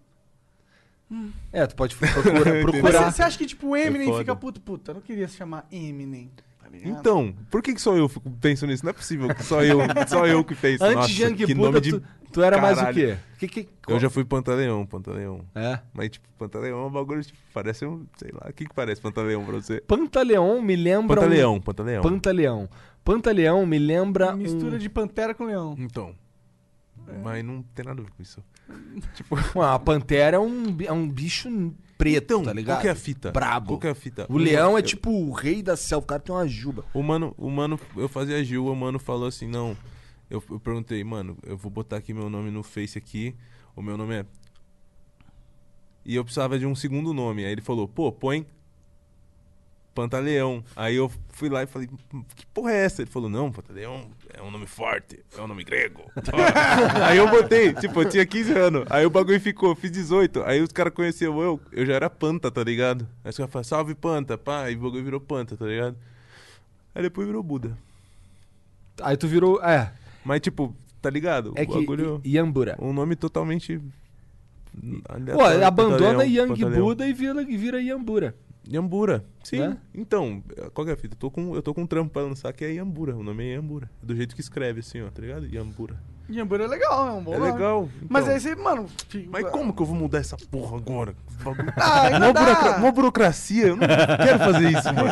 É, tu pode procura-
Mas você-
procurar.
você acha que, tipo, o
É
Eminem
foda.
fica puto, puta, eu não queria se chamar Eminem, tá ligado?
Então, por que, que só eu fico penso nisso? Não é possível que só eu, só eu que penso.
Antes
assim, Nossa,
de Young
que
Buda,
nome de...
tu, tu era mais o
Caralho.
quê? Que, que-
Eu já fui Pantaleão, Pantaleão.
É.
Mas, tipo, Pantaleão é um bagulho, tipo, parece um, sei lá, o que que parece Pantaleão pra você?
Pantaleão me lembra.
Pantaleão,
Um...
Pantaleão.
Pantaleão. Pantaleão me lembra. um-
Hum.
Mistura de pantera com leão.
Então, mas não tem nada a ver com isso.
Ah, a pantera é um, bi- é um bicho preto,
Então,
tá ligado?
qual que é a fita?
Brabo.
Qual que é a fita?
O leão é
Eu-
tipo o rei da selva. O cara tem uma juba.
O mano, o mano, eu fazia Gil, o mano falou assim, não. Eu, eu perguntei, mano, eu vou botar aqui meu nome no Face aqui. O meu nome é. E eu precisava de um segundo nome. Aí ele falou, pô, põe Pantaleão. Aí eu fui lá e falei, que porra é essa? Ele falou, não, Pantaleão é um nome forte, é um nome grego. aí eu botei, tipo, eu tinha 15 anos. Aí o bagulho ficou, eu fiz 18. Aí os caras conheciam eu, eu já era Panta, tá ligado? Aí os caras falaram, salve Panta, pá, e o bagulho virou Panta, tá ligado? Aí depois virou Buda.
Aí tu virou. É.
Mas, tipo, tá ligado?
É
o
que.
bagulho.
Yambura.
Um nome totalmente.
Pô, abandona
aleatório, é Pantaleão,
Yang
Pantaleão.
Buda e vira, e vira Yambura.
Yambura. Sim.
Né?
Então, qual que é a fita? Eu tô com, eu tô com um trampo pra lançar que é Yambura. O nome é Yambura. Do jeito que escreve, assim, ó, tá ligado? Yambura.
Yambura é legal, é um bom
é
nome.
legal. então.
Mas aí você, mano. fica-
Mas como que eu vou mudar essa porra agora? Bagulho-
Ah, ainda
Mó
dá.
burocra- mó burocracia. Eu não quero fazer isso, mano.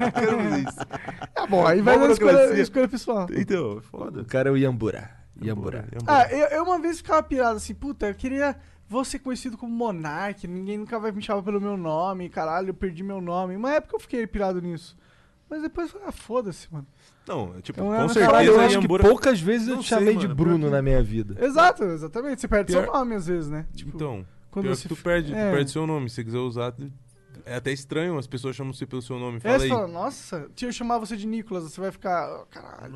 Não quero fazer isso.
Tá bom, aí vai
Mó
na escolha,
burocracia.
escolha pessoal.
Então, é
O
foda.
cara é o Yambura. Yambura.
Ah, eu, eu uma vez ficava pirado assim, puta, eu queria. Vou ser conhecido como Monark, ninguém nunca vai me chamar pelo meu nome, caralho, eu perdi meu nome. Uma época eu fiquei pirado nisso. Mas depois eu falei, ah, foda-se, mano.
Não, é tipo,
Eu
com
era-
certeza
então Caralho, eu acho que
Yambura.
poucas vezes eu
Não
te
sei,
chamei de
mano,
Bruno na minha vida.
Exato, exatamente. Você perde seu
Pior-
nome às vezes, né? Tipo,
Então,
quando
pior
você
que tu
fi-
perde,
é.
tu perde seu nome. Se você quiser usar, é até estranho, as pessoas chamam você pelo seu nome.
é,
Fala
você
aí.
fala, nossa, se eu chamar você de Nicolas, você vai ficar, "Ah, caralho.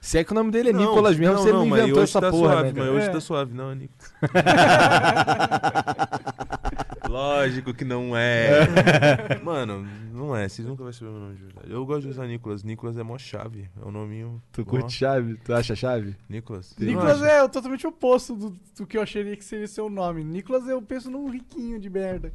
Se é que o nome dele é Nicolas mesmo, você não,
mas
inventou
hoje
essa
tá
porra,
suave,
né?
mas
cara?
hoje
É.
tá suave, não, é Nicolas. Lógico que não é. Mano, não é. Vocês nunca vão saber meu nome de verdade. Eu gosto de usar Nicolas. Nicolas é mó chave. É o nominho.
Tu
mó-
curte chave? Tu acha chave?
Nicolas.
Nicolas é o totalmente oposto do, do que eu acharia que seria seu nome. Nicolas, eu penso num riquinho de merda.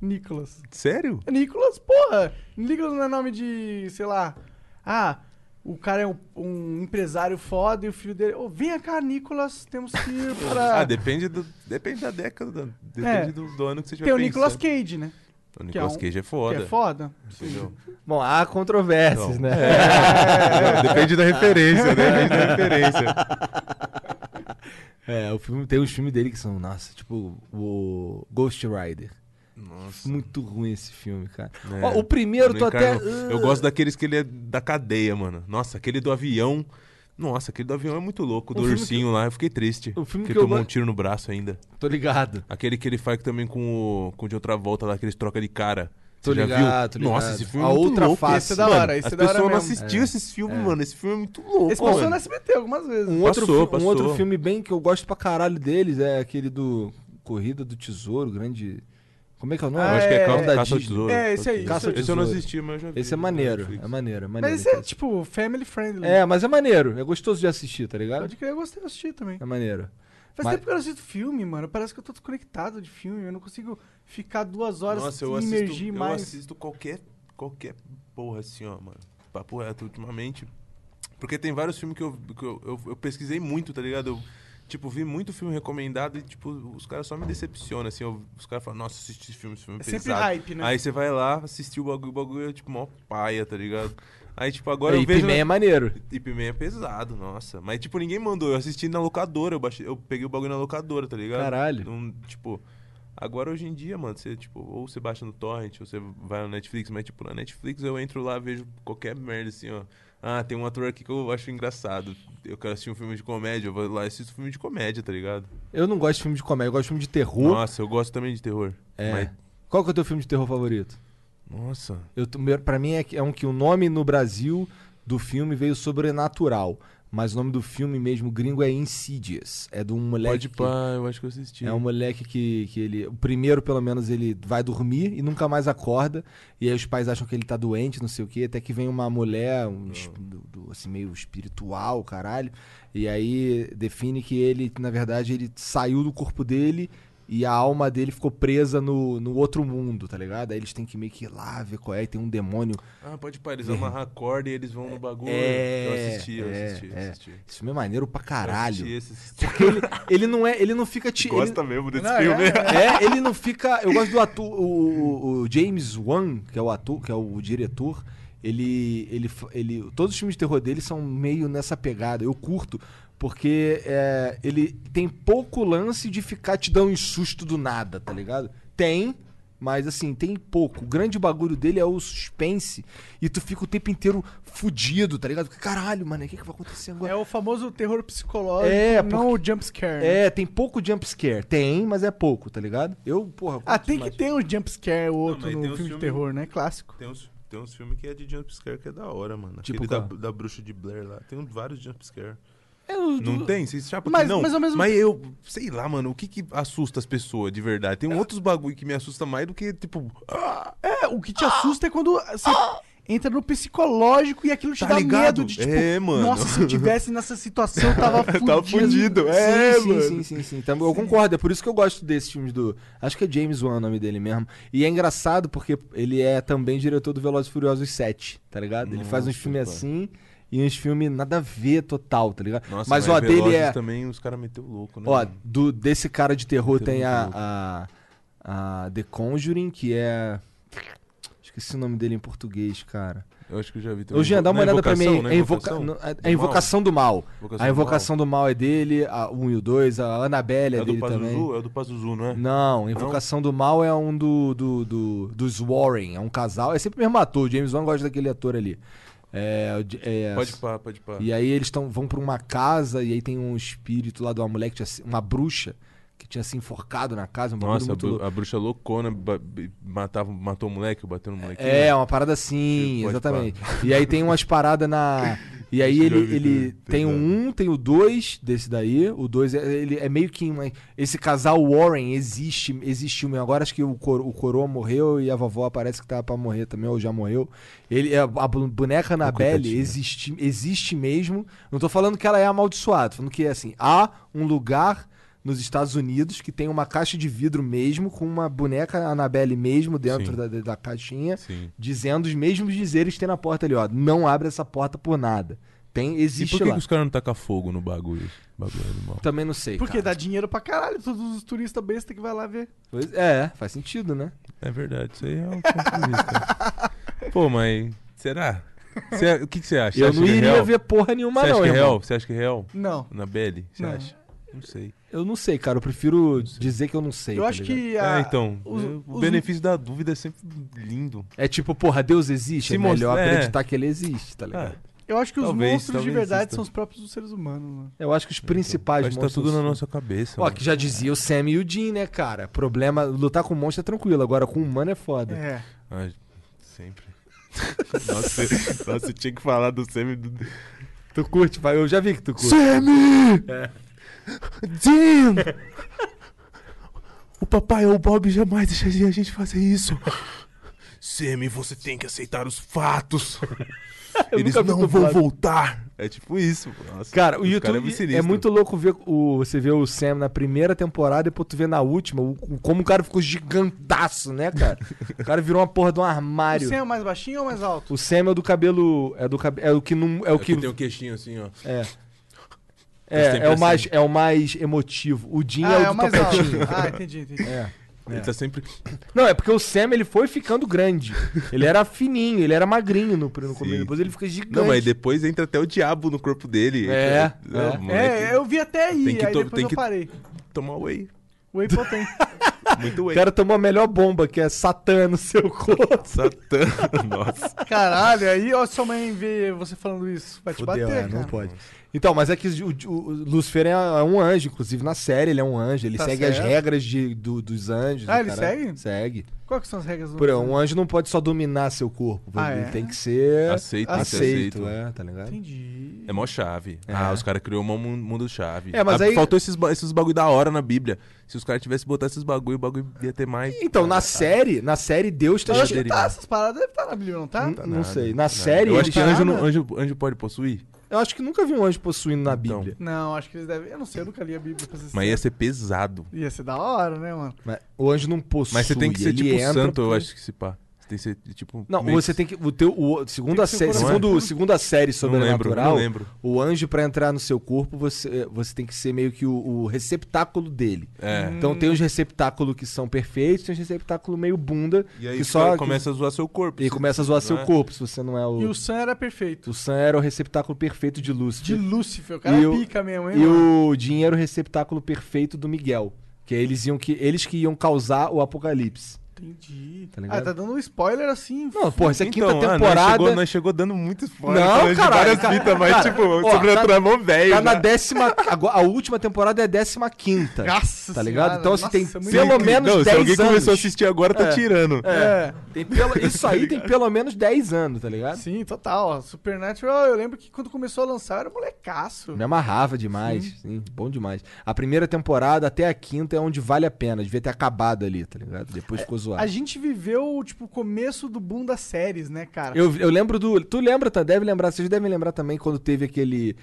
Nicolas.
Sério?
Nicolas, porra! Nicolas não é nome de, sei lá. Ah, o cara é um, um empresário foda e o filho dele. Ô, vem cá, Nicolas, temos que ir pra.
Ah, depende, do, depende da década. Depende
É.
do, do ano que você tiver
Tem o
pensando.
Nicolas Cage, né?
O
que é
Nicolas
um-
Cage é foda.
Que é foda.
entendeu?
Bom, há controvérsias,
Então,
né?
Não, depende da referência, né? Depende da referência.
É, o filme, tem os filmes dele que são, nossa, tipo o Ghost Rider.
Nossa.
Muito ruim esse filme, cara.
É.
Ó, o primeiro,
Eu
tu
não
até. ah,
encarno- Eu gosto daqueles que ele é da cadeia, mano. Nossa, aquele do avião. Nossa, aquele do avião é muito louco. Do
O filme
ursinho lá, eu fiquei triste.
O filme
que
que eu
tomou um
gosto-
tiro no braço ainda.
Tô ligado.
Aquele que ele faz também com o, com o de outra volta lá, que eles trocam de cara.
Tô
Você já
ligado,
viu?
tô
Nossa,
ligado.
esse filme
A
é muito
outra
louco.
face.
Esse é da hora, esse é
As
da hora.
pessoas não
mesmo.
assistiam esses filmes, mano. Esse filme é muito louco,
Esse passou
mano.
no SBT algumas vezes.
Um outro,
Passou,
fi- um outro
passou.
filme bem que eu gosto pra caralho deles é aquele do Corrida do Tesouro, grande Como é que é o nome?
Ah,
Eu acho que é,
é,
Ca-
é,
Caça ao
Disney.
Tesouro.
é, esse aí,
Caça ao
esse-
Tesouro. Esse eu não
tesouro.
assisti, mas eu já vi. né?
Esse é
na
maneiro,
Netflix.
é maneiro, é
né,
maneiro.
Mas esse é, tipo, family friendly.
É, mas é maneiro, é gostoso de assistir, tá ligado?
Pode crer, eu gostei de assistir também.
É maneiro.
Faz
Mas-
tempo que eu não assisto filme, mano. Parece que eu tô desconectado de filme. Eu não consigo ficar duas horas
Nossa,
sem
eu
imergir
assisto, eu
mais.
assisto qualquer, qualquer porra assim, ó, mano. Papo reto, ultimamente. Porque tem vários filmes que eu, que eu, eu, eu pesquisei muito, tá ligado? Eu, tipo, vi muito filme recomendado e, tipo, os caras só me decepcionam, assim. eu- os caras falam, nossa, assisti esse filme, esse filme é
É sempre
pesado."
hype, né?
Aí você vai lá, assistir o bagulho, o bagulho é, tipo, mó paia, tá ligado? Aí, tipo, agora
e
eu vejo...
He-Man é maneiro.
Ip Man é pesado, nossa. Mas, tipo, ninguém mandou. Eu assisti na locadora, eu, baixei, eu peguei o bagulho na locadora, tá ligado?
Caralho.
Não, tipo, agora hoje em dia, mano, você, tipo, ou você baixa no torrent, ou você vai no Netflix, mas, tipo, na Netflix eu entro lá, vejo qualquer merda, assim, ó. Ah, tem um ator aqui que eu acho engraçado. Eu quero assistir um filme de comédia, eu vou lá e assisto filme de comédia, tá ligado?
Eu não gosto de filme de comédia, eu gosto de filme de terror.
Nossa, eu gosto também de terror.
É.
Mas,
Qual que é o teu filme de terror favorito?
nossa.
Eu, t- meu- pra mim é, que- é um que o nome no Brasil do filme veio sobrenatural. Mas o nome do filme mesmo gringo é Insidious. É de um moleque.
Pode
que-
pá, eu acho que eu assisti.
É um moleque que, que ele. O primeiro, pelo menos, ele vai dormir e nunca mais acorda. E aí os pais acham que ele tá doente, não sei o quê. Até que vem uma mulher, um, es- do- do- assim, meio espiritual, caralho. E aí define que ele, na verdade, ele saiu do corpo dele e a alma dele ficou presa no, no outro mundo, tá ligado? Aí eles têm que meio que ir lá ver qual é. E tem um demônio.
Ah, pode pá, eles amarram a corda e eles vão no bagulho.
É,
eu assisti, eu
é,
assisti, eu
é.
assisti.
Isso é maneiro pra
Eu
caralho.
assisti esse, assisti.
Porque ele, ele não é. Ele não fica te. ele-
Gosta mesmo desse
Não,
filme.
é,
É, ele não fica. Eu gosto do ator. O, o- o James Wan, que é o ator, que é o diretor, ele, ele. fa- ele Todos os filmes de terror dele são meio nessa pegada. Eu curto. Porque é, ele tem pouco lance de ficar te dando um susto do nada, tá ligado? Tem, mas assim, tem pouco. O grande bagulho dele é o suspense. E tu fica o tempo inteiro fudido, tá ligado? Caralho, mano, o que, que vai acontecer agora?
É o famoso terror psicológico,
É,
não o jumpscare. né?
É, tem pouco jumpscare. Tem, mas é pouco, tá ligado? Eu, porra.
Ah, tem
demais.
que ter um jumpscare ou outro
mas
no
tem
filme,
os
de
filmes-
terror, né? Clássico.
Tem uns, tem uns filmes que é de jumpscare que é da hora, mano.
Tipo
Aquele da,
qual?
da bruxa de Blair lá. Tem um- vários jumpscare.
É o do-
Não tem? Vocês chapam
Mas-
que não?
mas ao mesmo
eu, sei lá, mano, o que que assusta as pessoas de verdade?
É.
Tem outros bagulho que me assusta mais do que, tipo, ah,
É, o que te assusta é quando você entra no psicológico e aquilo te
Tá
dá
ligado?
medo de tipo,
É, mano.
nossa, se eu tivesse nessa situação, eu tava fudido.
tava tá fudido. É,
sim,
mano.
Sim, sim, sim, sim. Então, eu concordo, é por isso que eu gosto desses filmes do. Acho que é James Wan o nome dele mesmo. E é engraçado porque ele é também diretor do Velozes e Furiosos 7, tá ligado? Ele faz uns
Nossa,
filmes
cara.
assim e uns filmes nada a ver total, tá ligado?
Nossa,
mas, ó, dele
Velozes
é.
também os caras meteu louco, né?
Ó,
mano?
do, desse cara de terror
Tem
tem
muito
a, a, a The Conjuring, que é. Esqueci o nome dele em português, cara.
eu acho que eu já vi também.
Ô, Jean, dá uma
Na
olhada pra
Invocação,
mim.
Então, né?
É invoca-
Invocação?
no- é-
Do
é Invocação do Mal.
Invocação
A
do
Invocação do Mal é dele, a 1 e o 2, a Annabelle
Mal.
é,
É do
dele também.
Pazuzu? É do Pazuzu, não é?
Não, Invocação do Mal é um do, do- do- dos Warren, é um casal. É sempre o mesmo ator, o James Wan gosta daquele ator ali. É, o J- é,
Pode pá, pode pá.
E aí eles tão, vão pra uma casa e aí tem um espírito lá de uma mulher, que tinha, se- uma bruxa, que tinha se enforcado na casa. Um bagulho
Nossa, a,
muito
bru-
louco.
a bruxa loucona ba- matava, matou o moleque, bateu no moleque.
É, uma parada assim,
né? Pode
exatamente. E aí tem umas paradas na. E aí
Acho que
ele,
eu já vi
ele
tudo,
tem o
pesado.
1, tem o 2 desse daí. O 2 é, ele é meio que. Uma, esse casal Warren existe, existiu mesmo. Agora acho que o, cor, o coroa morreu e a vovó parece que tá pra morrer também, ou já morreu. Ele, é, a, a bu- boneca Annabelle
coitadinha.
existe, existe mesmo. Não tô falando que ela é amaldiçoada, tô falando que é assim. Há um lugar. Nos Estados Unidos, que tem uma caixa de vidro mesmo, com uma boneca Annabelle mesmo dentro
Sim.
da, da- da caixinha
Sim.
dizendo os mesmos dizeres que tem na porta ali, ó. Não abre essa porta por nada. Tem,
E
existe
por que,
lá.
que os caras não tacam fogo no bagulho? Bagulho animal.
Também não sei.
Porque dá
cara.
dinheiro pra caralho, todos os turistas besta que vai lá ver.
Pois- É, faz sentido, né?
É verdade, isso aí é um ponto de vista. Pô, mas será? Cê- o que que você acha? Cê
eu
acha
não
que é
iria
real?
ver porra nenhuma,
Você acha
não,
que é
irmão.
real? Você acha que é real?
Não.
Na Belly? Você
Não.
acha? Não sei.
Eu não sei, cara. Eu prefiro dizer que eu não sei.
Eu
tá
acho
ligado?
que a-
é, então.
os-
eu- o
os-
benefício da dúvida é sempre lindo.
É tipo, porra, Deus existe?
Se
é melhor
mostra- é.
acreditar que ele existe, tá ligado?
Ah,
Eu acho que os
Talvez,
monstros de
talvez então.
verdade
exista.
são os próprios seres humanos, mano.
Eu acho que os principais
acho que tá É. tudo na nossa cabeça.
Ó,
mano.
que já dizia o Sam e o Jim, né, cara? Problema, lutar com monstro é tranquilo, agora com humano é foda.
É.
Ah, sempre. nossa, nossa, eu tinha que falar do semi do.
Tu curte, pai? Eu já vi que tu curte. Sammy! É. Jim!
O papai ou o Bob jamais deixaria a gente fazer isso. Semi, você tem que aceitar os fatos. Eles
nunca vi
não vão
dublado.
voltar. É tipo isso. Nossa,
Cara, o
os
YouTube
cara muito
é,
sinistro.
muito louco ver o, você ver o Sam na primeira temporada e depois tu vê na última o- o- como o cara ficou gigantaço, né, cara? o cara virou uma porra de um armário.
Você é o mais baixinho ou o mais alto?
O Sam é o do cabelo. É do cabelo. É o que não. É o
É
que.
que tem o queixinho assim, ó.
É.
Eles
É,
sempre
é o
assim.
mais, é o mais emotivo. O Jim
Ah,
é o
é
do
o mais alto.
tapetinho.
Ah, entendi, entendi.
É.
Ele tá sempre.
Não, é porque o Sam ele foi ficando grande. Ele era fininho, ele era magrinho no, no começo.
Sim.
Depois ele fica gigante.
Não, mas depois entra até o diabo no corpo dele.
É,
Não,
é.
moleque,
É, eu vi até aí,
Tem que
aí
to-
depois
tem
eu
que-
parei.
Tomar whey.
Whey potente.
Muito
O
whey.
cara tomou a melhor bomba, que é Satã no seu corpo.
Satã. Nossa.
Caralho, aí ó, sua mãe vê você falando isso, vai te
Fudeu,
bater,
é,
cara.
não pode.
Então, mas é que o, o- o Lucifer é é um anjo, inclusive na série ele é um anjo. Ele
Tá
segue as
certo.
regras de- do- dos anjos.
Ah,
o
ele segue?
Segue.
Qual que são as regras do
Por exemplo, um anjo não pode só dominar seu corpo.
Ah,
ele
é?
tem que ser
Aceito, tem que ser
aceito,
aceito.
é, tá ligado?
Entendi.
É mó chave. Ah, os caras criou um mundo chave.
É, mas
Ah,
aí-
Faltou esses, ba- esses bagulho da hora na Bíblia. Se os caras tivessem botado esses bagulho, o bagulho ia ter mais.
Então,
tá.
na série, na série Deus tá
Eu acho que
escrito-
tá, essas paradas devem estar na Bíblia, não tá?
N- não sei. Na
Nada.
série,
Eu
eles-
acho que
tá
anjo,
nada.
não- anjo, anjo pode possuir.
eu acho que nunca vi um anjo possuindo na
Então.
Bíblia.
Não, acho que eles devem. Eu não sei, eu nunca li a Bíblia pra vocês.
Mas ia ser pesado.
Ia ser da hora, né, mano?
Mas o anjo não possui.
Mas você tem que ser
ele
tipo
entra
santo, eu
por-
acho que se pá. Você tem que ser tipo.
Não,
meio
você tem que. O teu, o, segundo, a
ser um
sé-
coração.
segundo, segundo a série
Não lembro,
sobrenatural,
não lembro.
o anjo, pra entrar no seu corpo, você, eh, você tem que ser meio que o, o receptáculo dele.
É.
Hum.
Então tem os receptáculos que são perfeitos, tem os receptáculos meio bunda,
E aí
que
o cara
só.
começa a zoar seu corpo.
E começa a zoar
Não
seu
é?
corpo se você não é
Né? E
o.
o Sam era perfeito.
O Sam era o receptáculo perfeito de Lúcifer.
De Lúcifer, o cara é
E o-
pica mesmo, hein?
E
mano?
o dinheiro receptáculo perfeito do Miguel. Que eles iam que eles que iam causar o apocalipse.
Entendi.
Tá ligado?
ah, tá dando um spoiler assim.
Não, pô, isso é quinta
Então, ah, nós
temporada. tá
chegou- nós chegou dando muito spoiler.
Não,
falando de
caralho,
várias
cara.
fitas, mas
Cara,
tipo,
ó,
sobrenatural é mó velho.
Tá na
né?
décima. agora- A última temporada é a décima quinta.
Nossa
Tá ligado? Então, assim,
nossa,
tem
muito-
pelo
Sim,
menos
não,
10
Se alguém
anos.
começou a assistir agora, tá
É.
tirando.
É.
Tem pelo- isso aí tem pelo menos 10 anos, tá ligado?
Sim, total. ó. Supernatural, eu lembro que quando começou a lançar, eu era molecaço.
Me amarrava demais. sim, bom demais. A primeira temporada até a quinta é onde vale a pena. Devia ter acabado ali, tá ligado? Depois ficou zoado.
É, A gente viveu, tipo, o começo do boom das séries, né, cara?
Eu, eu lembro do. Tu lembra, tá? Deve lembrar, vocês devem lembrar também quando teve aquele.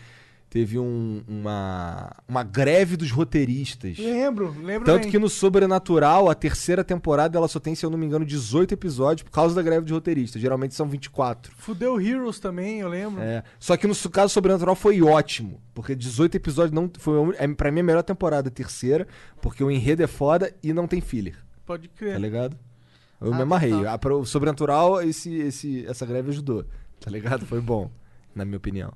Teve um- uma, uma greve dos roteiristas.
Lembro, lembro
Tanto
bem.
que no Sobrenatural, a terceira temporada, ela só tem, se eu não me engano, 18 episódios por causa da greve de roteiristas. Geralmente são 24.
Fudeu Heroes também, eu lembro.
É. Só que no su- caso Sobrenatural foi ótimo. Porque 18 episódios não foi. a un- É, pra mim, a melhor temporada, a terceira, porque o enredo é foda e não tem filler.
Pode
Tá
crer.
ligado? Eu
Ah,
me amarrei.
total.
Ah, pra- O sobrenatural, esse, esse, essa greve ajudou. Tá ligado? Foi bom, na minha opinião.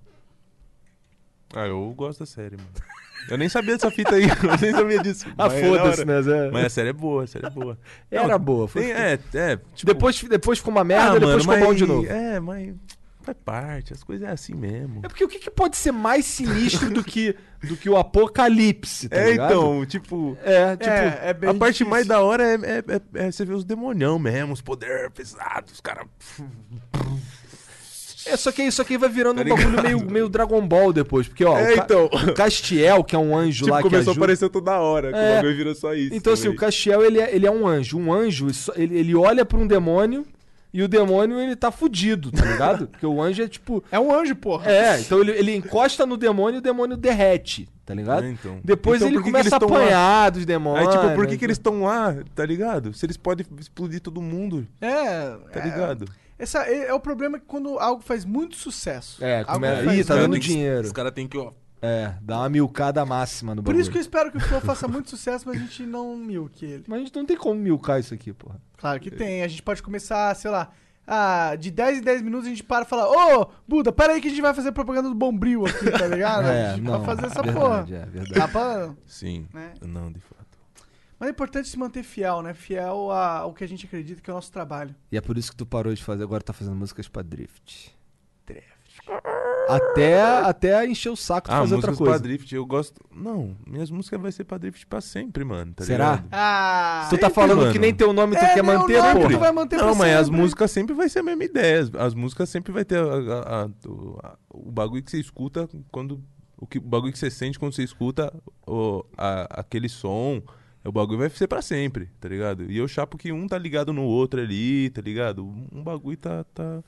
Ah, eu gosto da série, mano. Eu nem sabia dessa fita aí, eu nem sabia disso.
Ah,
Mas é da
foda-se,
hora.
né? Zé?
Mas a série é boa, a série é boa.
Era
Não,
boa. Foi...
Tem, é, é. Tipo,
depois, depois ficou uma merda, depois ficou bom de novo.
É, mas faz parte, as coisas é assim mesmo.
É porque o que, que pode ser mais sinistro do que, do que o apocalipse, tá
É,
ligado?
tipo.
É, tipo...
é, é bem
a parte
difícil.
mais da hora é, é- é- é você ver os demonião mesmo, os poder pesados, os tipo, caras.
É, só que isso aqui vai virando
Tá
um bagulho
ligado?
meio, meio Dragon Ball depois. Porque, ó,
É,
o, Ca-
então.
o Castiel, que é um anjo
Tipo,
lá que
começou a
ajuda...
aparecer toda hora, que
É.
o bagulho virou só isso.
Então, assim, o
também.
Castiel, ele é, ele é um anjo. Um anjo, isso- ele, ele olha pra um demônio e o demônio, ele tá fudido, tá ligado? Porque o anjo é tipo.
É um anjo, porra.
É, então ele, ele encosta no demônio e o demônio derrete, tá ligado?
É, então.
Depois
Então,
ele
por que que
começa
eles
a
tão lá?
apanhar dos demônios.
Aí, tipo, por que, que
então-
eles estão lá, tá ligado? Se eles podem explodir todo mundo,
É,
tá
é,
ligado?
Essa é, é o problema que quando algo faz muito sucesso.
É,
Algo
come-
que
Ih,
faz
tá
Os cara
dando
tem que-
dinheiro.
Os caras têm que, ó.
É, dá uma milcada máxima no
Por
bagulho.
isso que eu espero que o Flow faça muito sucesso, mas a gente não milque ele.
Mas a gente não tem como milcar isso aqui, porra.
Claro que tem. A gente pode começar, sei lá, ah, de 10 em 10 minutos a gente para e fala, ô, Buda, para aí que a gente vai fazer propaganda do Bombril aqui, tá ligado? a gente vai fazer essa
verdade,
porra.
É, verdade.
Dá pra...
Sim.
Né?
Não, de fato.
Mas é importante se manter fiel, né? Fiel a- ao que a gente acredita que é o nosso trabalho.
E é por isso que tu parou de fazer, agora tá fazendo músicas pra drift. Até, até encher o saco de
Ah,
fazer
músicas
outra coisa.
pra drift, eu gosto. Não, minhas músicas vai ser pra drift pra sempre, mano. Tá
Será?
ligado?
Ah!
Tu tá
Sempre,
falando
mano.
que nem teu nome tu
É,
quer
nem o
manter,
nome
porra.
tu vai manter
Não,
pra
mas as
sempre.
músicas sempre vai ser a mesma ideia. As, as músicas sempre vai ter a- a- a- o, a- o bagulho que você escuta quando. O, que, o bagulho que você sente quando você escuta o- a- aquele som. O bagulho vai ser pra sempre, tá ligado? E eu chapo que um tá ligado no outro ali, tá ligado? Um um bagulho tá, tá,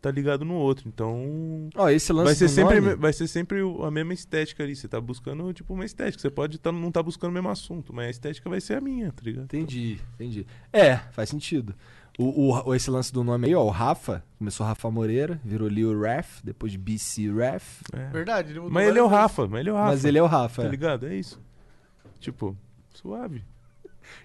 tá ligado no outro. Então.
Ó, esse lance
Vai ser,
do
sempre,
nome-
vai ser sempre o- a mesma estética ali. Você tá buscando, tipo, uma estética. Você pode tá- não tá buscando o mesmo assunto, mas a estética vai ser a minha, tá ligado?
Entendi, entendi. É, faz sentido. O, o- o- esse lance do nome aí, ó, o Rafa, começou Rafa Moreira, virou Lil Raf, depois BC Raf,
É.
Verdade. Ele mudou
Mas ele é o
várias
Rafa, mas ele é o Rafa.
mas ele é o Rafa.
Tá
é.
ligado? É isso. Tipo, suave.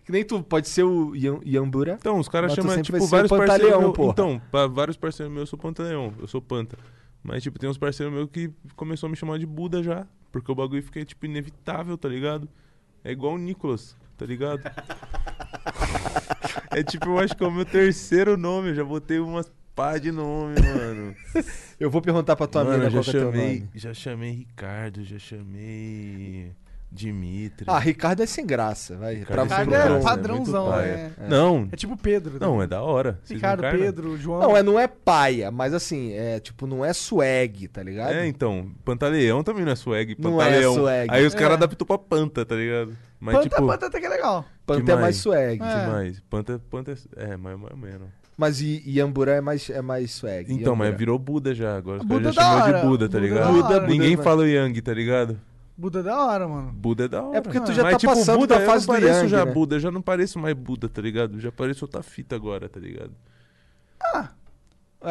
Que nem tu, pode ser o Ian- Iambura.
Então, os caras
Mas tu
chamam,
sempre vai
tipo,
ser o
vários parceiros
Pantaleão,
meus.
porra.
Então, pra vários parceiros meus, eu sou Pantaleão, eu sou Panta. Mas, tipo, tem uns parceiros meus que começou a me chamar de Buda já. Porque o bagulho fica, tipo, inevitável, tá ligado? É igual o Nicolas, tá ligado? é tipo, eu acho que é o meu terceiro nome, eu já botei umas pá de nome, mano.
Eu vou perguntar pra tua
mano,
mina
eu já
qual que é teu
chamei,
nome.
já chamei Ricardo, já chamei Dimitri.
Ah, Ricardo é sem graça, vai.
Ricardo
Pra
é sem
você
Ricardo é
graça,
não-
muito
padrãozão,
paia.
é.
Não,
É tipo Pedro. né?
não, é da hora. Vocês
Ricardo,
não encarnam?
Pedro, João.
Não, é, não é paia, mas assim, é tipo, não é swag, tá ligado?
É, então, Pantaleão também não é swag,
Não é
Pantaleão.
swag.
Aí os
É.
caras adaptou pra Panta, tá ligado? Mas
Panta,
tipo,
Panta até que é legal.
Panta
que
é mais
mais?
swag.
É.
que mais? Panta, Panta é, é mais mais ou menos.
Mas I- Iambura é mais, é mais swag.
Então, mas
Iambura.
virou Buda já agora. Os
Buda
caras já chamam
da hora.
de Buda, tá
Buda
ligado?
da hora. Buda,
Ninguém
Buda,
fala Yang, tá ligado?
Buda é da hora, mano.
Buda é da hora.
porque tu já
mas,
tá
tipo,
passando
Buda,
da fase
eu
do
não pareço
Yang,
já
né?
Buda, eu já não pareço mais Buda, tá ligado? Já pareço outra fita agora, tá ligado?
Ah,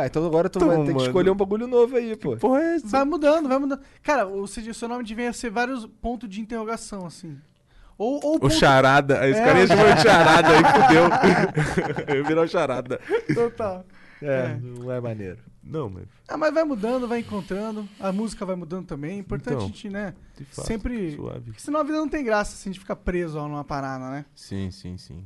então agora tu
Então,
vai ter que
mano.
escolher um bagulho novo aí, pô.
Porra, é essa?
Vai mudando, vai mudando. Cara, ou seja, o seu nome de vem a ser vários pontos de interrogação, assim. Ou, ou
O
ponto-
charada, aí os
É,
caras
o
iam chamar de charada, aí fudeu. eu ia virar o charada.
Total.
É, não é maneiro.
Não, mas
Ah, mas vai mudando, vai encontrando. A música vai mudando também. É importante
Então,
a gente, né?
de fato,
Sempre-
suave.
Porque senão a vida não tem graça se a gente ficar preso ó, numa parada, né?
Sim, sim, sim.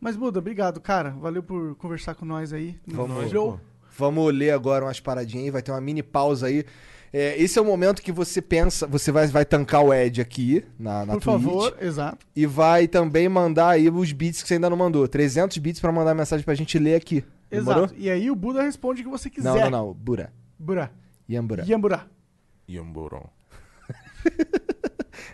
Mas, Buda, obrigado, cara. Valeu por conversar com nós aí.
Vamos-
Joe,
Vamos ler agora umas paradinhas aí, vai ter uma mini pausa aí. É, esse é o momento que você pensa, você vai, vai tancar o Ed aqui na, na
por
Twitch
favor. Exato.
e vai também mandar aí os beats que você ainda não mandou. 300 beats pra mandar mensagem pra gente ler aqui. Demorou?
Exato. E aí o Buda responde o que você quiser.
Não, não, não. Bura.
Bura.
Yambura.
Yambura.
Iamboron.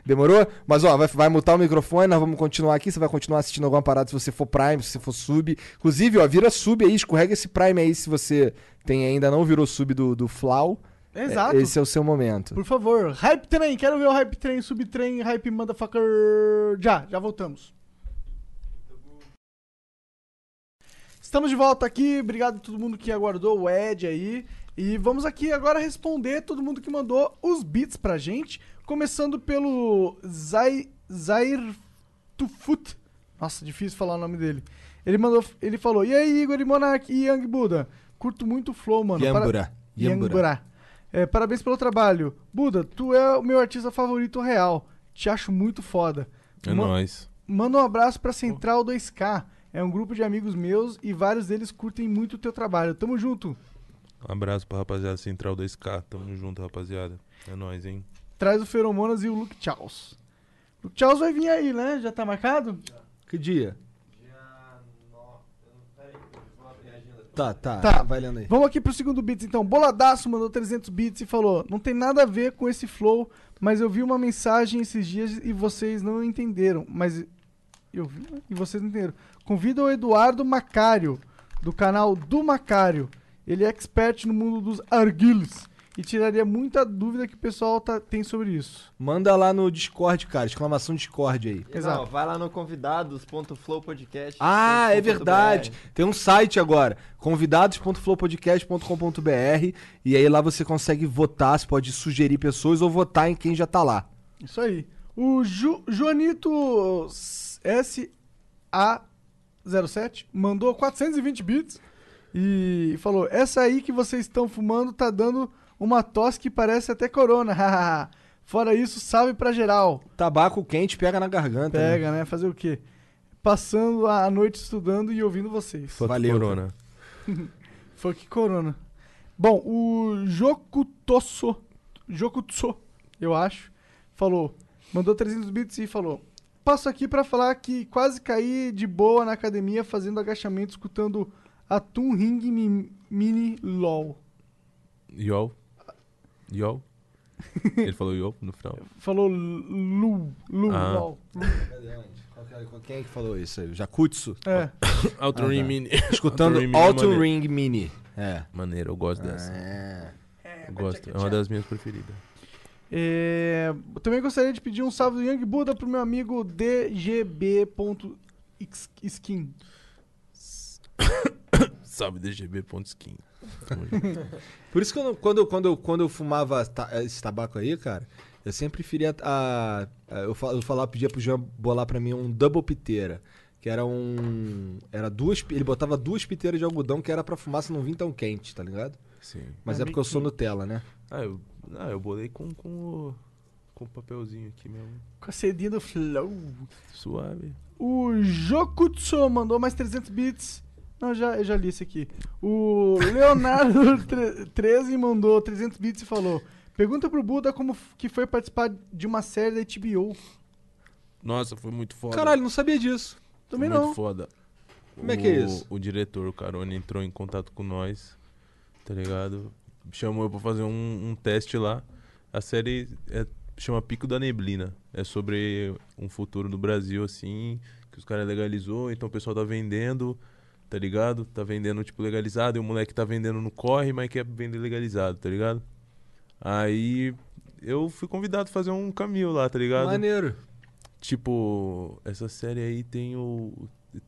Demorou? Mas ó, vai, vai mutar o microfone, nós vamos continuar aqui. Você vai continuar assistindo alguma parada se você for Prime, se você for sub. Inclusive, ó, vira sub aí, escorrega esse Prime aí se você tem ainda não virou sub do, do Flau.
Exato.
É, Esse é o seu momento.
Por favor, Hype Train, quero ver o Hype Train, Subtrain, Hype Motherfucker. Já, já voltamos. Estamos de volta aqui, obrigado a todo mundo que aguardou o Ed aí. E vamos aqui agora responder todo mundo que mandou os beats pra gente. Começando pelo Zai, Zair Tufut. Nossa, difícil falar o nome dele. Ele mandou, ele falou: E aí, Igor e Monark e Young Buda? Curto muito o flow, mano. Para-
Yambura. Yambura.
Yangura. É, parabéns pelo trabalho. Buda, tu é o meu artista favorito real. Te acho muito foda.
É
Ma-
nóis.
Manda um abraço pra Central 2K. É um grupo de amigos meus e vários deles curtem muito o teu trabalho. Tamo junto.
Um abraço pra rapaziada Central 2K. Tamo junto, rapaziada. É nóis, hein?
Traz o Feromonas e o Luke Charles. Luke Charles vai vir aí, né? Já tá marcado?
Que dia? Tá, tá,
Tá.
Vai lendo aí.
Vamos aqui pro segundo beats, então. Boladaço mandou 300 bits e falou: Não tem nada a ver com esse flow, mas eu vi uma mensagem esses dias e vocês não entenderam. Mas. Eu vi né? e vocês não entenderam. Convida o Eduardo Macário, do canal do Macário. Ele é expert no mundo dos arguiles e tiraria muita dúvida que o pessoal tá- tem sobre isso.
Manda lá no Discord, cara. Exclamação Discord aí.
Exato.
Exato. vai lá no convidados.flowpodcast.
Ah, é verdade. Tem um site agora, convidados.flowpodcast.com.br e aí lá você consegue votar, você pode sugerir pessoas ou votar em quem já tá lá.
Isso aí. O Ju, Joanito SA07 mandou 420 bits e falou: Essa aí que vocês estão fumando tá dando uma tosse que parece até corona. hahaha. Fora isso, salve pra geral.
Tabaco quente pega na garganta. né?
Pega, né? Fazer o quê? Passando a noite estudando e ouvindo vocês.
Fuck
Valeu,
Corona.
Fuck Corona. Bom, o Jocutosso, Jokutso, eu acho, falou, mandou 300 bits e falou: Passo aqui pra falar que quase caí de boa na academia fazendo agachamento escutando a Toon Ring Mi- Mini LOL.
Yo. Yo. Ele falou yo no final.
Falou Lu, Lu,
Ah.
LOL.
Cadê onde? Qual que é- qual- Quem é que falou isso aí? O Jakutsu?
É.
Outro Ring Mini.
Escutando
Ring Mini é
Auto
maneiro.
Ring Mini. É.
Maneiro, eu gosto dessa.
É.
Eu gosto. É uma das minhas preferidas.
É, eu também gostaria de pedir um salve do Young Buda pro meu amigo dgb.skin.
Salve DGB.skin.
Por isso que eu não- quando, eu- quando, eu- quando eu fumava ta- eh, esse tabaco aí, cara, eu sempre preferia. A, a- eu, fa- eu falava, pedia pro Jean bolar pra mim um double piteira. Que era um. Era duas. pi- Ele botava duas piteiras de algodão que era pra fumaça não vir tão quente, tá ligado?
Sim.
Mas é porque eu sou Nutella, né?
Ah, eu, ah, eu bolei com, com o com o papelzinho aqui mesmo.
Com a cedinha do Flow.
Suave.
O Jokutsu mandou mais 300 bits. Não, já, eu já li isso aqui. O Leonardo13 mandou 300 bits e falou: Pergunta pro Buda como f- que foi participar de uma série da HBO.
Nossa, foi muito foda.
Caralho, não sabia disso.
Também
muito
não.
foda.
Como é que é
O-
isso?
O diretor, o Carone, entrou em contato com nós, tá ligado? Chamou eu pra fazer um, um teste lá. A série é- chama Pico da Neblina. É sobre um futuro do Brasil, assim, que os caras legalizou, então o pessoal tá vendendo, tá ligado? Tá vendendo, tipo, legalizado, e o moleque tá vendendo no corre, mas quer vender legalizado, tá ligado? Aí eu fui convidado a fazer um caminho lá, tá ligado?
Maneiro.
Tipo, essa série aí tem o.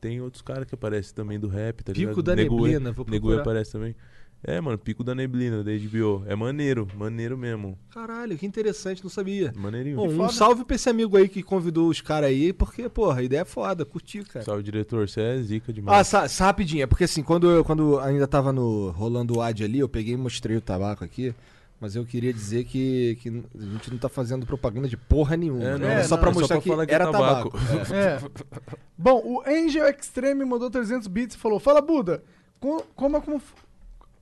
Tem outros caras que aparecem também do rap, tá
Pico
ligado?
da
Neguê-
Neblina, vou
Neguê
procurar.
aparece também. É, mano, Pico da Neblina, da HBO. É maneiro, maneiro mesmo.
Caralho, que interessante, não sabia.
Maneirinho.
Bom, um
foda.
salve pra esse amigo aí que convidou os caras aí, porque, porra, a ideia é foda, curti, cara.
Salve, diretor, você é zica
Ah,
demais.
sa sa- rapidinho, é porque assim, quando eu quando ainda tava no rolando o ad ali, eu peguei e mostrei o tabaco aqui. Mas eu queria dizer que, que a gente não tá fazendo propaganda de porra nenhuma.
É,
É,
não,
é só
não,
pra
é só
mostrar
pra falar
que
que
era
é
tabaco.
tabaco.
É.
É. Bom, o Angel Extreme mandou 300 bits e falou: Fala Buda, co- como, como f-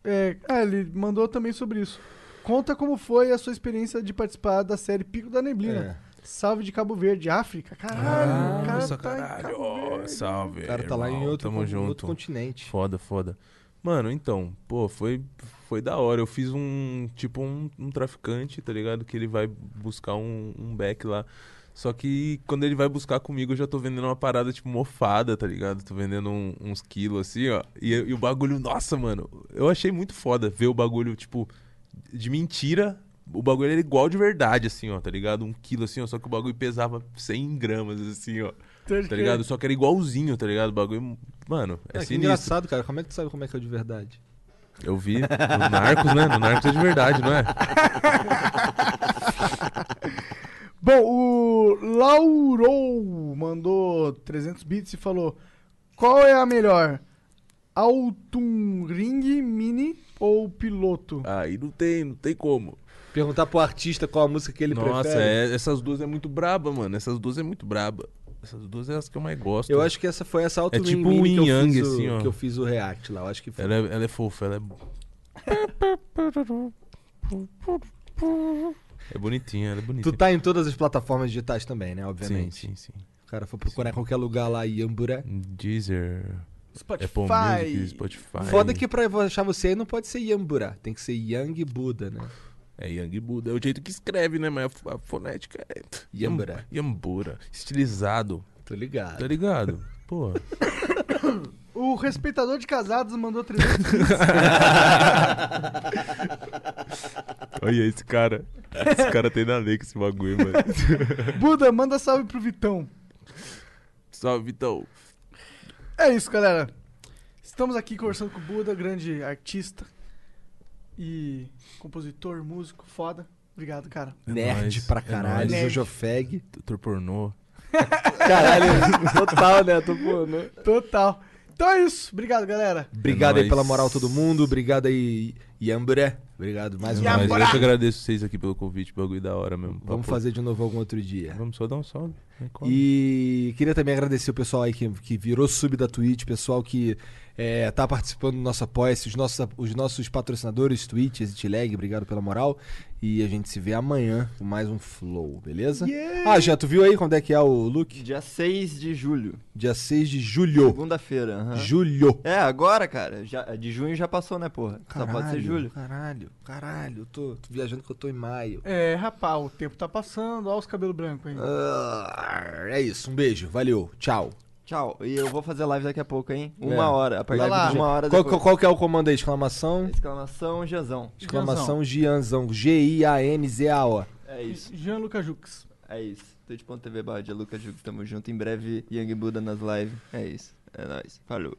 é, ah, ele mandou também sobre isso. Conta como foi a sua experiência de participar da série Pico da
É. né?
Neblina. Salve de Cabo Verde, África. Caralho, o
Ah,
cara
Nossa,
tá em
Ah, caralho.
Cabo
ó,
Verde.
salve.
O cara tá lá em
É, irmão,
outro,
Tamo
con-
junto.
outro continente.
Foda, foda. Mano, então, pô, foi, foi da hora. Eu fiz um, tipo, um, um traficante, tá ligado? Que ele vai buscar um, um back lá. Só que quando ele vai buscar comigo, eu já tô vendendo uma parada, tipo, mofada, tá ligado? Tô vendendo um- uns quilos, assim, ó. E, e o bagulho, nossa, mano, eu achei muito foda ver o bagulho, tipo, de mentira. O bagulho era igual de verdade, assim, ó, tá ligado? Um quilo, assim, ó. Só que o bagulho pesava 100 gramas, assim, ó.
Pode
Tá
crer.
ligado? Só que era igualzinho, tá ligado? O bagulho, mano, é
É, que
sinistro.
engraçado, cara. Como é que tu sabe como é que é de verdade?
Eu vi no Narcos, né? No Narcos é de verdade, não é?
Bom, o Laurou mandou 300 bits e falou: Qual é a melhor? Autumn Ring Mini ou Piloto?
Aí não tem, não tem como.
Perguntar pro artista qual a música que ele
Nossa,
prefere.
é- essas duas é muito braba, mano. Essas duas é muito braba. Essas duas é as que eu mais gosto.
Eu acho que essa foi essa alta
É tipo
mini
o
que, eu
Yin
fiz
Yang, assim,
o,
ó.
que eu fiz o react lá. Eu acho que foi.
Ela é, ela é fofa, ela é... É bonitinha, ela é bonita.
Tu tá em todas as plataformas digitais também, né?
Sim,
Obviamente.
sim, sim.
Cara, foi procurar em qualquer lugar lá e Yambura.
Deezer,
É
Apple Music,
Spotify.
Spotify.
Foda que pra eu achar você aí não pode ser Yambura, tem que ser Yang Buda, né?
É Yang Buda. É o jeito que escreve, né? Mas a f- a fonética é...
Yambura.
Yambura. Estilizado.
Tô ligado.
Tá ligado? Pô.
O respeitador de casados mandou 300 bits.
Olha esse cara. Esse cara tem na lei com esse bagulho, mano.
Buda, manda salve pro Vitão.
Salve, Vitão.
É isso, galera. Estamos aqui conversando com o Buda, grande artista e compositor, músico, foda. Obrigado, cara.
Nerd
nóis,
pra
é
caralho,
nóis.
Jojo Feg.
Doutor pornô.
Caralho, total, né? Tô pô,
Total. Então é isso. Obrigado, galera.
Obrigado
É
aí pela
nóis.
moral todo mundo, obrigado aí Yambura. Obrigado mais uma
Mas
vez.
eu que agradeço vocês aqui pelo convite, bagulho da hora mesmo.
Vamos
Papo-
fazer de novo algum outro dia.
Vamos só dar um salve. né? Cola.
E queria também agradecer o pessoal aí que, que virou sub da Twitch, pessoal que é, tá participando do nosso apoia-se, os nossos, os nossos patrocinadores, Twitch, ExitLag, obrigado pela moral. E a gente se vê amanhã com mais um Flow, beleza? Ah, já, tu viu aí quando é que é o look?
Dia 6 de julho,
Dia 6 de julho.
segunda-feira. aham.
Julho.
É, agora, cara. Já, de junho já passou, né, porra? Só pode ser julho.
Caralho, caralho. Eu tô, tô viajando que eu tô em maio.
É, rapaz, o tempo tá passando, olha os cabelos brancos ainda.
Ah, é isso, um beijo, valeu, tchau.
Tchau. E eu vou fazer live daqui a pouco, hein?
É.
Uma hora. A partir
Vai lá.
de uma hora
Qual,
depois.
qual- qual que é o comando aí? Exclamação,
Exclamação, Jezão.
exclamação, Gianzão. G-I-A-N-Z-A-O.
É isso.
Jean Luca Jux.
É isso. Twitch.tv barra de Lucas Jux. Tamo junto. Em breve, Young Buda nas lives. É isso. É nóis. Falou.